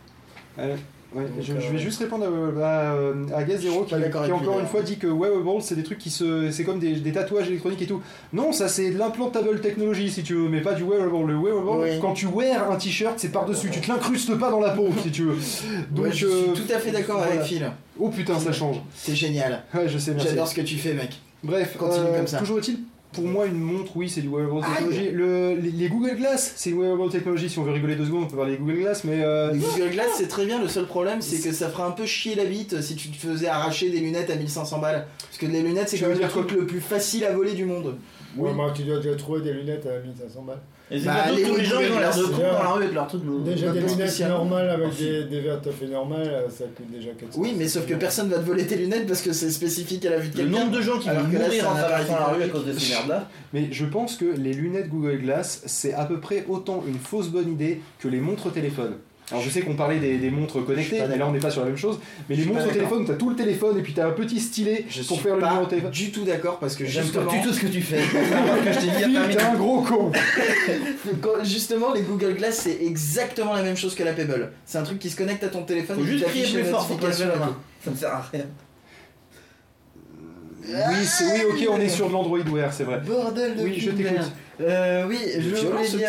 A: Ouais,
E: Donc,
A: je,
E: euh,
A: je vais juste répondre à, à, à Gaz Zero
D: suis
A: qui,
D: pas d'accord
A: qui
D: avec lui,
A: encore une
D: d'ailleurs.
A: fois dit que wearable c'est des trucs qui se c'est comme des, des tatouages électroniques et tout. Non, ça c'est de l'implantable technology si tu veux, mais pas du wearable. Le wearable
D: Oui.
A: quand tu wear un t-shirt, c'est par-dessus, tu te l'incrustes pas dans la peau si tu veux. Donc
D: Ouais, je
A: euh,
D: suis tout à fait d'accord
A: voilà.
D: avec Phil.
A: oh putain, ça change.
D: C'est génial.
A: Ouais, je sais, merci.
D: J'adore ce que tu fais, mec.
A: Bref,
D: Continue
A: euh,
D: comme ça.
A: toujours est-il, pour moi, une montre, oui, c'est du wearable
D: Aïe.
A: technology. Le, les, les Google Glass, c'est wearable technology. Si on veut rigoler deux secondes, on peut parler des Google Glass, mais euh,
D: Les Google Glass, c'est très bien. Le seul problème, c'est que ça fera un peu chier la bite si tu te faisais arracher des lunettes à 1500 balles. Parce que les lunettes, c'est
A: Tu
D: quand
A: veux
D: même le
A: dire quoi
D: truc le plus facile à voler du monde.
E: Ouais, moi, tu dois déjà trouver des lunettes à 1500 balles.
C: Et c'est
D: Bah,
C: surtout
D: les
C: que tous les gens
D: Google
C: ils ont l'air de
D: Glass,
C: cons
E: c'est
C: dans
E: bien.
C: la rue avec leur truc. nous.
E: Déjà des
D: pas
E: lunettes
D: spécialement.
E: normales avec
D: Ensuite.
E: des, des verres tout à fait normales, euh, ça coûte déjà 400
D: Oui, mais sauf que personne va te voler tes lunettes parce que c'est spécifique à la vue de
C: Le
D: quelqu'un.
C: nombre de gens qui vont
D: Alors que là, c'est
C: mourir en
D: un
C: traversant la rue à
D: appareil
C: cause de ces merdes là.
A: Mais je pense que les lunettes Google Glass, c'est à peu près autant une fausse bonne idée que les montres téléphone. Alors je sais qu'on parlait des, des montres
D: Je suis
A: connectées,
D: pas
A: mais là on n'est pas sur la même chose. Mais
D: Je
A: les
D: suis
A: montres
D: pas
A: au téléphone, t'as tout le téléphone et puis t'as un petit stylet
D: Je
A: pour
D: suis
A: faire le
D: pas
A: numéro de téléphone.
D: du tout d'accord parce que
C: J'aime pas
D: justement,
C: du tout ce que tu fais.
A: Phil, T'es un gros con
D: quand- justement, les Google Glass c'est exactement la même chose que la Pebble. C'est un truc qui se connecte à ton téléphone.
C: Faut
D: et qui
C: juste
D: t'affiche
C: crier
D: les
C: plus fort pour que
D: notifications
C: la
D: et
C: main.
D: tout.
C: Ça ne sert à rien.
D: Ah
A: Oui, c'est- oui, ok, on est sur de l'Android Wear, c'est vrai.
D: Bordel de
A: Oui, je
D: cul de
A: t'écoute.
D: merde.
G: Euh, oui,
D: Il est
G: je
D: violent,
G: voulais
D: ce
G: dire,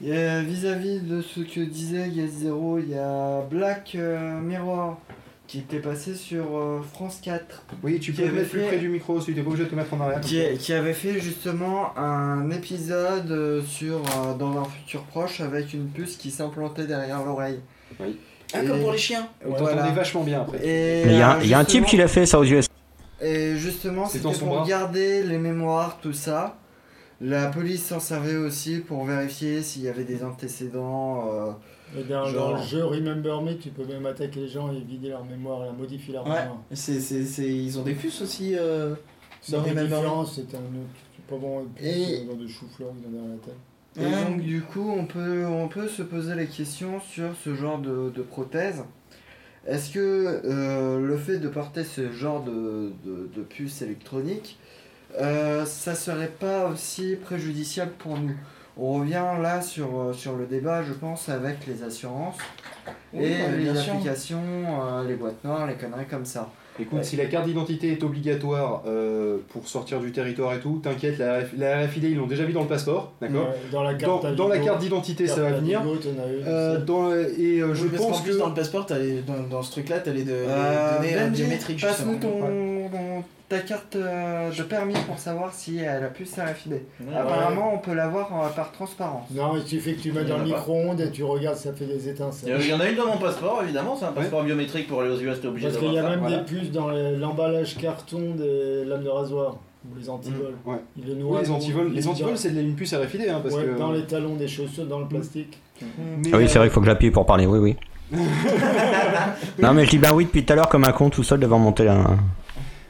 D: petit.
G: euh, vis-à-vis de ce que disait Yes Zero, il y a Black euh, Mirror qui était passé sur euh, France 4,
A: Oui, tu peux
G: Qui
A: te mettre plus
G: avait
A: près
G: fait-
A: du micro aussi, t'es pas obligé de te mettre en arrière.
G: qui, est- qui avait fait justement un épisode euh, sur euh, dans un futur proche avec une puce qui s'implantait derrière l'oreille.
A: Oui.
D: Ah, comme pour les chiens.
A: On
G: Voilà.
A: t'entendait vachement bien après.
G: Et,
B: Mais il y a, un-
G: euh,
B: il y a un type
G: justement-
B: qui l'a fait ça aux US.
G: Et justement,
A: C'est
G: c'était
A: dans
G: pour
A: son bras.
G: garder les mémoires, tout ça. La police s'en servait aussi pour vérifier s'il y avait des antécédents. euh,
E: Et dans,
G: Genre.
E: dans le jeu Remember Me, tu peux même attaquer les gens et vider leur mémoire, la modifier leur
D: Ouais.
E: mémoire.
D: C'est, c'est, c'est- Ils ont des puces aussi. euh,
E: C'est
D: Dans
E: une
D: Remember Me.
E: différence, c'était un autre. C'est pas bon,
D: Et-
E: c'est un genre de chou-fleur qu'ils ont derrière la tête.
G: Et donc du coup, on peut, on peut se poser la question sur ce genre de, de prothèse. Est-ce que euh, le fait de porter ce genre de, de, de puce électronique, euh, ça serait pas aussi préjudiciable pour nous On revient là sur, euh, sur le débat, je pense, avec les assurances. et
D: bah,
G: les
D: bien sûr.
G: applications, euh, les boîtes noires, les conneries comme ça.
A: Écoute,
G: Ouais.
A: si la carte d'identité est obligatoire euh, pour sortir du territoire et tout, t'inquiète, la, RF la RFID, ils l'ont déjà mis dans le passeport, d'accord
E: Ouais, Dans la
A: dans,
E: carte
A: dans la carte d'identité, ça va venir. Euh, dans, la- et euh, je
D: Oui, parce qu'en
A: pense que.
D: plus, dans le passeport, t'as les- dans, dans ce truc-là, t'as les, de- les données euh,
G: Benji,
D: biométriques.
G: passe-nous
D: justement.
G: ton, ton- ta carte euh, de permis pour savoir si elle a pu RFID.
C: Ouais.
G: Apparemment, on peut l'avoir euh, par transparence.
E: Non, il suffit que tu mets
C: Il y
E: dans
C: en
E: le
C: a pas.
E: micro-ondes et tu regardes, ça fait des
C: Il y a-
E: étincelles.
C: il y en a une dans mon passeport, évidemment, c'est un passeport biométrique pour aller aux US, t'es obligé
E: Parce
C: de
E: qu'il y a
C: ça.
E: même
C: voilà.
E: des puces dans le- l'emballage carton des lames de rasoir, ou les antivols.
A: Mmh, ouais.
E: Ils le
A: Oui,
E: noient
A: les
E: dans-
A: antivols, les
E: dans-
A: antivols c'est de la- une puce RFID, hein, parce
E: ouais,
A: que. Mmh.
E: dans les talons des chaussures, dans le plastique.
D: Hmm.
A: Mais,
B: Ah oui, c'est
A: euh,
B: vrai qu'il faut que j'appuie pour parler, oui, oui. non, mais je dis ben oui depuis tout à l'heure comme un con tout seul devant mon télé.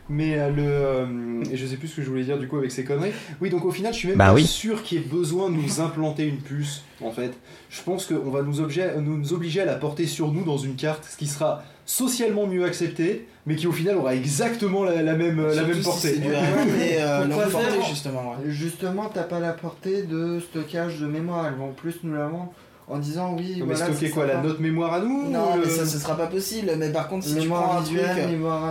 A: Mais euh, le. euh, et je sais plus ce que je voulais dire du coup avec ces conneries. Oui, donc au final, je suis même
B: Bah
A: pas
B: oui.
A: sûr qu'il y ait besoin de nous implanter une puce, en fait. Je pense qu'on va nous, objet- nous- nous obliger à la porter sur nous dans une carte, ce qui sera socialement mieux accepté, mais qui au final aura exactement la, la même, Euh, la
D: Surtout
A: même
D: si
A: portée.
D: c'est du RFID et euh,
G: Pourquoi
D: leur portée,
G: faire
D: justement. ouais.
G: Justement, t'as pas la portée de stockage de mémoire. Elles vont plus nous la vendre en disant oui.
A: Non, mais
G: voilà,
A: stocker
G: c'est
A: quoi La
G: sympa.
A: note mémoire à nous
D: Non,
A: ou le-
D: mais ça, ce sera pas possible. Mais par contre, si tu prends
G: Mémoire
D: un truc.
G: visuelle, mémoire
D: euh,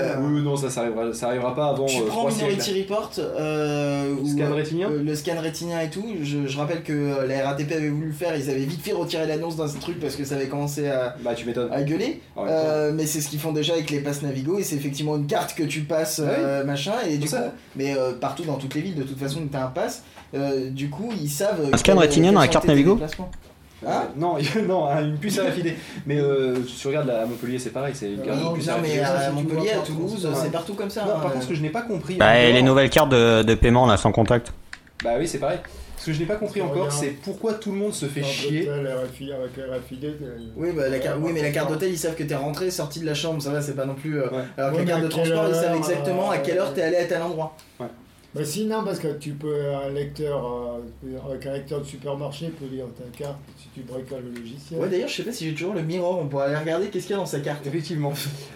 G: intellectuelle.
A: Oui, oui, non, ça, ça arrivera, ça arrivera pas avant.
D: Tu
A: euh,
D: prends
A: trois siècles.
D: Minority Report euh, ou
A: Scan rétinien
D: euh, le scan rétinien et tout. Je, je rappelle que euh, la RATP avait voulu le faire, ils avaient vite fait retirer l'annonce d'un truc parce que ça avait commencé à,
A: Bah, tu m'étonnes.
D: à gueuler.
A: En même temps.
D: Euh, mais c'est ce qu'ils font déjà avec les passes Navigo et c'est effectivement une carte que tu passes
A: Ah oui.
D: euh, machin et du
A: Ça.
D: coup mais euh, partout dans toutes les villes de toute façon où t'as un pass euh, du coup ils savent
B: Un scan
D: quel-
B: rétinien
D: quels
B: dans la
D: sont
B: carte
D: tes
B: Navigo
D: déplacements. Ah.
A: Euh, non, non, hein, une puce RFID. Mais euh, si tu regardes là, à Montpellier, c'est pareil, c'est une
E: Oui,
A: carte de
D: Euh, Oui,
A: puce
D: bien, Ah
A: RFID.
D: mais à
E: si tu
D: Montpellier
E: vois
D: à
E: par
D: Toulouse
A: contre,
D: c'est
A: ouais.
D: partout comme ça
A: Non, par
D: hein.
A: contre, ce que je n'ai pas compris.
B: Bah, et
A: encore-
B: les nouvelles cartes de, de paiement là sans contact.
A: Bah oui, c'est pareil. Ce que je n'ai pas compris encore, c'est pourquoi tout le monde se fait
E: Dans
A: chier.
E: l'hôtel, RFID, avec RFID. euh,
D: Oui, bah, la carte- oui, mais la carte d'hôtel, ils savent que t'es rentré, sorti de la chambre, ça va, c'est pas non plus. euh,
A: Ouais.
D: Alors que
E: Oui,
D: la carte
E: mais
D: de
E: à quelle
D: transport, ils savent
E: heure,
D: exactement à quelle heure t'es allé à tel endroit.
E: Bah si, non, parce que tu peux, un lecteur, euh, avec un lecteur de supermarché, peut lire ta carte si tu bricoles le logiciel.
D: Ouais, d'ailleurs, je sais pas si j'ai toujours le miroir, on pourrait aller regarder qu'est-ce qu'il y a dans sa carte.
A: Effectivement.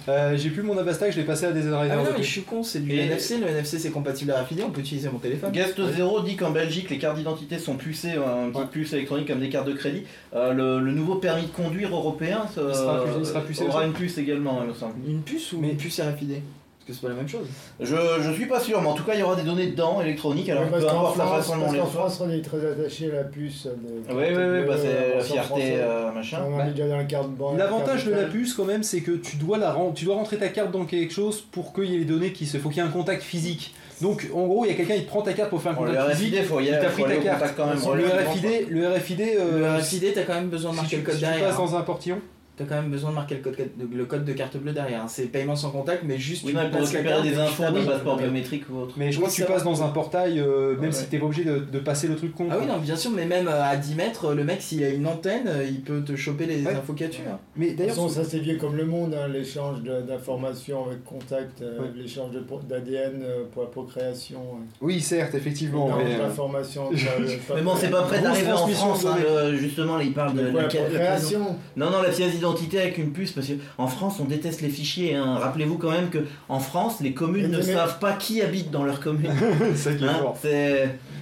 A: Euh, j'ai plus mon Avasta, je l'ai passé à des
D: Ah,
A: drivers
D: mais non, mais
A: depuis.
D: je suis con, c'est du
C: Et-
D: NFC, le NFC c'est compatible à RFID, on peut utiliser mon téléphone.
C: Guest Zero dit qu'en Belgique, les cartes d'identité sont pucées, hein, une petite
A: Ouais.
C: puce électronique comme des cartes de crédit. Euh, le, le nouveau permis de conduire européen ça, euh,
A: Il sera pu- il sera pucé
C: aura
A: aussi.
C: une puce également, il me semble.
D: Une puce ou
A: Mais-
D: une puce RFID Parce que c'est pas la même chose.
C: Je, je suis pas sûr, mais en tout cas, il y aura des données dedans électroniques, alors
E: Ouais,
C: peu
E: parce qu'en
C: importe la
E: France,
C: façon dont on
E: parce
C: les
E: qu'en
C: reçoit.
E: France, on est très attaché à la puce. euh, De,
C: Oui, oui, oui, bah, c'est la fierté, euh, machin.
E: On en
A: Bah,
E: est déjà dans la carte banque.
A: L'avantage de
E: carte
A: la puce quand même, c'est que tu dois la ren- tu dois rentrer ta carte dans quelque chose pour qu'il y ait les données qui se, faut qu'il y ait un contact physique. Donc en gros, il y a quelqu'un qui prend ta carte pour faire un
C: Bon,
A: contact
C: le
A: physique.
C: RFID, faut y
A: il
C: aller,
A: t'a
C: faut
A: pris
C: aller
A: ta
C: au
A: carte.
C: contact quand même.
A: le
C: relativement proche.
A: RFID, le RFID,
D: le
A: euh,
D: RFID, t'as quand même besoin de
A: si
D: marquer
A: tu,
D: le code
A: si tu
D: derrière.
A: passes dans un portillon.
D: hein. T'as quand même besoin de marquer le code, le code de carte bleue derrière. hein. C'est paiement sans contact, mais juste
C: Oui,
D: tu
C: mais pour
D: passes la
C: récupérer
D: carte et
C: des
D: tu
C: infos
D: tapes.
C: de passeport biométrique ou autre.
A: Mais je
D: Oui,
A: crois que tu
D: ça va.
A: passes dans un portail, euh, même
D: Ouais.
A: si t'es pas obligé de, de passer le truc con.
D: Ah
A: quoi.
D: oui, non, bien sûr, mais même euh, à 10 mètres, le mec, s'il a une antenne, euh, il peut te choper les
A: Ouais.
D: infos qu'il y a dessus. hein.
A: Mais
E: De toute
A: d'ailleurs,
E: façon, ça c'est vieux comme le monde, hein, l'échange de- d'informations avec contact, euh,
A: Ouais.
E: l'échange de pro- d'ADN euh, pour la procréation. euh,
A: oui, certes, effectivement.
E: L'échange
A: mais, euh,
E: d'informations entre, euh,
C: Mais bon, c'est pas prêt
A: Grosse
C: d'arriver en
A: transmission
C: France,
A: de
C: hein,
A: données.
C: le- justement, là, il parle de
E: de quoi,
C: la-
E: la
C: la- la-
E: procréation.
C: Non, non, la pièce d'identité avec une puce, parce qu'en France, on déteste les fichiers. hein. Rappelez-vous quand même que en France, les communes
E: Mais
C: ne
E: t'es même-
C: savent pas qui habite dans leur commune.
A: c'est
C: Il
D: Hein
A: qui est fort.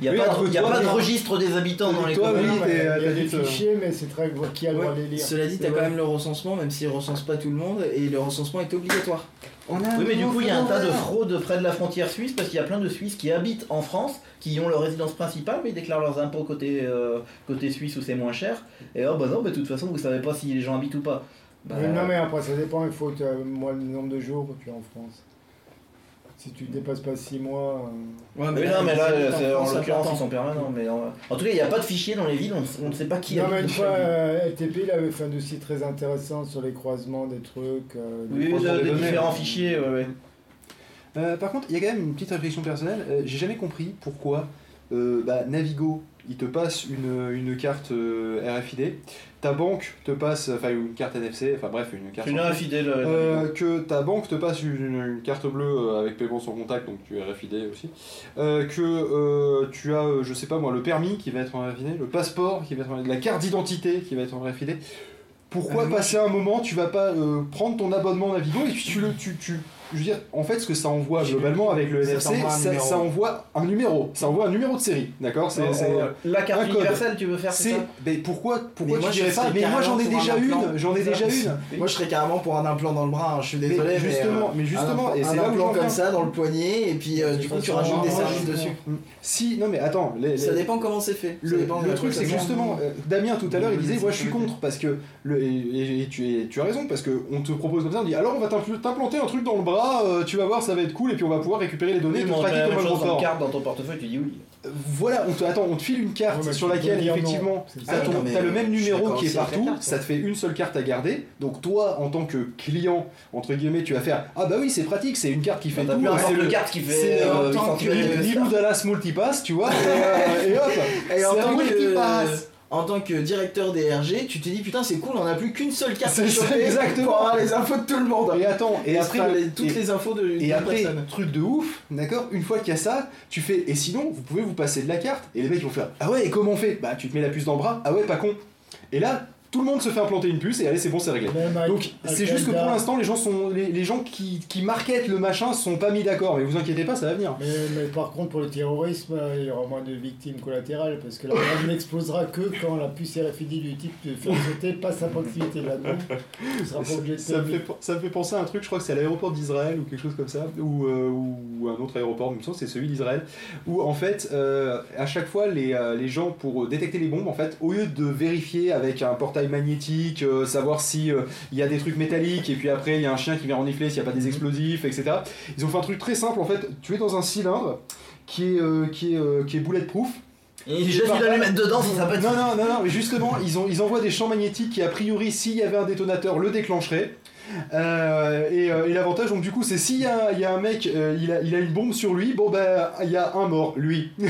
C: n'y a,
A: Oui,
C: pas
A: entre
C: de- y a
A: toi,
C: pas de
A: toi.
C: registre des habitants dans les
A: Toi,
C: communes.
A: oui,
E: Non, mais
A: t'es-
E: il y
A: t'as
E: a des
A: dit, euh,
E: fichiers, mais c'est très qui a le droit de les lire.
D: Cela dit, t'as
E: C'est
D: quand
E: vrai.
D: même le recensement, même s'il recense pas tout le monde, et le recensement est obligatoire.
G: On
D: Ah,
G: a un
C: Oui, mais du
G: nouveau
C: coup, il y a un tas de
G: phénomène.
C: fraudes près de la frontière suisse parce qu'il y a plein de Suisses qui habitent en France, qui ont leur résidence principale, mais ils déclarent leurs impôts côté, euh, côté suisse où c'est moins cher. Et oh, bah non, bah, de toute façon, vous savez pas si les gens habitent ou pas. Bah,
E: Mais non, mais après, ça dépend. Il faut que, euh, moi, le nombre de jours que tu es en France. Si tu dépasses pas 6 mois. euh,
D: Ouais,
C: mais non, mais là,
D: les habitants
C: c'est-
D: France,
C: en
D: ça
C: l'occurrence,
D: part
C: ils sont permanents. Mais en, en tout cas, il n'y a pas de fichier dans les villes, on s- on ne sait pas qui
E: Non,
C: habite
E: mais une
C: dans
E: fois,
C: chaque ville.
E: euh, LTP, il avait fait un dossier très intéressant sur les croisements des trucs. euh, des
C: Oui,
E: croisements
C: de-
E: des
C: des
E: données.
C: différents fichiers, ouais, ouais.
A: Euh, par contre, il y a quand même une petite réflexion personnelle. Euh, J'ai jamais compris pourquoi euh, bah, Navigo, il te passe une, une carte euh, RFID, ta banque te passe, enfin une carte NFC, enfin bref, une carte.
C: Tu n'as infidèle.
A: Euh, que ta banque te passe une, une carte bleue euh, avec paiement sans contact, donc tu es RFID aussi. Euh, que euh, tu as, euh, je sais pas moi, le permis qui va être en RFID, le passeport qui va être en RFID, la carte d'identité qui va être en RFID. euh, Pourquoi passer un moment, tu vas pas euh, prendre ton abonnement Navigo et puis tu le, tu, tu, je veux dire, en fait, ce que ça envoie globalement avec le
D: Ça
A: NFC,
D: t'envoie un
A: ça,
D: numéro.
A: ça envoie un numéro. Ça envoie un numéro de série, d'accord C'est-
C: Oh,
A: c'est- euh,
C: oh, la
A: un
C: carte
A: code.
C: universelle, tu veux faire c'est
A: C'est.
C: ça
A: Mais pourquoi, pourquoi
D: Mais moi,
A: tu
D: je
A: dirais pas
D: serais
A: Mais moi, j'en ai
D: carrément
A: déjà
D: pour un implant.
A: une J'en ai
D: C'est
A: déjà
D: ça.
A: une
D: Moi, je serais carrément pour un implant dans le bras, hein, je suis désolé.
A: Mais
D: mais,
A: justement,
D: euh,
A: mais justement,
D: un,
A: et
D: un
A: c'est là où
D: implant
A: j'en
D: comme
A: viens.
D: ça dans le poignet, et puis euh,
E: De
D: du
E: toute
D: coup, tu
E: façon,
D: rajoutes des
E: moi,
D: services
E: je-
D: dessus.
A: Si, non, mais attends, les-
D: Mm. Ça
A: les-
D: dépend comment c'est fait. Ça
A: Le,
D: dépend de
A: le
D: la
A: truc, c'est que
D: façon.
A: justement, euh, Damien tout à l'heure, il
D: Oui,
A: disait,
D: c'est
A: moi
D: ça,
A: je suis
D: oui.
A: contre, parce que, le, et, et- et tu, et tu as raison, parce que on te propose comme ça, on dit, alors on va t'impl- t'implanter un truc dans le bras, euh, tu vas voir, ça va être cool, et puis on va pouvoir récupérer les données,
C: Oui,
A: et
C: mais
A: te
C: on fait
A: traquer
C: la
A: comme
C: même
A: un
C: chose
A: gros
C: dans
A: porc.
C: une carte dans ton portefeuille, tu dis oui.
A: Euh, Voilà, on te, attends, on te file une carte
E: Ouais, mais
A: sur
E: tu
A: laquelle,
E: peux dire non.
A: effectivement,
E: C'est
A: t'as,
E: ça.
A: ton-
D: Ah, non, mais
A: t'as le
D: je
A: même
D: suis
A: numéro
D: d'accord,
A: qui est
D: c'est avec la
A: partout,
D: carte,
A: ça te fait une seule carte à garder, donc toi, en tant que client, entre guillemets, tu vas faire, ah bah oui, c'est pratique, c'est une carte qui
D: Bah,
A: fait
C: T'as
A: tout, hein,
C: plus un
A: c'est
C: nombre de
A: le-
C: cartes qui fait
A: c'est
D: en
C: euh,
D: tant
C: 800
D: que-
C: kilomètres.
A: Bilou Dallas Multipass, tu vois, et, euh, et hop,
D: Et en
A: c'est
D: tant,
A: un truc qui passe.
D: que, en tant que directeur des RG, tu te dis putain c'est cool, on n'a plus qu'une seule carte
A: C'est
D: à
A: ça,
D: choper
A: exactement.
D: pour avoir les infos de tout le monde.
A: Et attends, et après,
D: sera
A: le-
D: les- toutes
A: et-
D: les infos de
A: Et
D: d'une
A: après,
D: personne.
A: truc de ouf, d'accord Une fois qu'il y a ça, tu fais. Et sinon, vous pouvez vous passer de la carte. Et les mecs ils vont faire Ah ouais, et comment on fait Bah, tu te mets la puce dans le bras. Ah ouais, pas con. Et là, tout le monde se fait implanter une puce et allez, c'est bon, c'est réglé. Donc, c'est juste que pour l'instant, les gens sont les, les gens qui, qui marketent le machin sont pas mis d'accord. Mais vous inquiétez pas, ça va venir.
E: Mais, mais par contre, pour le terrorisme, euh, il y aura moins de victimes collatérales parce que la bombe n'explosera que quand la puce RFID du type de faire sauter passe à proximité de la bombe. Tu seras pas
A: Ça,
E: obligé de
A: ça me
E: te-
A: fait, ça me fait penser à un truc, je crois que c'est à l'aéroport d'Israël ou quelque chose comme ça, ou, euh, ou un autre aéroport, il me semble, c'est celui d'Israël, où en fait, euh, à chaque fois, les, euh, les gens, pour euh, détecter les bombes, en fait, au lieu de vérifier avec un portail magnétique, euh, savoir si euh, il y a des trucs métalliques, et puis après, il y a un chien qui vient renifler s'il n'y a pas
E: Mhm.
A: des explosifs, etc., ils ont fait un truc très simple, en fait, tu es dans un cylindre qui est, euh, qui est, euh, qui est bulletproof,
C: Et j'ai
A: Par-
C: une allumette dedans, ça s'appelle.
A: non, non, non, non, mais justement, ils, ont, ils envoient des champs magnétiques qui, a priori, s'il y avait un détonateur, le déclencherait. Euh, et euh, et l'avantage, donc, du coup, c'est s'il y, a- il y a un mec, euh, il, a, il a une bombe sur lui, bon, bah, il y a un mort, lui.
E: Mais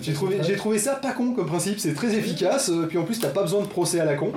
A: J'ai
E: tu
A: trouvé,
E: seras-
A: j'ai trouvé ça pas con comme principe, c'est très efficace, euh, puis en plus, t'as pas besoin de procès à la con.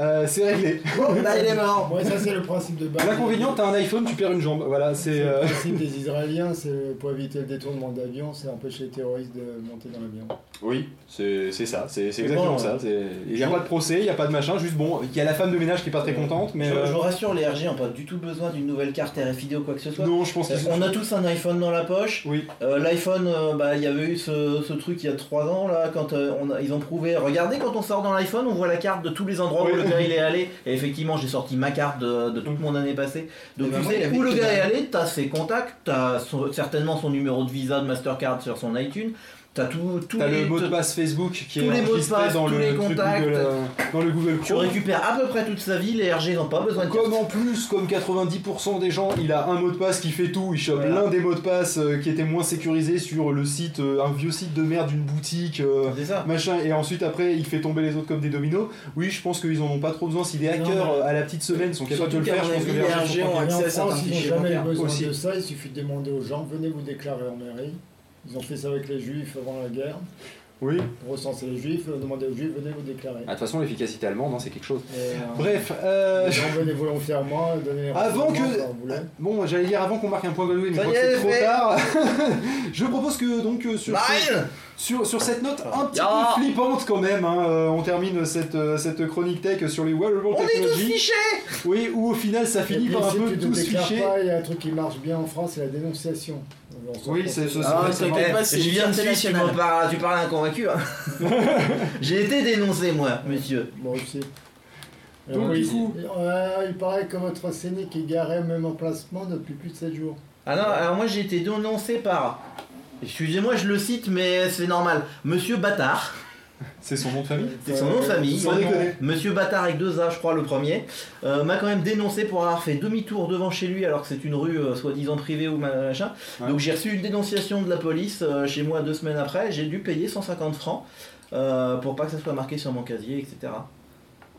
A: Euh, c'est réglé.
D: Bon, bah il est mort.
E: Ouais, ça c'est le principe de base.
A: L'inconvénient, t'as un iPhone, tu perds une jambe. Voilà, c'est.
E: C'est le
A: euh,
E: principe des Israéliens, c'est pour éviter le détournement d'avion, c'est empêcher les terroristes de monter dans l'avion.
A: Oui, c'est c'est ça, c'est c'est
C: Mais
A: exactement
C: bon,
A: ça. c'est- Il n'y a pas de procès, il n'y a pas de machin, juste bon, il y a la femme de ménage qui est pas très contente, mais.
C: Je,
A: euh,
C: je vous rassure, les RG n'ont pas du tout besoin d'une nouvelle carte RFID ou quoi que ce soit.
A: euh, non, je pense qu'ils sont.
C: On a tous un iPhone dans la poche.
A: Oui.
C: Euh, L'iPhone, euh, bah, il y avait eu ce, ce truc il y a 3 ans là, quand euh, on a- ils ont prouvé. Regardez, quand on sort dans l'iPhone, on voit la carte de tous les endroits
A: Oui. Mm.
C: où le gars il est allé. Et effectivement, j'ai sorti ma carte de, de toute mon année passée. Donc
A: Eh
D: Et
A: ben,
D: bah,
C: tu
D: moi, il
C: sais
D: avait
C: où le
D: que
C: gars
D: dalle.
C: est allé, t'as ses contacts, t'as son- certainement son numéro de Visa, de Mastercard sur son iTunes, t'as tout, tout
A: T'as
C: les-
A: le mot de passe Facebook qui
C: tous
A: est
C: les mots de
A: enregistré
C: passe,
A: dans
C: tous
A: le
C: les
A: truc
C: contacts.
A: Google, euh, dans le Google
C: Tu
A: Chrome.
C: récupères à peu près toute sa vie, les RG n'ont pas besoin de carte.
A: Comme en plus, comme 90% des gens, il a un mot de passe qui fait tout, il chope
C: Voilà.
A: l'un des mots de passe euh, qui était moins sécurisé sur le site, euh, un vieux site de merde d'une boutique, euh,
C: C'est ça.
A: machin, et ensuite après il fait tomber les autres comme des dominos. Oui, je pense qu'ils en ont pas trop besoin. Si les hackers
E: mais-
A: euh, à la petite semaine sont capables de le
D: Surtout
A: faire,
D: qu'à mon
A: je pense que
D: avis,
A: les
D: les
A: hackers
D: RG
A: sont
D: ont
A: capables.
E: Mais en
D: accès à
E: France,
D: certains
E: ils n'ont
D: fichiers
E: jamais eu
D: bancaires.
E: besoin
A: aussi.
E: de ça, il suffit de demander aux gens, venez vous déclarer en mairie. Ils ont fait ça avec les juifs avant la guerre,
A: Oui,
E: pour recenser les juifs, euh, demander aux juifs, venez vous déclarer.
A: Ah, de toute façon, l'efficacité allemande, hein, c'est quelque chose.
E: Et, euh,
A: Bref, euh,
E: les gens venaient volontairement, donner
A: Avant que- bon, j'allais dire avant qu'on marque un point Godwin, mais je
C: Ça
A: crois
C: y
A: que
C: est,
A: c'est trop
C: fait.
A: tard. je propose que donc euh, sur ce-
C: Nine
A: Sur, sur cette note un petit
C: Ah.
A: peu flippante quand même, hein, euh, on termine cette, euh, cette chronique tech sur les wearable
C: On est tous
A: technologies.
C: fichés
A: Oui, où au final ça finit par un
E: si
A: peu
E: tu te
A: tous
E: déclares
A: fichés.
E: pas, il y a un truc qui marche bien en France, c'est la dénonciation. On s'en
A: Oui,
E: fout.
A: c'est ça.
C: Ah,
A: Ouais,
C: t'inquiète
A: marrant.
C: pas, c'est
D: Je
C: une
D: viens de
C: fierté
D: Suisse, tu
C: nationale. Tu parles, tu parles à un convaincu. hein. J'ai été dénoncé, moi, monsieur.
E: Moi aussi.
A: Donc,
E: Alors,
A: du
E: il-
A: coup-
E: Ouais, il paraît que votre scénic est garé au même emplacement depuis plus de 7 jours.
C: Ah non, alors moi j'ai été dénoncé par. Excusez-moi, je le cite, mais c'est normal. Monsieur Bâtard,
A: C'est son nom de famille
C: c'est son nom de famille.
A: Sans déconner.
C: Monsieur Bâtard avec deux A, je crois, le premier, euh, m'a quand même dénoncé pour avoir fait demi-tour devant chez lui alors que c'est une rue euh, soi-disant privée ou machin.
A: Ouais.
C: Donc j'ai reçu une dénonciation de la police euh, chez moi deux semaines après. J'ai dû payer 150 francs euh, pour pas que ça soit marqué sur mon casier, etc.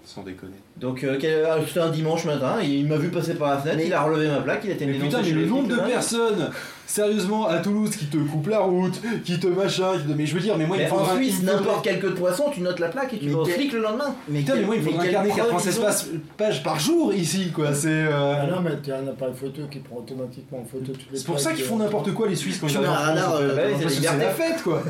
A: Sans déconner.
C: Donc euh, quel- euh, c'était un dimanche matin, il m'a vu passer par la fenêtre, il a relevé ma plaque, il a été
A: Mais
C: dénoncé
A: putain, mais
C: chez
A: le
C: les
A: nombre
C: flics,
A: de
C: là.
A: personnes, sérieusement, à Toulouse qui te coupent la route, qui te machin, qui te- mais je veux dire, mais moi il me
C: Mais en
A: faudrait-
C: Suisse,
A: il me faudrait-
C: n'importe quel queue de poisson, tu notes la plaque et tu
D: Mais
C: vas au
D: quel-
C: flic le lendemain.
D: Mais
A: Putain, mais
D: quel-
A: moi il me
D: mais
A: faudrait
D: quelle
A: incarner
D: preuve
A: 96
D: ils ont
A: pages- pages par jour ici, quoi. C'est euh,
E: Ah non, mais tu as un appareil photo qui prend automatiquement en photo toutes les
A: c'est pour ça
E: plaques,
A: qu'ils
E: euh,
A: font n'importe quoi les Suisses quand
D: Tu
A: ils
D: mets
A: arrivent.
D: un
A: en France.
D: radar. euh,
C: Bah oui,
D: dans-
A: Parce que
C: c'est
A: C'est
C: liberté.
A: la fête, quoi.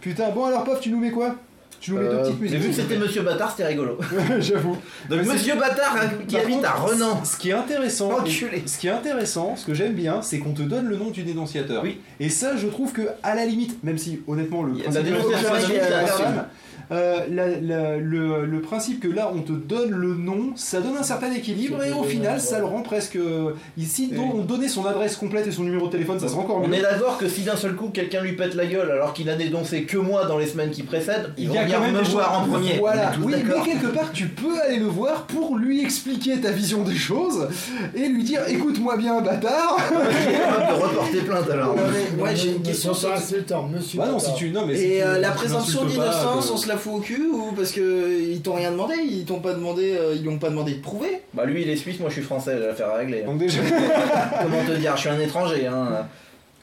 A: Putain, bon alors, paf, tu nous mets quoi Tu nous mets deux petites
C: Et Euh, vu que
A: musiques.
C: c'était Monsieur Bâtard, c'était rigolo.
A: J'avoue.
C: Donc Monsieur Bâtard hein, qui
A: Par
C: habite à
A: contre,
C: Renan.
A: Ce qui est intéressant,
C: Enculé.
A: et- ce qui est intéressant, ce que j'aime bien, c'est qu'on te donne le nom du dénonciateur.
C: Oui.
A: Et ça, je trouve que à la limite, même si honnêtement le
C: Il y a
A: principe
C: de la
A: de
C: dénonciation
A: la-
C: anonyme,
A: la-
C: c'est
A: la-
C: impossible.
A: euh, la- la- le, le principe que là on te donne le nom, ça donne un certain équilibre
E: C'est
A: et au
E: bien,
A: final
E: ouais.
A: ça le rend presque. Ici,
F: Oui.
A: on donnait son adresse complète et son numéro de téléphone, ça serait encore
C: On
A: mieux.
C: est d'accord que si d'un seul coup quelqu'un lui pète la gueule alors qu'il n'a dénoncé que moi dans les semaines qui précèdent, il
A: y a
C: vient
A: quand même
C: me
A: des
C: voir
A: choses-
C: en premier.
A: Voilà,
C: On est tous
A: oui, mais
C: d'accord.
A: quelque part, tu peux aller le voir pour lui expliquer ta vision des choses et lui dire écoute-moi bien, bâtard.
C: Il est capable de reporter plainte alors.
D: Non, mais moi, j'ai une
E: Mais
D: question
E: c'est
D: sur-
E: pas insultant, monsieur.
A: Bah non,
E: Bâtard.
A: si tu. Non, mais si
D: Et
A: tu-
D: euh, la
A: tu
D: présomption
A: l'insultes pas,
D: d'innocence,
A: euh,
D: on se la fout au cul ou parce que euh, ils t'ont rien demandé, ils t'ont pas demandé, euh, ils lui ont pas demandé de prouver.
C: Bah lui il est suisse, moi je suis français, j'ai l'affaire à régler.
A: Donc déjà.
C: Comment te dire, je suis un étranger hein.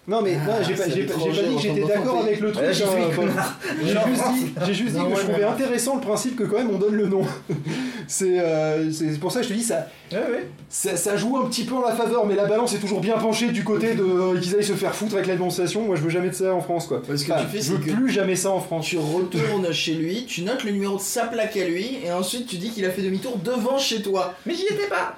A: Non, mais non,
D: Ah,
A: j'ai pas,
D: c'est
A: j'ai pas- j'ai
D: l'étranger
A: pas dit que
D: dans
A: j'étais
D: ton
A: d'accord
D: enfant,
A: avec le truc.
C: Là, j'y suis,
A: hein,
C: connard.
A: J'ai juste dit, j'ai juste dit
E: Non,
A: que je
E: ouais,
A: trouvais
E: ouais.
A: intéressant le principe que quand même on donne le nom. c'est euh, c'est pour ça que je te dis ça,
C: Ouais, ouais.
A: ça ça joue un petit peu en la faveur, mais la balance est toujours bien penchée du côté de euh, qu'ils aillent se faire foutre avec la dénonciation. Moi, je veux jamais de ça en France, quoi.
D: Parce que
A: Enfin,
D: tu fais,
A: je veux
D: c'est que-
A: plus jamais ça en France.
D: Tu retournes chez lui, tu notes le numéro de sa plaque à lui, et ensuite tu dis qu'il a fait demi-tour devant chez toi.
C: Mais j'y étais pas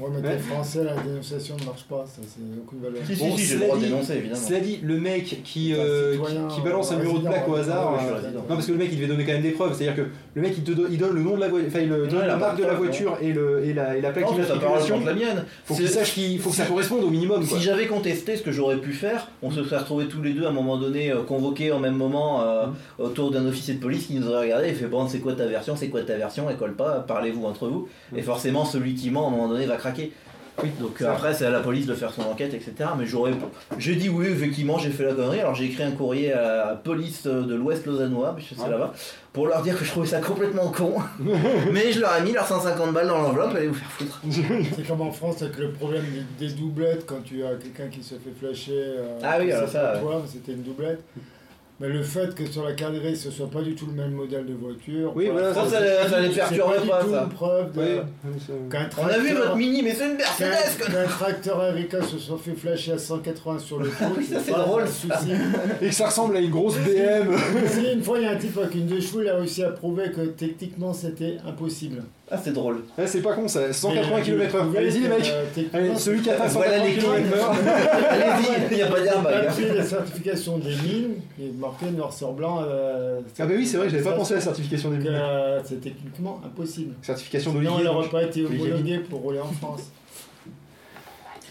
E: Ouais, mais t'es français, la dénonciation ne marche pas, ça c'est aucune valeur.
C: Si, si,
A: Bon,
C: si, j'ai
A: cela
C: le droit de
A: dit-
C: dénoncer évidemment.
A: Cela dit, le mec qui,
E: Enfin,
A: euh,
E: citoyen,
A: qui, qui balance un
E: euh,
A: numéro de
E: résident,
A: plaque au
D: hein.
E: ouais,
A: hasard.
E: ouais, je suis
A: euh,
E: résident.
A: non, parce que le mec il devait donner quand même des preuves. C'est-à-dire que le mec il, te donne- il donne le nom de la voiture, enfin il donne
C: Ouais,
A: la
C: la
A: marque de la
C: marque,
A: voiture et, le, et, la, et la plaque
C: Non, ta parole
A: d'immatriculation.
C: contre la mienne.
A: Faut
C: C'est-
A: qu'il sache qu'il faut que ça corresponde au minimum. Quoi.
C: Si j'avais contesté ce que j'aurais pu faire, on se serait retrouvés tous les deux à un moment donné euh, convoqués en même moment euh,
A: Mm.
C: autour d'un officier de police qui nous aurait regardé et fait bon c'est quoi ta version, c'est quoi ta version, elle colle pas, parlez-vous entre vous.
A: Mm.
C: Et forcément celui qui ment à un moment donné va craquer. Donc euh, après c'est à la police de faire son enquête etc. Mais j'aurais j'ai dit oui effectivement j'ai fait la connerie alors j'ai écrit un courrier à la police de l'Ouest lausannois parce que c'est
A: Ouais.
C: là-bas pour leur dire que je trouvais ça complètement con mais je leur ai mis leurs 150 balles dans l'enveloppe allez vous faire foutre.
E: C'est comme en France avec le problème des, des doublettes quand tu as quelqu'un qui se fait flasher. euh,
C: Ah oui,
E: c'est
C: alors ça,
E: pas
C: ouais.
E: toi, mais c'était une doublette. Mais le fait que sur la cadrée ce soit pas du tout le même modèle de voiture.
A: Oui, voilà,
C: Ça,
A: ça,
C: ça, les- ça les
E: c'est
C: perturberait
E: du
C: pas
E: tout
C: ça.
E: une preuve de-
A: Ouais.
E: qu'un
C: On a vu
E: tracteur-
C: votre mini, mais c'est une
E: qu'un-
C: Mercedes quoi.
E: Qu'un tracteur Erika se soit fait flasher à 180 sur le pont,
C: oui, ça, c'est
E: pas
C: drôle,
E: un
C: ça.
E: souci.
A: Et que ça ressemble à une grosse BM.
E: Si une fois il y a un type avec une deux chevaux, il a réussi à prouver que techniquement c'était impossible.
C: Ah, c'est drôle.
A: Ouais, Eh, c'est pas con ça, 180
E: Mais il a
A: km/h.
E: prouvé
A: Allez-y les
E: que,
A: mecs
E: euh, techniquement,
A: Allez, celui qui atteint
C: Voilà
A: 180
C: les
A: km/h.
C: Allez-y, il a pas
E: Le
C: d'airbag. hein.
E: papier de certification des mines, il est marqué noir sur blanc. euh,
A: Ah bah oui, c'est vrai, j'avais pas pensé à la certification des
E: Donc,
A: mines.
E: euh, c'est techniquement impossible.
A: Certification
E: Non,
A: d'Olivier.
E: il n'aurait pas été
A: Olivier.
E: homologué pour rouler en France.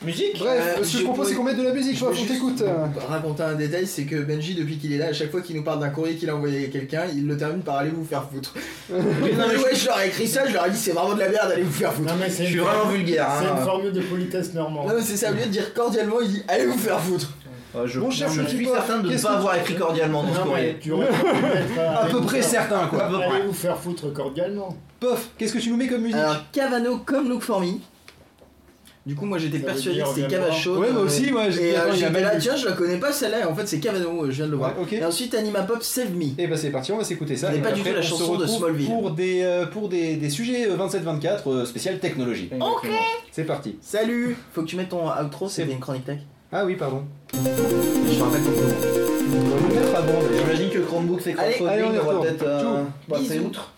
C: Musique
A: Bref,
D: Euh,
A: ce que
D: je
A: je propose
D: pourrais-
A: c'est qu'on mette de la musique,
D: Je
A: Fab,
D: veux
A: on
D: juste
A: t'écoute. euh.
D: Raconter un détail, c'est que Benji, depuis qu'il est là, à chaque fois qu'il nous parle d'un courrier qu'il a envoyé à quelqu'un, il le termine par aller vous faire foutre. Mais non, mais ouais, je leur ai écrit ça, je leur ai dit c'est vraiment de la merde, allez vous faire foutre.
E: Non, mais
C: Je
E: c'est
C: suis
E: une,
C: vraiment vulgaire.
E: c'est une
C: Hein. Ah
E: formule de politesse normande.
D: Non, mais c'est ça, au lieu de dire cordialement, il dit allez vous faire foutre.
C: Euh, je
A: Mon cher
C: je
A: petit
C: suis
A: pote,
C: certain de ne
A: qu'est-ce
C: pas
A: que
C: avoir écrit cordialement dans ce
E: Non, mais
C: courrier.
E: tu aurais pu mettre, euh, allez vous faire-
A: certain
C: À peu près.
E: Allez vous faire foutre cordialement.
A: Pof, qu'est-ce que tu nous mets comme musique
D: Alors, Cavano comme Look for Me. Du coup, moi j'étais
E: Ça veut
D: persuadé
E: dire
D: que c'était
E: également.
D: Cavacho.
A: Ouais, moi aussi, ouais, j'ai
D: Et
A: attends,
D: euh,
A: il y a
D: j'étais
A: mal
D: là,
A: vu.
D: tiens, je la connais pas celle-là, et en fait c'est Cavano, euh, je viens de le voir.
A: Ouais, ok.
D: Et ensuite, Anima Pop Save Me.
A: Et bah c'est parti, on va s'écouter ça.
D: Ce n'est
A: et
D: pas du
A: après,
D: tout la
A: on se
D: chanson de
A: retrouve
D: Smallville.
A: Pour des, euh, pour des, des sujets euh, 27-24 euh, spécial technologie.
C: Ok
A: C'est parti.
D: Salut Faut que tu mettes ton outro,
A: C'est
D: c'était
A: bon.
D: une chronique tech.
A: Ah oui, pardon.
D: Je te rappelle ton
A: On va le mettre avant d'ailleurs.
C: J'imagine que Chromebook c'est
D: Allez,
C: crowdfunding,
A: allez, on y
C: on va
A: retourne.
C: peut-être euh,
A: Tchou.
C: passer
D: Bisous.
C: outre.